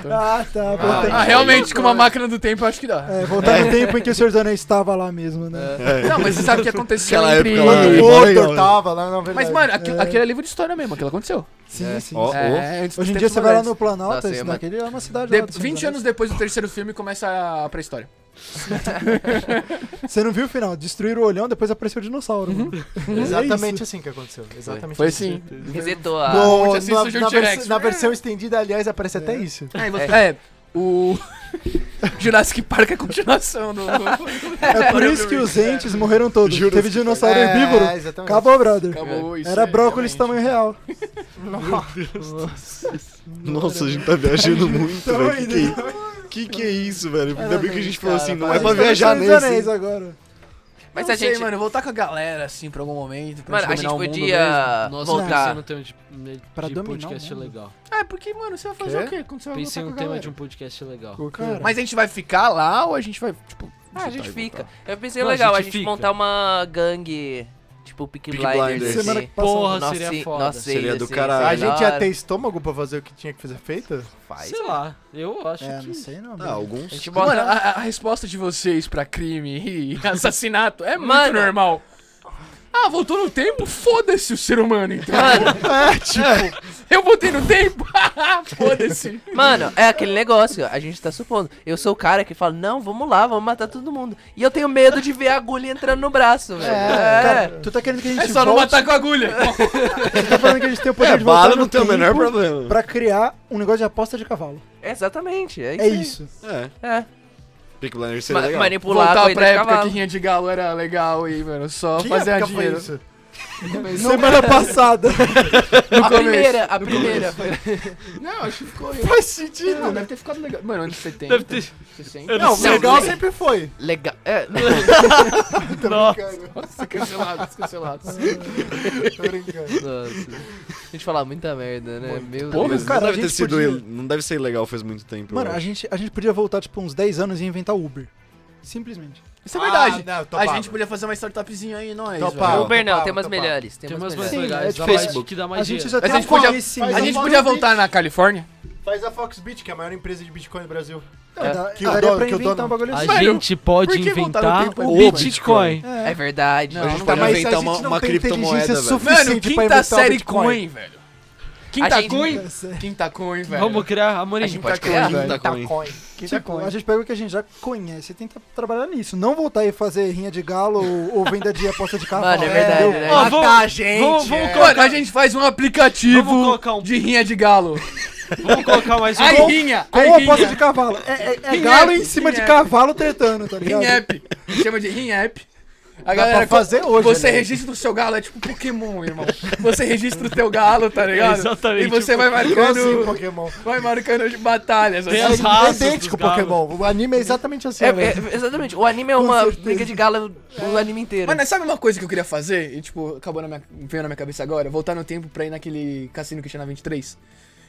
D: Ah, tá. voltando.
B: Ah, realmente, com uma máquina do tempo, eu acho que dá.
D: É, voltar no tempo em que o Senhor dos Anéis estava lá mesmo, né?
C: É,
B: Não, mas você sabe o que aconteceu
C: Aquela
B: entre...
C: época lá,
E: O
C: né?
E: Mordor tava lá, na verdade.
B: Mas, mano, aquilo,
D: É.
B: aquilo é livro de história mesmo, aquilo aconteceu.
D: Sim, sim.
C: Ó,
B: É, antes dos
D: Hoje em dia
B: tempos
D: você vai lá
B: modernos.
D: no Planalto,
F: Nossa,
D: isso
F: eu-
D: daquele é uma cidade
B: De-
D: lá do Senhor dos
B: 20 anos
D: Anéis.
B: depois do terceiro filme começa a pré-história.
D: Você não viu o final? Destruíram o olhão, depois apareceu o dinossauro. mano. É
E: Exatamente
D: isso.
E: assim que aconteceu. Exatamente
B: Foi
E: assim.
B: assim.
F: Resetou a.
E: No-
B: Bom,
E: na,
B: assim surgiu o
E: na
B: T-Rex.
E: vers- na versão estendida, aliás, aparece até isso.
B: É, o. *laughs* Jurassic Park é a continuação do.
D: É por isso que os entes morreram todos.
C: Juro
D: Teve
C: que
D: dinossauro herbívoro.
E: É, exatamente.
D: Acabou, é brother.
B: Acabou isso. é,
D: Era
B: aí,
D: brócolis tamanho real.
C: Nossa, a gente tá viajando muito,
D: Então,
C: velho. Que que é
D: ainda-
C: isso? Que que é isso, velho? Ainda bem que a gente falou assim, não
D: A
C: é
D: gente
C: pra
D: tá no
C: viajar
D: Senhor dos
C: nesse.
D: Anéis agora.
B: Mas
F: Mas
B: não
F: a
B: sei,
F: gente.
B: mano, voltar com a galera, assim, pra algum momento. Pra
F: Mano, a
B: dominar
F: gente
B: o mundo
F: podia
A: Nossa, eu pensei
F: voltar.
A: no tema de, de
D: Pra dominar
A: podcast
D: o mundo.
A: legal.
B: mesmo. É, porque, mano, você vai fazer
E: Quê?
B: o quê? Quando você vai voltar
A: Pensei no
B: com a
A: tema
B: galera?
A: de um podcast legal.
D: Cara,
B: Mas a gente vai ficar lá ou a gente vai, tipo...
F: Ah, a gente
C: Voltar e
F: fica.
C: voltar.
F: Eu pensei
A: Não, a
F: legal a
A: gente
F: gente
A: fica.
F: montar uma gangue. Tipo Peaky
C: Peaky
F: Blinders.
C: Blinders.
F: assim.
D: semana que passou.
A: Porra,
F: Nossa,
A: seria
F: sim,
A: foda.
F: nossa, assim,
C: Seria
F: sim,
C: do
F: sim,
C: caralho.
F: sim,
E: A
C: Vai,
F: da
E: gente ia
F: hora.
E: ter estômago pra fazer o que tinha que fazer feito?
C: Faz.
A: Sei lá, eu acho
D: É,
A: que.
D: não sei não.
C: Ah,
D: mano.
C: alguns.
F: A gente bota.
B: Mano, a, a resposta de vocês pra crime
F: *laughs*
B: e assassinato é muito
F: Mano.
B: normal. Ah, voltou no tempo? Foda-se o ser humano, então.
F: Mano,
B: Eu voltei no tempo? *laughs*
F: *laughs*
B: Foda-se.
F: mano, é aquele negócio, a gente tá supondo. Eu sou o cara que fala, não, vamos lá, vamos matar todo mundo. E eu tenho medo de ver a agulha entrando no braço, velho.
D: É,
F: É.
D: cara, tu tá querendo que a gente
B: É só não
D: volte-
B: matar com a
F: *laughs*
B: agulha.
D: Tu tá falando que a gente tem o poder
C: É,
D: de voltar
C: bala
D: no
C: não tem o
D: tempo
C: menor problema.
D: Pra criar um negócio de aposta de cavalo.
F: Exatamente, é isso.
D: É
F: aí.
D: isso.
C: É.
F: É.
C: Peak Blender seria
F: Ma-
C: legal.
F: manipular a
B: Voltar
F: corrida
B: pra
F: de
B: época que
F: cavalo.
B: rinha de galo era legal e, mano, só
E: Que
B: fazer a
E: época foi
B: dinheiro.
E: isso?
B: *laughs*
D: Semana passada.
F: A
B: começo.
F: primeira, a primeira.
B: Não, acho que ficou...
E: Faz sentido. né?
B: Não, deve ter ficado legal. Mano, anos 70,
A: Deve ter.
B: 60.
A: Eu
E: Não,
A: não, sei.
E: legal sempre foi.
F: Legal. *laughs* É,
A: Nossa.
B: Nossa, cancelados, cancelados.
E: *laughs* Tô brincando.
F: Nossa. A gente fala muita merda, né? Meu
C: Pô,
F: Deus.
C: mas
D: cara,
C: não
D: a
C: deve ter
D: gente
C: sido.
D: podia-
C: il- Não deve ser legal faz muito tempo.
D: *laughs* Mano,
C: eu
D: a
C: acho.
D: gente, a gente podia voltar, tipo, uns 10 anos e inventar Uber. Simplesmente.
B: Isso é verdade.
E: Ah, não,
B: a
E: topava.
B: gente podia fazer uma startupzinha aí, nós,
E: Topava.
B: velho.
F: Uber não,
E: Topava,
F: tem umas
E: topava.
F: melhores. Tem
A: Tem
F: umas
A: umas mais
F: melhores.
D: Sim,
A: legais.
D: é
A: dá mais-
C: Facebook.
A: Que dá
D: A
A: mais
D: gente
A: dinheiro.
D: já tem
B: a
D: um
B: gente podia-
D: conhecimento.
B: A gente podia voltar na Califórnia?
E: Faz a Foxbit, que é a maior empresa de Bitcoin do Brasil.
D: Não, dá-
E: que o
D: daria
E: dono-
D: pra
E: que o
D: inventar
E: dono-
D: um bagulho assim.
A: A
B: Mano,
A: gente pode
B: por que voltar no
A: inventar
B: tempo?
A: o
B: Bitcoin.
A: Bitcoin.
F: É verdade.
B: Não,
C: a gente
B: não
C: pode
E: mas
C: inventar
E: a gente
C: uma,
E: não
C: uma
E: tem
C: criptomoeda,
E: inteligência
C: velho.
B: Mano,
E: Suficiente pra
B: quinta
E: inventar o
B: série
D: um
E: Bitcoin.
B: coin, velho. Quinta
F: A gente-
B: coin?
D: É sério.
B: Quinta coin, velho.
A: Vamos criar a
F: A gente
A: Moringa.
F: pode criar.
B: velho.
C: Tá com-
D: Tipo, a gente pega o que a gente já conhece e tenta trabalhar nisso. Não voltar e fazer rinha de galo ou, ou venda de aposta de cavalo.
F: Mano, é verdade,
B: né?
D: entendeu?
F: é
A: Ó,
F: verdade.
A: vamos-
B: Matar a gente.
A: vamos- vamos
B: é.
A: colocar-
B: Mano, a gente faz um aplicativo
A: Vamos colocar um-
B: de rinha de galo.
A: Vamos colocar mais um.
B: Ai, rinha.
D: Com
B: ai,
D: a
B: rinha.
D: aposta de cavalo. É, é- é
B: Rinha
D: galo
B: app,
D: em cima
B: rinha
D: de
B: app.
D: cavalo tretando, tá ligado?
B: Rinhap. Chama de Rinhap. A
E: Dá pra
B: galera
E: fazer hoje.
B: Você
E: né?
B: registra o seu galo, é tipo Pokémon, irmão. Você registra o teu galo, tá ligado?
A: Exatamente.
B: E você vai
E: Igual assim,
B: marcando,
E: Pokémon.
B: vai marcando de batalhas.
A: Tem
B: assim.
A: as raças
E: é idêntico
A: dos galos.
E: Pokémon. O anime é exatamente assim.
F: É,
E: né?
F: é- exatamente. O anime é
D: Com
F: uma
D: certeza.
F: briga de galo o anime inteiro.
B: Mano, sabe uma coisa que eu queria fazer? E, tipo, acabou na minha, veio na minha cabeça agora? Voltar no tempo pra ir naquele cassino que tinha na 23.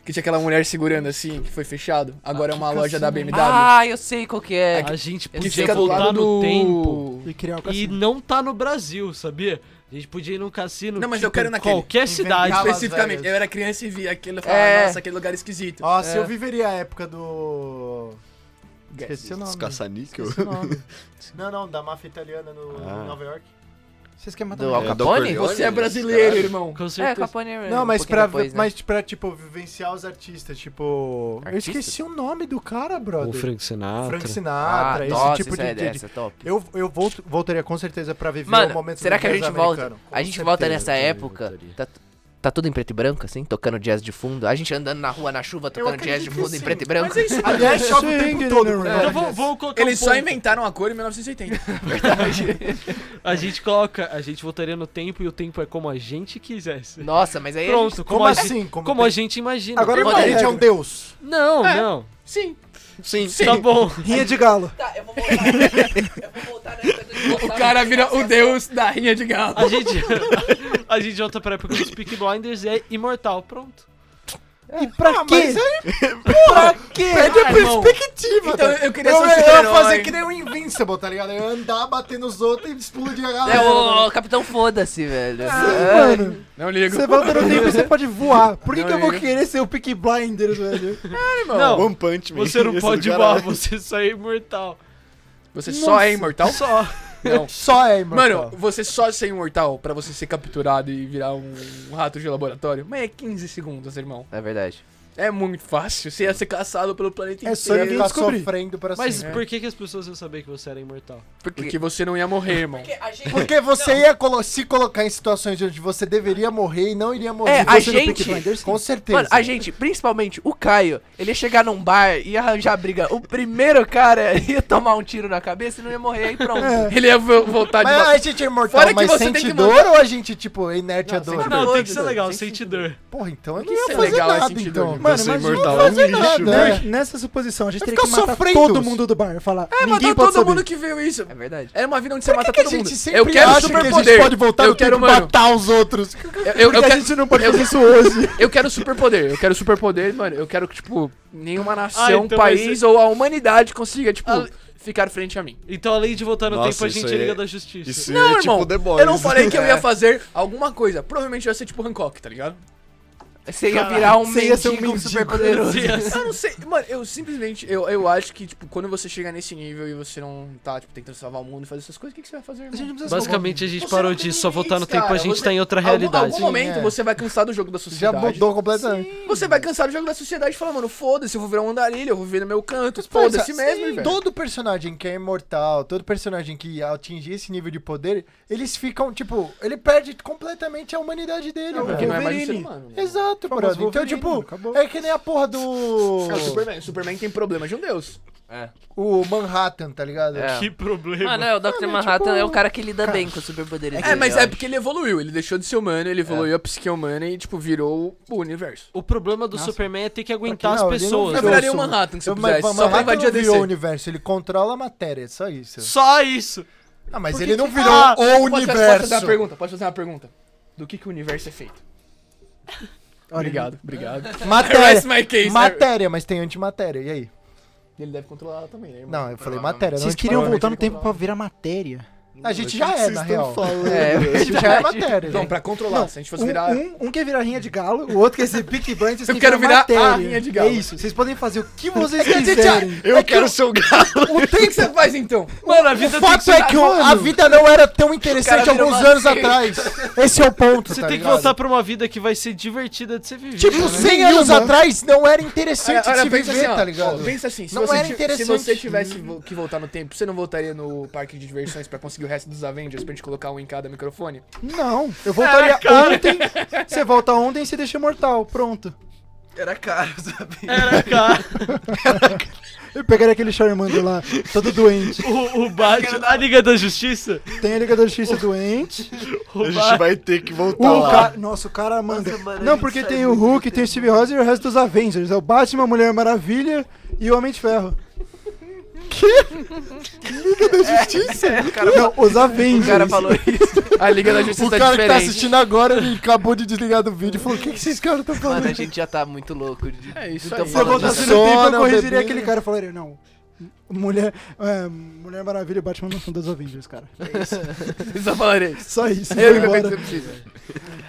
B: Que tinha aquela mulher segurando assim, que foi fechado. Agora é uma loja da BMW.
F: Ah, eu sei qual que é.
A: A gente
B: que
A: podia voltar no tempo
D: E criar assim. o
A: e
D: cassino.
A: não tá no Brasil, sabia? A gente podia ir num cassino.
B: Não, mas
A: tipo,
B: eu quero
A: em
B: naquele.
A: Qualquer cidade.
E: Inventava-
B: Especificamente, eu era criança e vi aquilo e falava,
F: É.
B: nossa, aquele lugar esquisito.
E: Nossa,
F: É.
E: eu viveria a época do. Esqueci o nome.
C: Os caça-níquel.
E: Esqueci o nome. Não, não, da máfia italiana no
C: Ah.
E: em Nova York.
D: Vocês querem matar
F: Do
D: minha-
F: Al
C: É, do
F: Capone?
C: Corleone.
B: Você é brasileiro, irmão.
A: Com
F: É,
A: certeza.
F: Capone é
E: Não, mas
F: um pouquinho
E: pra,
F: depois, né?
E: mas pra, tipo, vivenciar os artistas, tipo. Eu
F: Artistas?
E: esqueci o nome do cara, brother.
A: o Frank Sinatra.
E: Frank
F: Ah,
E: Sinatra, esse
F: nossa,
E: tipo
F: isso
E: de.
F: é
E: de- de-
F: dessa, top.
E: Eu, eu volto- voltaria com certeza pra viver o
F: Mano,
E: momento
F: será
E: do
F: que a
E: jazz
F: gente volta?
E: americano. Com
F: A gente volta
E: certeza.
F: nessa
A: também
F: época.
A: voltaria.
F: Tá, tá tudo em preto e branco, assim? Tocando jazz de fundo. A gente andando na rua, na chuva, tocando jazz de
E: acredito que
F: fundo em
E: sim.
F: preto e branco.
B: Mas é isso, mano.
E: Aliás, chove o tempo
D: Swing,
E: todo.
D: né,
E: por
A: Então
E: causa
A: vamos,
E: disso.
A: vamos colocar um
B: Eles só
A: ponto.
B: inventaram a cor em 1980.
A: A gente coloca, a gente voltaria no tempo e o tempo é como a gente quisesse.
F: *laughs* Nossa, mas aí. a
A: Pronto, como,
E: Como
A: a gente,
E: assim? Como,
A: como
E: tem-
A: a gente imagina.
D: Agora
E: Como
D: não
E: a
D: é
E: gente é um
D: regra.
E: deus.
A: Não,
B: É.
A: não.
B: Sim.
C: *laughs* Sim.
A: Tá bom.
D: Rinha de galo.
F: Tá, eu vou voltar. eu vou voltar nessa coisa de
B: O
F: voltar
B: cara
F: no-
B: vira o deus da rinha de galo.
A: *laughs* A gente, a gente volta pra época dos Peak Blinders e é imortal. Pronto.
D: E pra
E: Ah,
D: quê?
E: mas aí
D: Pra quê?
E: perde a
B: Ah, irmão.
E: perspectiva.
B: Então,
E: tá?
B: eu queria
E: eu,
B: ser um
E: eu ia
B: super-herói.
E: fazer que nem o Invincible, tá ligado? Eu ia andar, bater nos outros e explodir a
F: É,
E: galera.
F: ô, Capitão Foda-se, velho.
E: Ah,
D: Sim, mano.
B: *laughs* Não ligo.
D: Você volta no tempo e você pode voar. Por que,
B: Não,
D: que eu vou
B: eu-
D: querer ser o Peak Blinder, *laughs* velho?
A: Não,
C: One Punch Man.
A: você não
C: Esse é
A: pode
C: do
A: voar,
C: caralho.
A: você só é imortal.
B: Você só é imortal?
A: Só.
B: Não.
E: Só é, imortal.
B: Mano, você só ser imortal pra você ser capturado e virar um, um rato de laboratório? Mas é 15 segundos, irmão.
F: É verdade.
B: É muito fácil. Você ia ser caçado pelo planeta
E: é
B: inteiro.
E: só ninguém
D: ninguém descobrir.
E: sofrendo pra
A: Mas
E: sempre.
A: por que, que as pessoas iam saber que você era imortal?
B: Porque você não ia morrer, irmão.
E: É, Porque você ia colo- se colocar em situações onde você deveria morrer e não iria morrer.
F: É,
E: Você
F: a
E: no Peaky
F: gente-
E: Blinders, sim. Com certeza.
F: Mano, a gente, principalmente o Caio, ele ia chegar num bar e ia arranjar briga. O primeiro cara *laughs* ia tomar um tiro na cabeça e não ia morrer, aí pronto.
B: Ele ia vo- voltar de
E: Mas
B: volta.
E: a gente é imortal,
B: Fora que
E: mas
B: você
E: sente
B: tem que
E: dor
B: mandar-
E: ou a gente, tipo, é inerte a
F: Não,
E: dor?
F: sente dor.
A: Não, tem que ser
F: dor,
A: legal,
F: sem
A: sente
F: sentido.
A: dor.
E: Porra, então eu
B: Que
E: não ia
B: ser
E: fazer
B: legal é
E: nada,
B: sentir
E: então.
B: dor.
D: Mano,
C: Você é
D: mas não
C: imortal,
E: vou
C: é um
E: fazer
C: lixo,
E: nada.
C: velho.
E: É.
D: Porque Né, Nessa suposição, a gente
E: Vai
D: teria que
E: ficar
D: matar
E: sofrendo.
D: todo mundo do bar. Falar,
B: É,
D: ninguém
B: matou
D: pode
B: todo
D: saber.
B: mundo que viu isso.
F: É verdade.
B: Era uma vida onde você mata
E: que a
B: todo
E: gente
B: mundo.
E: sempre
B: Eu quero
E: acha que a gente
B: superpoder.
E: pode voltar
B: eu
E: no
B: quero,
E: tempo e
B: mano.
E: matar os outros?
B: Eu, eu
D: Porque a
B: quero,
D: gente não pode fazer isso hoje.
B: eu quero superpoder. Eu quero superpoder, mano. Eu quero que, tipo, nenhuma nação,
A: então vai
B: país
A: ser-
B: ou a humanidade consiga, tipo,
A: Ah,
B: ficar frente a mim.
A: Então, além de voltar no
C: Nossa,
A: tempo, a
C: isso
A: gente
C: aí
A: é Liga
C: é-
A: da Justiça.
C: Isso
B: Não,
C: é
B: irmão,
C: tipo The Boys.
B: Eu não falei
C: *laughs*
B: que eu ia fazer alguma coisa. Provavelmente eu ia ser tipo Hancock, tá ligado?
F: Você ia virar um
D: Você ia ser um
F: mendigo
D: mendigo.
F: super
B: *laughs*
F: poderoso. *laughs*
B: Eu não sei, mano, eu simplesmente, eu, eu acho que, tipo, quando você chega nesse nível e você não tá, tipo, tentando salvar o mundo e fazer essas coisas, o que, que você vai fazer, irmão?
C: é
A: Basicamente, a gente
B: Você
A: parou
B: não tem
A: de só voltar no
B: limites,
A: tempo, a
B: cara.
A: gente
B: Você-
A: tá em outra
B: Algum-
A: realidade.
B: algum momento
E: é.
B: você vai cansar do jogo da
E: Já
B: sociedade.
E: mudou completamente.
B: Você vai cansar do jogo da sociedade e falar, mano, foda-se, eu vou virar um andarilho, eu vou viver no meu canto, foda-se
E: Pensa,
B: mesmo,
E: sim,
B: velho.
E: Todo personagem que é imortal, todo personagem que atingir esse nível de poder, eles ficam, tipo, ele perde completamente a humanidade dele,
B: Não,
E: velho.
B: porque não é mais um ser
D: Wolverine.
B: humano. né?
E: Exato,
D: Famoso
E: brother. Então,
D: Wolverine, mano,
E: tipo,
D: acabou.
E: é que nem a porra do.
B: É o Superman. O Superman tem problema de um deus.
E: o Manhattan, tá ligado?
F: É.
A: Que problema.
F: Mano, é, o Dr. Manhattan é o cara que lida bem com superpoderes.
B: É,
F: dele,
B: mas
F: eu
B: é
F: acho.
B: porque ele evoluiu. Ele deixou de ser humano, ele evoluiu a psique humana e, tipo, virou o universo.
A: O problema do Superman é ter que aguentar
E: Não,
A: as
E: ele não
A: pessoas.
B: Eu
E: virou
B: viraria o
E: super-
B: Manhattan se eu
E: Mas
B: quisesse,
E: mas
B: só pra
E: Manhattan
B: invadir a
E: não
B: DC.
E: virou o universo, ele controla a matéria, é só isso.
A: Só isso.
E: Ah, mas
B: Por
E: ele
B: que
E: não
B: que-
E: virou
B: Ah,
E: o
B: Pode, pode
E: universo.
B: fazer uma pergunta, pode fazer uma pergunta. Do que, que o universo é feito?
E: *laughs*
B: Obrigado, *laughs* obrigado. I rest
E: Matéria.
B: my case.
E: Matéria, mas tem antimatéria. E aí?
B: Ele deve controlar ela também, né, irmão?
E: Não, eu falei matéria. não
D: Vocês queriam
E: antimatéria.
D: voltar no tempo pra ver a matéria.
E: A gente já é, na real.
F: *laughs* É,
E: A gente
D: *laughs*
E: já é *laughs* matéria. é.
B: Não,
E: né?
B: pra controlar, se a gente fosse
D: Um-
B: virar...
D: Um, um quer virar rinha de galo, o outro quer ser Peak Blind, vocês
B: Eu
D: querem
B: quero virar a
D: matéria.
B: rinha de galo.
D: É isso, vocês podem fazer o que vocês
E: *laughs* a gente já-
D: quiserem.
C: Eu quero ser o gato.
B: *laughs* O que, que você faz, então? Mano, a vida
E: O fato é que o- a vida não era tão interessante
B: virou
E: alguns
B: uma
E: anos
B: seita.
E: atrás. Esse é o ponto,
A: Você
E: tá
A: tem que
E: ligado?
A: voltar pra uma vida que vai ser divertida de ser vivida.
E: Tipo, 100 anos atrás não era interessante de *laughs* se
B: pensa
E: viver,
B: assim, ó,
E: tá
B: ó,
E: ligado?
B: pensa assim, se
E: Não
B: você,
E: era
B: ti- se
E: interessante.
B: você tivesse vo- que voltar no tempo, você não voltaria no parque de diversões pra conseguir o resto dos Avengers pra gente colocar um em cada microfone?
D: tipo, Não, eu voltaria ontem. Você volta ontem e você deixa mortal, pronto.
F: Era *laughs* caro, sabe?
A: Era,
B: *laughs*
A: cara,
D: Eu pegaria aquele Charmander lá, todo doente.
A: o, o Batman, a Liga da Justiça,
D: Tem a Liga da Justiça doente.
A: o
C: A gente
A: Batman.
C: vai ter que voltar
D: O
C: lá.
D: cara, nossa, o cara manda.
F: mano, a
D: Tá não,
F: gente
D: porque
F: sai
D: tem o
F: muito
D: Hulk, tem o Steve Rogers e o resto dos Avengers. É o Batman, Mulher Maravilha e o Homem de Ferro. É.
F: o, cara,
D: Não, os
F: o
D: Avengers.
F: cara falou isso.
B: A Liga da Justiça
E: O cara que tá
B: diferente.
E: assistindo agora, ele acabou de desligar do vídeo e falou: O que, que esses caras estão
F: Mano,
E: falando?
F: a gente já tá muito louco. de-
B: É isso
F: Então
B: aí.
D: Se eu
F: fala
D: voltasse
F: disso.
D: no tempo, eu
E: Zona,
D: corrigiria
E: bebida.
D: aquele cara e falaria, não. Mulher, é, Mulher Maravilha e Batman não são dos Avengers, cara.
B: Só falaria isso.
D: Só isso.
B: É a
D: vai
B: única coisa
D: embora.
B: que você precisa.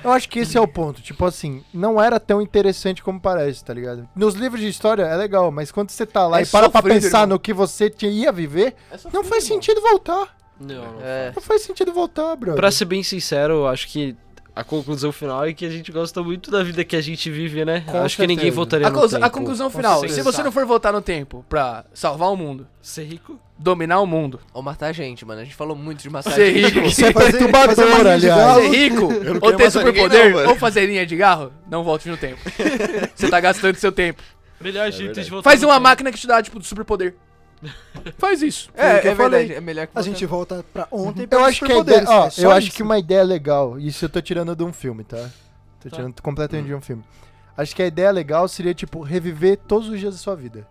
E: Eu acho que esse é o ponto. Tipo assim, não era tão interessante como parece, tá ligado? Nos livros de história é legal, mas quando você tá lá
B: É
E: e para pra
B: sofrido,
E: pensar
B: irmão.
E: no que você tinha- ia viver, não faz sentido voltar.
A: Não, não.
F: É.
E: Não faz sentido voltar, brother.
A: Pra ser bem sincero, eu acho que a conclusão final é que a gente gosta muito da vida que a gente vive, né?
E: Com
A: acho que ninguém
E: certeza.
A: votaria
B: A,
A: no
B: cons- a
A: tempo.
B: conclusão
A: Com
B: final, se
A: certeza.
B: você não for voltar no tempo pra salvar o mundo,
A: Ser rico?
B: dominar o mundo,
F: Ou matar a gente, mano. A gente falou muito de
B: *laughs* ser
F: massagem.
B: rico,
D: Você vai fazer, fazer uma rinha de
E: aliás.
D: galo.
B: ser rico,
C: não
B: ou
C: queria
B: ter
C: matar ninguém,
B: superpoder,
C: não, mano.
B: ou fazer linha de garro, não volte no tempo. Você tá gastando seu tempo.
A: Melhor jeito
C: É verdade.
A: de votar
B: Faz
A: no
B: uma
A: tempo.
B: máquina que te dá, tipo, do superpoder. Faz isso.
D: Foi o que
F: *laughs* É, é
D: eu falei.
F: verdade. É melhor que
D: A gente volta pra ontem pra
E: Eu acho que a
D: superpoderes,
E: ideia, ó,
D: é só
E: eu acho
D: isso.
E: que uma ideia legal, isso eu tô tirando de um filme, tá? Tô
A: Tá.
E: tirando
D: Hum.
E: completamente de um filme. Acho que a ideia legal seria tipo reviver todos os dias da sua vida.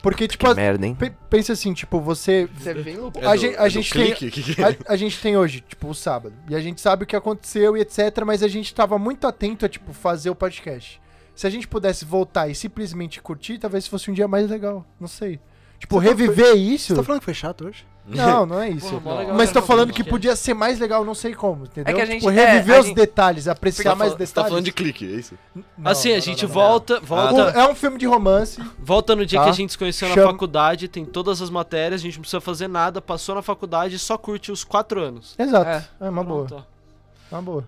E: Porque tipo, a-
F: Merda, hein?
E: pe- pensa assim, tipo, você
B: Você é bem louco.
E: a gen- a gente tem-
C: clique? Que que é?
E: a, a gente tem hoje, tipo, o sábado. E a gente sabe o que aconteceu e etc, mas a gente tava muito atento a tipo fazer o podcast. Se a gente pudesse voltar e simplesmente curtir, talvez fosse um dia mais legal. Não sei. Tipo,
D: Você tá-
E: reviver isso.
D: Você tá falando que foi chato hoje?
E: Não, não é isso.
A: Porra, mó legal
E: Mas tô
A: gravar
E: falando
A: um
E: que
A: podcast.
E: podia ser mais legal, não sei como, entendeu?
F: que a gente-
E: tipo,
F: é,
E: reviver
F: a
E: os
F: gente-
E: detalhes, apreciar mais
C: *laughs* Você
E: detalhes.
C: tá falando de clique, é isso?
E: Não,
A: assim,
E: não,
A: a
E: não,
A: gente
E: não, não.
A: volta,
B: Ah, tá.
A: volta,
E: É um filme de romance.
A: volta no dia
E: Tá.
A: que a gente se conheceu na
E: Chama-
A: faculdade, tem todas as matérias, a gente não precisa fazer nada, passou na faculdade e só curte os quatro anos.
E: Exato. É, uma boa.
A: Pronto, ó.
E: Uma boa.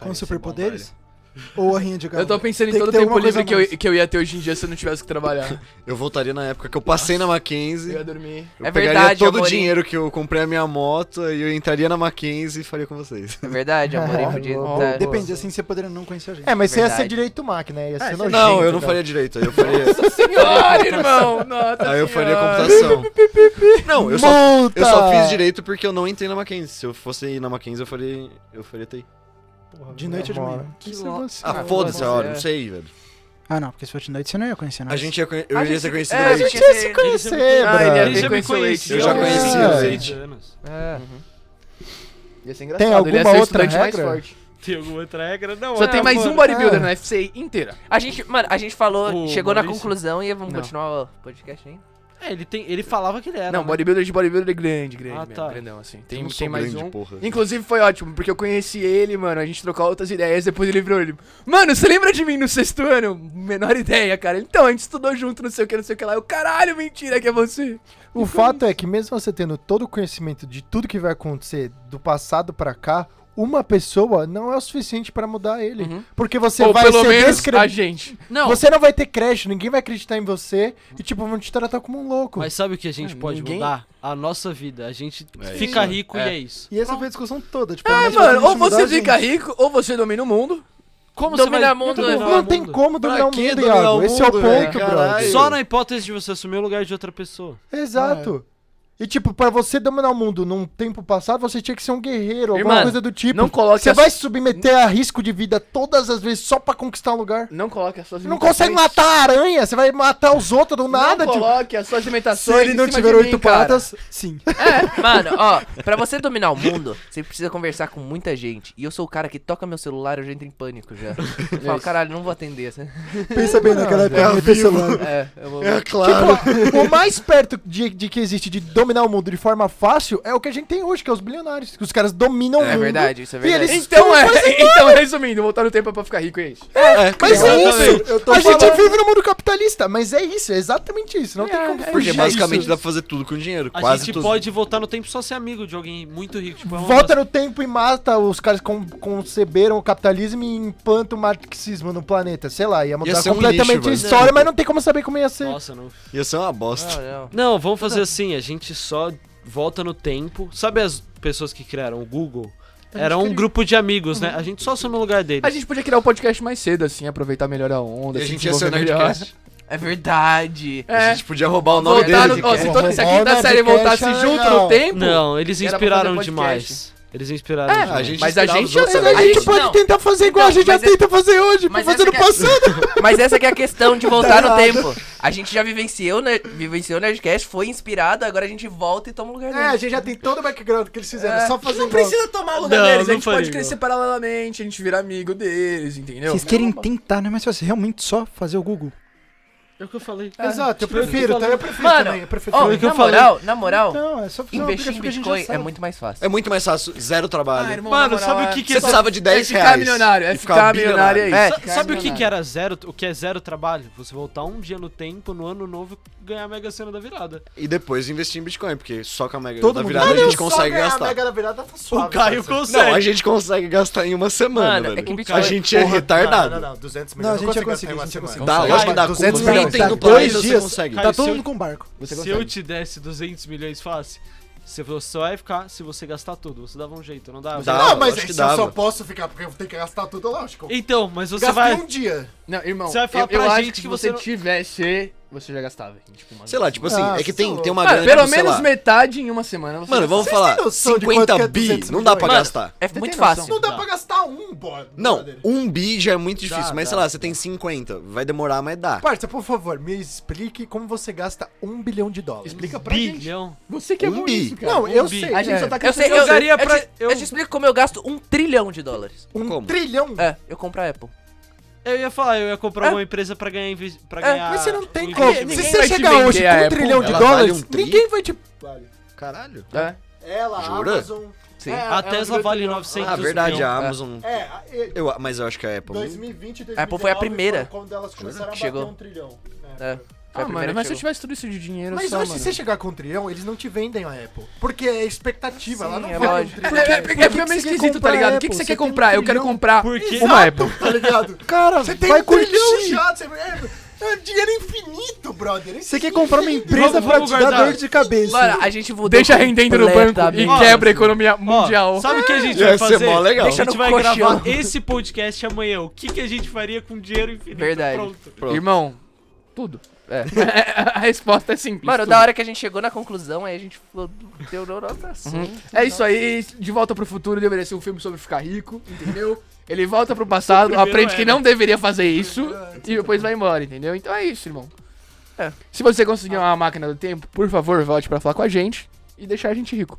D: Com superpoderes? Ou a rinha de
B: Eu tô pensando em
D: Tem
B: todo o
D: que ter
B: tempo
D: alguma coisa
B: livre que
D: a mais.
B: eu, que eu ia ter hoje em dia se eu não tivesse que trabalhar.
C: Eu voltaria na época que eu passei na
B: Eu
C: Mackenzie.
B: ia dormir.
C: Eu
F: É
C: pegaria
F: verdade,
C: todo o
F: Amorim.
C: dinheiro que eu comprei a minha moto e eu entraria na Mackenzie e faria com vocês.
F: É verdade, amor.
E: É,
F: Ele podia
E: boa,
F: tá-
D: Depende, assim você poderia não conhecer a gente.
E: É, mas você ia ser
F: Verdade.
E: direito máquina, né? Ia ser nojento,
C: Não, eu não
E: cara.
C: faria direito. aí Eu faria,
B: Senhora, irmão! Nossa
C: aí eu faria
B: senhora.
C: computação. Não, eu só,
E: Multa!
C: eu só fiz direito porque eu não entrei na Mackenzie. Se eu fosse ir na Mackenzie, eu faria, eu faria TI.
D: De noite ou de
E: Bora.
D: manhã?
E: Que
F: Que
E: isso
F: lo-
E: é você,
C: Ah,
E: cara?
C: foda-se a hora,
F: é.
C: não sei, velho.
D: Ah, não, porque se for de noite você não ia conhecer nós.
C: A gente ia conhe- eu
B: A
C: iria
B: gente-
C: ser conhecido
B: é, a
C: aí. tipo,
B: gente-
E: Tinha se
B: Ah,
E: conhecer,
B: ele
C: É,
E: brother.
B: ia-
A: já
B: conheceu
A: me
B: o
A: conhecia,
C: Leite. Eu já
A: há
C: conheci
A: uns
E: o
A: seis anos.
B: É. Ia ser engraçado.
E: Tem
B: ele ia
E: alguma
B: ser o
E: outra
B: estudante mais
E: regra?
B: forte.
A: Tem alguma outra regra? Não,
B: Só
A: é,
B: tem mais
A: mano.
B: um bodybuilder
E: É.
B: na FCI inteira.
F: A gente, mano, a gente falou,
A: O
F: chegou na
A: Maurício?
F: conclusão e vamos
B: Não.
F: continuar o podcast ainda.
A: É, ele, tem, ele falava que ele era.
B: Não,
A: né?
B: bodybuilder de bodybuilder é grande, grande.
A: Ah,
B: mesmo,
A: tá.
B: grandão, assim.
C: Eu
B: Tem,
C: não sou
B: tem mais
C: grande,
B: um.
C: porra.
E: né?
B: Inclusive foi ótimo, porque eu conheci ele, mano, a gente trocou outras ideias, depois ele virou ele. Mano, você lembra de mim no sexto ano? Menor ideia, cara. Ele, Então, a gente estudou junto, não sei o que, não sei o que lá. Eu, caralho, mentira que é você.
E: O fato é que mesmo você tendo todo o conhecimento de tudo que vai acontecer do passado pra cá, uma pessoa não é o suficiente pra mudar ele.
B: Uhum.
E: Porque você
B: Ou
E: vai
B: pelo
E: ser
B: menos a
E: descre...
B: gente.
F: Não,
E: Você não vai ter crédito, ninguém vai acreditar em você e, tipo, vão te tratar como um louco.
A: Mas sabe o que a gente
B: Ah,
A: pode
B: ninguém-
A: mudar? A nossa vida. A gente
C: É isso,
A: fica
C: mano.
A: rico e
B: É.
A: é isso.
D: E essa foi a discussão toda, tipo...
B: É,
E: Ah,
D: mas
B: mano,
D: quando a
B: ou
D: gente mudar,
B: você
D: a gente-
B: fica rico, ou você domina o mundo.
A: Como
B: Dominar o mundo,
A: dominar
E: não,
A: o mundo?
E: tem como
C: Pra
E: dominar o
C: que
E: mundo,
C: dominar
E: Iago.
C: o
E: Esse é o
C: mundo,
E: ponto,
C: velho?
E: brother.
C: Caralho.
A: Só na hipótese de você assumir o lugar de outra pessoa.
E: Exato.
C: É.
E: E, tipo, pra você dominar o mundo num tempo passado, você tinha que ser um guerreiro, alguma
B: Irmã,
E: coisa do tipo.
B: não coloque
E: Você
B: as-
E: vai se submeter a risco de vida todas as vezes só pra conquistar um lugar.
B: Não coloque as suas
E: Não consegue matar a aranha, você vai matar os outros do nada,
B: Não
E: tipo.
B: coloque as suas
E: Se
B: limitações.
E: ele não tiver oito patas,
D: Sim.
F: *laughs* mano, ó, pra você dominar o mundo, você precisa conversar com muita gente. E eu sou o cara que toca meu celular, eu já entro em pânico já. *laughs* Eu falo, caralho, não vou atender. assim.
D: Pensa bem naquela época
C: ao
D: que meter celular.
F: É, eu vou.
E: tipo, o mais perto de, de que existe de dominar o mundo de forma fácil é o que a gente tem hoje, que é os bilionários. Que os caras dominam o
F: É *laughs*
E: mundo.
F: verdade, isso é
E: E eles-
F: verdade.
B: Então é, *laughs* então resumindo, voltar no tempo é pra ficar rico, é isso.
E: Mas é isso!
D: Eu
E: A gente vive no mundo capitalista, mas é isso, é exatamente isso. Não tem como
B: É,
C: Porque
E: fugir.
C: basicamente
E: disso.
C: dá pra fazer tudo com dinheiro.
A: A
C: quase
A: gente
C: tudo.
A: pode voltar no tempo só ser amigo de alguém muito rico. Tipo, é uma
E: Volta no tempo e mata os caras que con- conceberam o capitalismo e implanta o marxismo no planeta. Sei lá, ia mudar
C: ser um
E: completamente
C: lixo,
E: a
C: velho.
E: história, mas não tem como saber como ia ser.
A: Nossa, não.
C: Ia ser uma bosta.
F: Não, não.
A: Não, vamos fazer assim, a gente só volta no tempo. Sabe as pessoas que criaram o Google? Era um grupo de amigos, né? A gente só assume o lugar
B: A
A: deles.
B: gente podia criar o podcast mais cedo, assim, aproveitar melhor Ah, a onda.
C: E a
B: se
C: gente ia ser o
B: desenvolver melhor.
C: Nerdcast.
F: É verdade.
B: É.
C: A gente podia roubar o nome
B: Voltar
C: dele.
B: no, ó, se,
E: cara.
B: todo, se a
E: Roda
B: quinta
E: de
B: série
E: caixa
B: voltasse
E: é
B: junto
E: legal.
B: no tempo.
A: Não, eles
B: um Era pra
A: inspiraram
B: fazer podcast.
A: demais. Eles inspiraram
B: É,
A: demais.
C: a gente
B: Mas a
C: inspirava
B: gente
C: os
B: ia
C: outros
B: ser
E: Mas a
B: Mas
E: gente
B: isso-
E: pode
F: não.
E: tentar fazer igual
F: Então,
E: a gente já
F: mas é-
E: tenta fazer hoje, pra
F: mas
E: fazer
F: essa
E: no
F: que é-
E: passado.
F: Mas essa que é a questão de voltar no tempo. A gente já vivenciou, né, vivenciou o Nerdcast, foi inspirado, agora a gente volta e toma o lugar dele.
E: É, gente já tem todo o background que eles fizeram,
B: É, não precisa tomar o lugar
A: Não,
B: deles, a
A: não
B: gente
A: faria
B: pode
A: igual.
B: crescer paralelamente, a gente vira amigo deles, entendeu?
D: Vocês querem tentar, né? Mas se você realmente só fazer o Google.
A: É o que eu falei.
E: Exato,
D: Tipo,
E: eu prefiro, tá? eu prefiro
F: Mano,
E: também, eu prefiro
F: Ó,
E: também.
A: o que eu
F: na
A: falei.
F: moral, na moral,
D: Não, é só fazer
F: investir em Bitcoin é muito mais fácil.
C: É muito mais fácil, zero trabalho.
B: Ah, irmão,
A: Mano,
B: na moral,
A: sabe o
B: é-
A: que que
C: Você precisava de 10
B: é ficar
C: reais.
B: milionário, é
C: e
B: ficar milionário, é
A: Sa-
B: Cara,
A: sabe o que,
B: não.
A: que era zero? O que é zero trabalho? Você voltar um dia no tempo, no ano novo, e ganhar a mega cena da virada.
C: É, E depois investir em Bitcoin, porque só com a mega
D: Todo
C: da
D: mundo-
C: virada a gente consegue gastar.
A: o Caio consegue.
C: Não, a gente consegue gastar em uma semana,
F: Mano, é
C: velho.
F: que Bitcoin-
C: a gente é retardado.
G: Não, não, não, 200
D: Não,
G: milhões.
D: a gente já conseguiu, a gente já
C: Dá,
F: Consegue.
C: lógico que dá. Com
E: 200
C: um
E: milhões,
C: item
E: tá?
C: do
E: Dois
C: planeta você
E: dias.
C: consegue.
A: Caio,
D: Tá
A: se
D: todo
A: eu-
D: mundo com barco.
A: se eu te desse 200 milhões fácil, você só vai ficar se você gastar tudo. Você dava um jeito, não dava?
C: Dá.
G: Não,
C: Dava,
G: mas
C: acho que
G: se eu só
C: dava.
G: posso ficar porque eu tenho que gastar tudo, lógico.
A: Então, mas você
G: Gastei
A: vai...
G: um dia.
B: Não, irmão,
A: Você vai falar
B: eu,
A: pra
B: eu acho
A: gente
B: que
A: que
B: se
A: você
B: você
A: não-
B: tivesse, você já gastava. em, Tipo, uma-
C: Sei lá, tipo assim,
E: Ah,
C: é que tem,
G: sei
C: tem uma
B: Mano,
C: grana.
B: pelo
C: tipo, sei
B: menos
C: lá.
B: metade em uma semana você
C: Mano, vamos falar.
E: noção de
C: 50
E: quanto que é
C: bi,
E: 200
C: não dá pra
F: milhões?
C: gastar.
F: É
B: Você
F: muito
B: tem noção?
F: fácil.
G: Não dá pra gastar um, bora.
C: Não,
G: brother.
C: um bi já é muito difícil, mas
A: dá.
C: sei lá, você tem 50. Vai demorar, mas dá.
E: Parça, por favor, me explique como você gasta um bilhão de dólares.
B: Explica pra gente.
A: Bilhão.
B: Você que é
C: Um
B: bom
C: bi.
B: nisso, cara.
E: Não,
B: Um
E: eu
B: bi.
E: sei,
B: A gente
E: é.
B: só tá
F: Eu sei,
B: cansando
F: eu,
B: de-
A: usaria
F: eu
A: pra-
F: te,
A: eu-
F: eu te explico como eu gasto um trilhão de dólares.
E: Um
B: Uhum.
C: Como?
E: trilhão?
F: É, eu compro a Apple.
A: Eu ia falar, eu ia comprar uma empresa pra ganhar... invi- Pra ganhar
E: Mas você não tem
A: um
E: como.
A: investimento.
E: Se
B: ninguém
E: você
B: vai te
E: chegar
B: vender
E: hoje
B: a
G: é,
E: com um
B: Apple.
E: trilhão de
C: Ela vale
E: dólares,
C: um tri?
E: ninguém vai te.
C: Caralho.
F: É,
G: Ela,
C: Jura?
G: Amazon.
F: sim.
G: É,
B: Ah.
A: A
G: ela
A: Tesla
G: virou
A: vale
G: trilhão.
A: 900
C: Ah, verdade,
A: milhão.
C: a Amazon.
G: É, a- e-
C: Eu, mas eu acho que a Apple.
G: 2020 e 2019
F: A Apple foi a primeira.
G: foi Quando elas começaram a
F: Chegou.
G: bater um trilhão.
F: É. Foi
B: Ah,
F: a primeira
B: mano, mas
F: que
B: se eu
F: chegou.
B: tivesse tudo isso de dinheiro
E: Mas
B: só,
E: hoje, se
B: mano.
E: você chegar com um trilhão, eles não te vendem a Apple. Porque é expectativa, ela não
F: é
E: vale um
F: lógico.
E: trilhão.
B: É, porque é meio
E: você quer
B: esquisito,
E: comprar
B: tá ligado? O que,
E: Apple?
B: que você
E: Você
B: quer
E: tem um
B: comprar? Eu quero
E: trilhão.
B: comprar.
A: Porque...
B: Uma Apple.
G: Tá ligado?
E: Cara,
G: Você tem
E: vai
G: um trilhão
E: curtir.
G: já. Você, é, é dinheiro infinito, brother.
E: Você quer comprar uma empresa
A: Vamos-
E: pra
A: vamos
E: te dar
A: guardar.
E: dor de cabeça.
F: Mano, a gente mudou
B: Deixa rendendo no banco e
F: completamente.
B: quebra a economia
A: Ó,
B: um mundial.
A: sabe o que a gente
C: Ia
A: vai
C: ser
A: fazer?
C: mó legal.
A: A
F: Deixa
A: gente
F: no
A: vai
F: colchão.
A: gravar esse podcast amanhã. O que, que a gente faria com dinheiro infinito?
F: Verdade.
A: Pronto.
C: Pronto.
B: Irmão, tudo.
F: É.
B: *laughs* a resposta é simples.
F: Mano,
B: tudo.
F: da hora que a gente chegou na conclusão, aí a gente falou, deu nota
B: Uhum.
F: assim.
B: É isso aí, de volta pro futuro deveria ser um filme sobre ficar rico, entendeu? Ele volta pro passado,
A: primeiro
B: aprende que
A: era.
B: não deveria fazer isso e depois vai embora, entendeu? Então é isso, irmão.
F: É.
B: Se você conseguir uma máquina do tempo, por favor, volte pra falar com a gente e deixar a gente rico.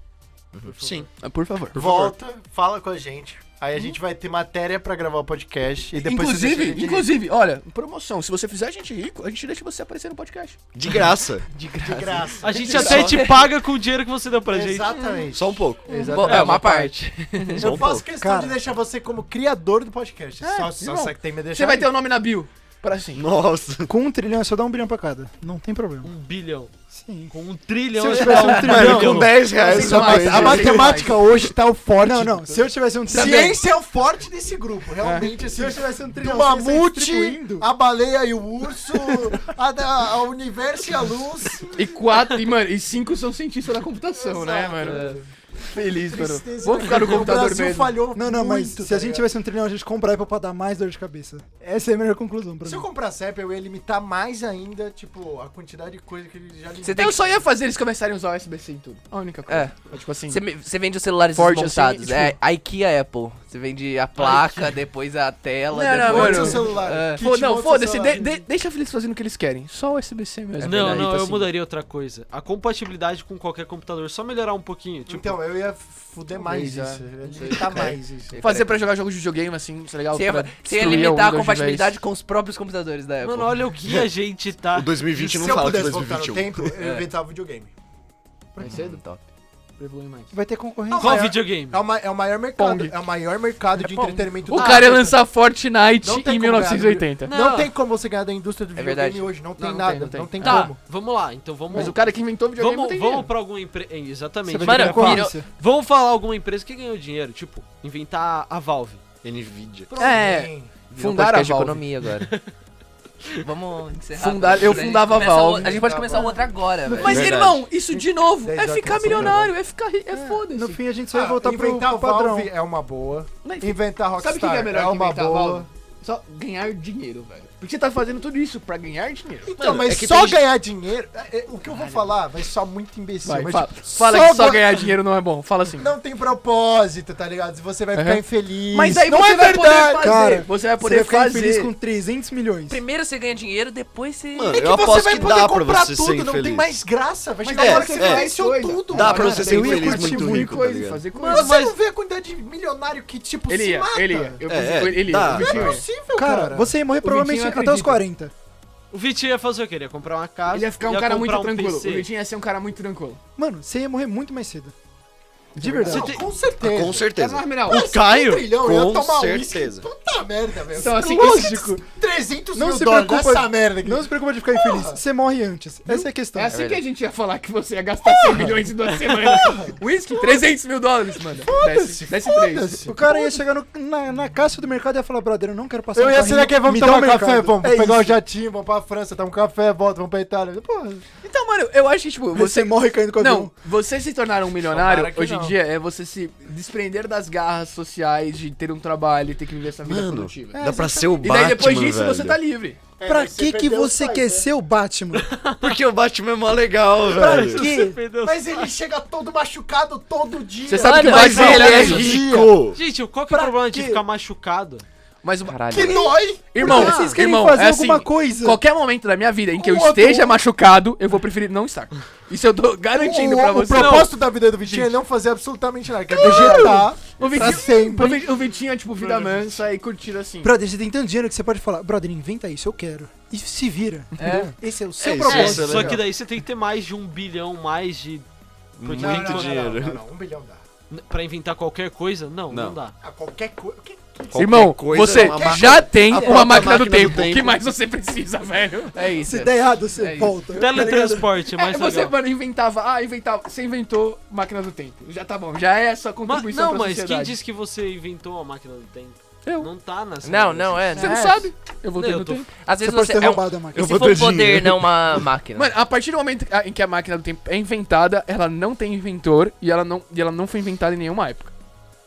C: Sim.
B: Ah, Por favor.
E: Volta, fala com a gente. Aí a gente vai ter matéria pra gravar o podcast. E depois você deixa a gente
B: inclusive, inclusive, olha, promoção, se você fizer a gente rico, a gente deixa você aparecer no podcast.
C: De graça.
F: De
G: De
F: graça.
G: graça.
A: A gente até te paga com o dinheiro que você deu pra gente.
E: Exatamente.
C: Só um pouco.
F: Bom, é uma parte.
C: Só
E: Eu
C: um
E: faço
C: pouco.
E: questão
D: Cara.
E: de deixar você como criador do podcast.
B: É,
E: só só
B: irmão.
E: você que tem que me deixar.
B: Você vai
E: aí.
B: ter um o nome na bio. Para sim.
C: Nossa.
D: Com um trilhão é só dar um bilhão pra cada. Não tem problema.
A: Um bilhão.
D: Sim.
A: Com um trilhão.
D: Se eu
A: é
D: tivesse
A: dar
D: um trilhão-
A: bilhão.
C: 10
B: Vocês são mais-
E: A matemática hoje tá o forte.
D: Não, não. Se eu tivesse um trilhão.
G: Ciência é o forte desse grupo, realmente. assim.
E: Se eu tivesse um
G: Do
E: trilhão, vocês saem
G: mamute,
E: distribuindo.
G: a baleia e o urso, a, da- a universo e a luz.
B: E quatro, e, mano, e cinco são cientistas da computação, né, mano? Feliz, mano.
G: Tristeza
B: Vou ficar no
G: daquele- é O
B: computador
G: Brasil
B: mesmo.
G: falhou
D: Não, não, mas
G: muito,
D: se
G: tá
D: a gente
G: ligado?
D: tivesse um trilhão, a gente comprar Apple pra dar mais dor de cabeça. Essa é a melhor conclusão pra
G: Se eu
D: mim.
G: comprar CEP, eu ia limitar mais ainda, tipo, a quantidade de coisa que ele já limitou.
F: Você tem
B: Eu
F: que...
B: só ia fazer eles começarem a usar USB-C em tudo. A única coisa.
F: É.
B: É tipo assim.
F: Você me- você vende os celulares
B: Forte
F: desmontados.
B: assim,
F: é, a IKEA Apple. Você vende a placa, depois a tela,
B: Não, não,
F: depois...
B: mano.
G: Monte seu celular.
F: Tá É.
G: Kit,
B: Fo- não,
G: monte seu
B: foda-se,
G: celular.
B: de- de- deixa eles fazendo o que eles querem. Só o USB-C mesmo.
A: não,
B: Verdade,
A: não,
B: tá
A: eu
B: assim.
A: mudaria outra coisa. A compatibilidade com qualquer computador. Só melhorar um pouquinho. Tipo,
G: Então, eu ia fuder mais
B: Talvez,
G: isso.
B: é.
G: Eu ia limitar mais isso.
F: é
B: Fazer pra jogar jogos de videogame assim, isso é legal.
F: Você ia,
B: pra
F: você ia
B: destruir
F: limitar a
B: Windows de vez.
F: compatibilidade com os próprios computadores da Apple.
A: mano, olha o que a gente tá.
C: O 2020
G: Se
C: não
G: eu
C: fala que
G: pudesse voltar no
C: 2021.
G: tempo, eu
F: É.
G: inventava videogame.
B: Mais cedo?
F: Top.
B: Evolui mais.
D: Vai ter concorrência.
A: Qual
G: maior-
A: videogame?
G: É, o ma- é o maior mercado.
B: Pong.
G: É o maior mercado de entretenimento
B: O
G: do
B: cara ia
E: Ah,
G: mundo.
B: lançar Fortnite
G: Não tem como ganhar,
B: em 1980.
G: Não,
A: Não.
G: tem como você ganhar da indústria do videogame
F: verdade.
G: hoje. Não tem
B: É não
G: nada.
B: tem, não tem.
G: Não tem
A: Tá,
G: como.
A: vamos lá. Então vamos.
B: Mas o cara que inventou o videogame não
A: Vamos,
B: tem
A: vamos
B: dinheiro.
A: pra alguma empresa.
H: é,
A: Exatamente.
D: Você vai
F: Mano,
B: é
D: ter concorrência.
A: Vamos falar alguma empresa que ganhou dinheiro. Tipo, inventar a Valve.
C: Nvidia.
B: É.
G: Sim.
F: Virou um
B: Fundar
F: podcast
B: a Valve.
F: de economia agora. *laughs* Vamos encerrar.
B: Fundar-
F: agora,
B: eu
F: gente
B: fundava a
F: começa
B: Valve.
F: outra- A gente pode começar outra agora, velho.
B: Mas,
C: Verdade.
B: irmão, isso de novo
G: Dez
B: é
G: horas
B: ficar
G: que eu sou
B: milionário, é ficar ri- é, foda-se.
D: No fim, a gente só ia
G: Ah,
D: voltar pro,
G: inventar
D: pro padrão.
G: Valve é uma boa.
B: Mas-
G: Inventar Rockstar
B: Sabe o que que é melhor que
G: uma
B: inventar
G: boa.
B: Valve? Só ganhar dinheiro, velho. Porque você tá fazendo tudo isso pra ganhar dinheiro.
G: Então, mas
C: é que
G: só
C: tem-
G: ganhar dinheiro. é, é, o que eu vou falar vai só muito imbecil.
B: Vai,
G: mas,
B: fala,
G: tipo,
B: fala que só
G: ga-
B: ganhar dinheiro não é bom. Fala assim.
G: Não tem propósito, tá ligado? Você vai ficar
B: Aham.
G: infeliz.
B: Mas aí
G: não
B: você
G: é
B: vai poder
G: verdade.
B: fazer.
D: cara.
B: você vai
D: Você ia
B: poder
D: ficar infeliz
B: fazer.
D: com 300 milhões.
F: Primeiro você ganha dinheiro, depois você...
C: Mano,
G: É que
C: eu
G: você
C: aposto
G: vai
C: que
G: poder
C: dá pra
G: comprar
C: você
G: tudo,
C: ser
G: não tem
C: infeliz.
G: mais graça. Vai chegar
C: é,
G: uma hora que você
C: é.
G: vai ser tudo.
C: Dá pra
G: mano.
C: você
D: eu
C: ser
D: ia
C: infeliz
D: curtir
C: muito
D: muito
C: rico, tá
B: coisa,
C: ligado?
B: fazer coisa.
G: Você
A: Mas-
G: não vê a quantidade de milionário que, tipo,
B: Ele
G: se
B: ia,
G: mata.
B: ele ia. Eu
C: É,
B: preciso-
C: é,
B: ele ia.
C: tá.
B: o Vitinho
G: Não é
B: ia.
G: possível,
D: Cara,
G: cara.
D: você ia morrer
B: O Vitinho
D: provavelmente
B: não
D: até os
B: acredita.
D: 40.
A: O Vitinho ia fazer o quê? Ele ia comprar uma casa.
B: Ele ia ficar um
A: ia
B: cara
A: comprar
B: muito
A: um
B: tranquilo.
A: PC.
B: O
H: *laughs*
B: Vitinho ia ser um cara muito tranquilo.
D: Mano, você ia morrer muito mais cedo. De
A: Você
D: verdade.
A: tem-
G: Com certeza.
C: Ah,
G: um
C: Com
B: É
C: certeza.
B: normal.
A: O Caio?
G: trilhão, eu ia
C: Com
G: tomar
C: certeza.
G: uísque. Puta merda, velho.
B: Então, assim,
G: Lógico. 300
D: Não
G: mil
D: se
G: dólares
D: preocupa-
G: essa merda aqui.
D: Não se preocupa de ficar infeliz. Você morre antes. Essa é a questão.
B: É assim que a gente ia falar que você ia gastar 100 milhões em duas semanas. Whisky, 300 mil dólares, mano. Desce, desce três.
D: O cara ia chegar no- na, na caixa do mercado e ia falar, brother, eu não quero passar
E: Eu
D: no
E: ia ser
D: carrinho,
E: daqui, vamos
D: me
E: tomar
D: dá um
E: café,
D: mercado.
E: vamos
D: É
E: pegar o
D: isso.
E: jatinho, vamos pra França, tomar um café, volta, vamos pra Itália. Porra.
B: Então, mano, eu acho que, tipo,
D: Você
B: você...
D: morre caindo com o
B: Não,
D: avião.
B: você se tornar um milionário
G: Tomara que
B: hoje em
G: não.
B: dia é você se desprender das garras sociais de ter um trabalho e ter que viver essa vida
C: Mano,
B: é produtiva.
C: Dá pra ser o
B: E
C: Batman,
B: daí depois disso
C: velho.
B: você tá livre.
G: É,
D: pra
G: mas
D: que que
G: perdeu os
D: você
G: pais,
D: quer
G: né?
D: ser o Batman?
C: Porque o Batman é mó legal,
D: Pra
C: velho.
D: quê?
A: Perdeu.
G: Mas ele chega todo machucado todo dia.
B: Você sabe que vai
C: Mas
B: ser
C: ele é
B: ele.
C: rico.
A: Gente, qual que é
D: Pra
A: o problema de
D: quê?
A: ficar machucado?
B: Mas uma...
F: Caralho.
E: Que dói!
B: Irmão,
D: Porque vocês querem
B: irmão,
D: fazer
B: é
D: alguma
B: assim,
D: coisa.
B: Qualquer momento da minha vida em que eu
E: O outro-
B: esteja machucado, eu vou preferir não estar. Isso eu tô garantindo
E: o,
B: pra
E: o
B: você.
E: propósito da vida do Vitinho é não fazer absolutamente nada, que é vegetar
B: O
E: pra
B: Vitinho, o
E: sempre.
B: Vi- o Vitinho é tipo vida mansa e curtindo assim.
D: Brother, você tem tanto dinheiro que você pode falar, brother, inventa isso, eu quero. E se vira. entendeu? Esse é o seu
C: isso.
D: propósito.
C: Isso é
H: só
C: legal.
H: que daí você tem que ter mais de um bilhão, mais de.
C: Muito
H: Não, não, não, não,
C: dinheiro.
E: Não, não, um bilhão dá.
H: n- Pra inventar qualquer coisa? Não, não,
C: Não.
H: dá.
E: Ah, qualquer coisa. que-
C: Qualquer
B: Irmão,
C: coisa, é
B: você
C: uma máquina-
B: já tem
C: a
B: uma
C: própria
B: máquina do
C: máquina do
B: tempo. O que
C: tempo.
B: mais você precisa, velho? É isso.
D: Se der errado, você
B: É isso.
D: volta.
F: Então,
D: tá
H: Teletransporte,
B: *laughs* É,
H: mais
B: você,
H: legal.
B: mano, inventava. Ah, inventava. Você inventou máquina do tempo. Já tá bom. Já é a sua
H: Ma-
B: contribuição
H: não,
B: pra
H: mas quem
B: sociedade.
H: disse que você inventou a máquina do tempo?
B: Eu.
H: Não tá nessa.
F: Não, não, é.
B: Você
F: é.
B: não sabe. Eu voltei
H: Eu
B: no
H: tô-
B: tempo.
F: Às
D: Você
F: vezes
D: pode
F: você.
D: ter
F: É um...
D: roubado a máquina.
F: Se for um poder, não uma máquina.
B: Mano, a partir do momento em que a máquina do tempo é inventada, ela não tem inventor e ela não, e ela não foi inventada em nenhuma época.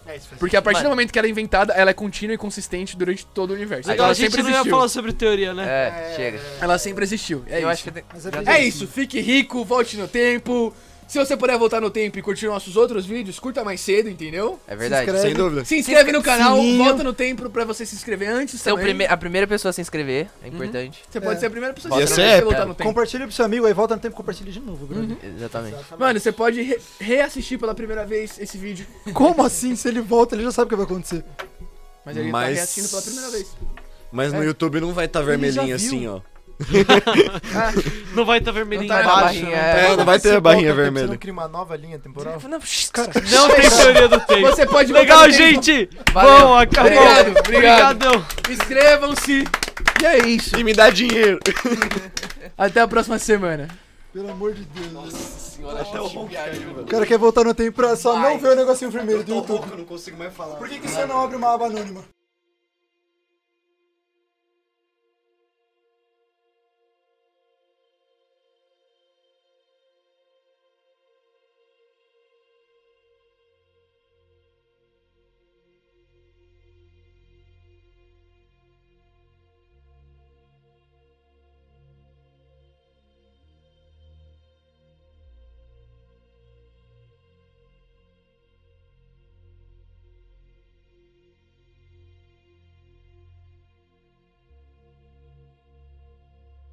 E: É isso, faz
B: Porque a partir
F: Mano.
B: do momento que ela é inventada, ela é contínua e consistente durante todo o universo. Então
H: Legal,
B: ela
H: a gente
B: sempre
H: não ia
B: existiu.
H: falar sobre teoria, né?
F: É, chega.
B: Ela sempre existiu. É
F: eu
B: isso.
F: acho que tem...
D: Mas
F: Já
D: é
B: É isso, fique rico, volte no tempo. Se você puder voltar no tempo e curtir nossos outros vídeos, curta mais cedo, entendeu?
F: é verdade.
D: inscreve.
C: Sem dúvida.
B: Se inscreve no canal,
D: Sininho.
B: volta no tempo pra você se inscrever antes
F: Ser o
B: também.
F: prime- a primeira pessoa a se inscrever é importante.
B: Você pode
D: É.
B: ser a primeira pessoa
C: Ia
B: que
C: ser
B: você
C: épico.
B: voltar no tempo.
D: Compartilha pro seu amigo, aí volta no tempo e compartilha de novo,
F: Uhum.
D: brother.
F: Exatamente.
B: Mano, você pode re- reassistir pela primeira vez esse vídeo.
D: Como assim? Se ele volta, ele já sabe o que vai acontecer.
B: Mas ele tá
C: Mas-
B: reassistindo pela primeira vez.
C: Mas no
B: É.
C: YouTube não vai estar tá
D: já
C: vermelhinho
D: viu.
C: assim, ó.
H: Não vai estar tá vermelhinho
B: Não tá
H: embaixo,
F: barrinha,
H: né?
F: é.
C: É, não vai ter a barrinha
E: Você não
C: vermelha.
E: cria uma nova linha temporal?
F: Não, shh,
H: Não tem teoria do tempo.
B: Você pode voltar
H: Legal,
B: no tempo.
H: gente!
F: Valeu.
H: Bom, acabou.
B: Obrigado, obrigado.
H: Obrigadão.
B: Inscrevam-se. E é isso.
C: E me dá dinheiro.
B: Até a próxima semana.
D: Pelo amor de Deus.
C: Até o ronco caiu,
D: O cara quer voltar no tempo pra só não ver o negocinho vermelho do
C: Tô
D: YouTube.
C: rouco, não consigo mais falar.
D: Por que, que você não abre uma aba anônima?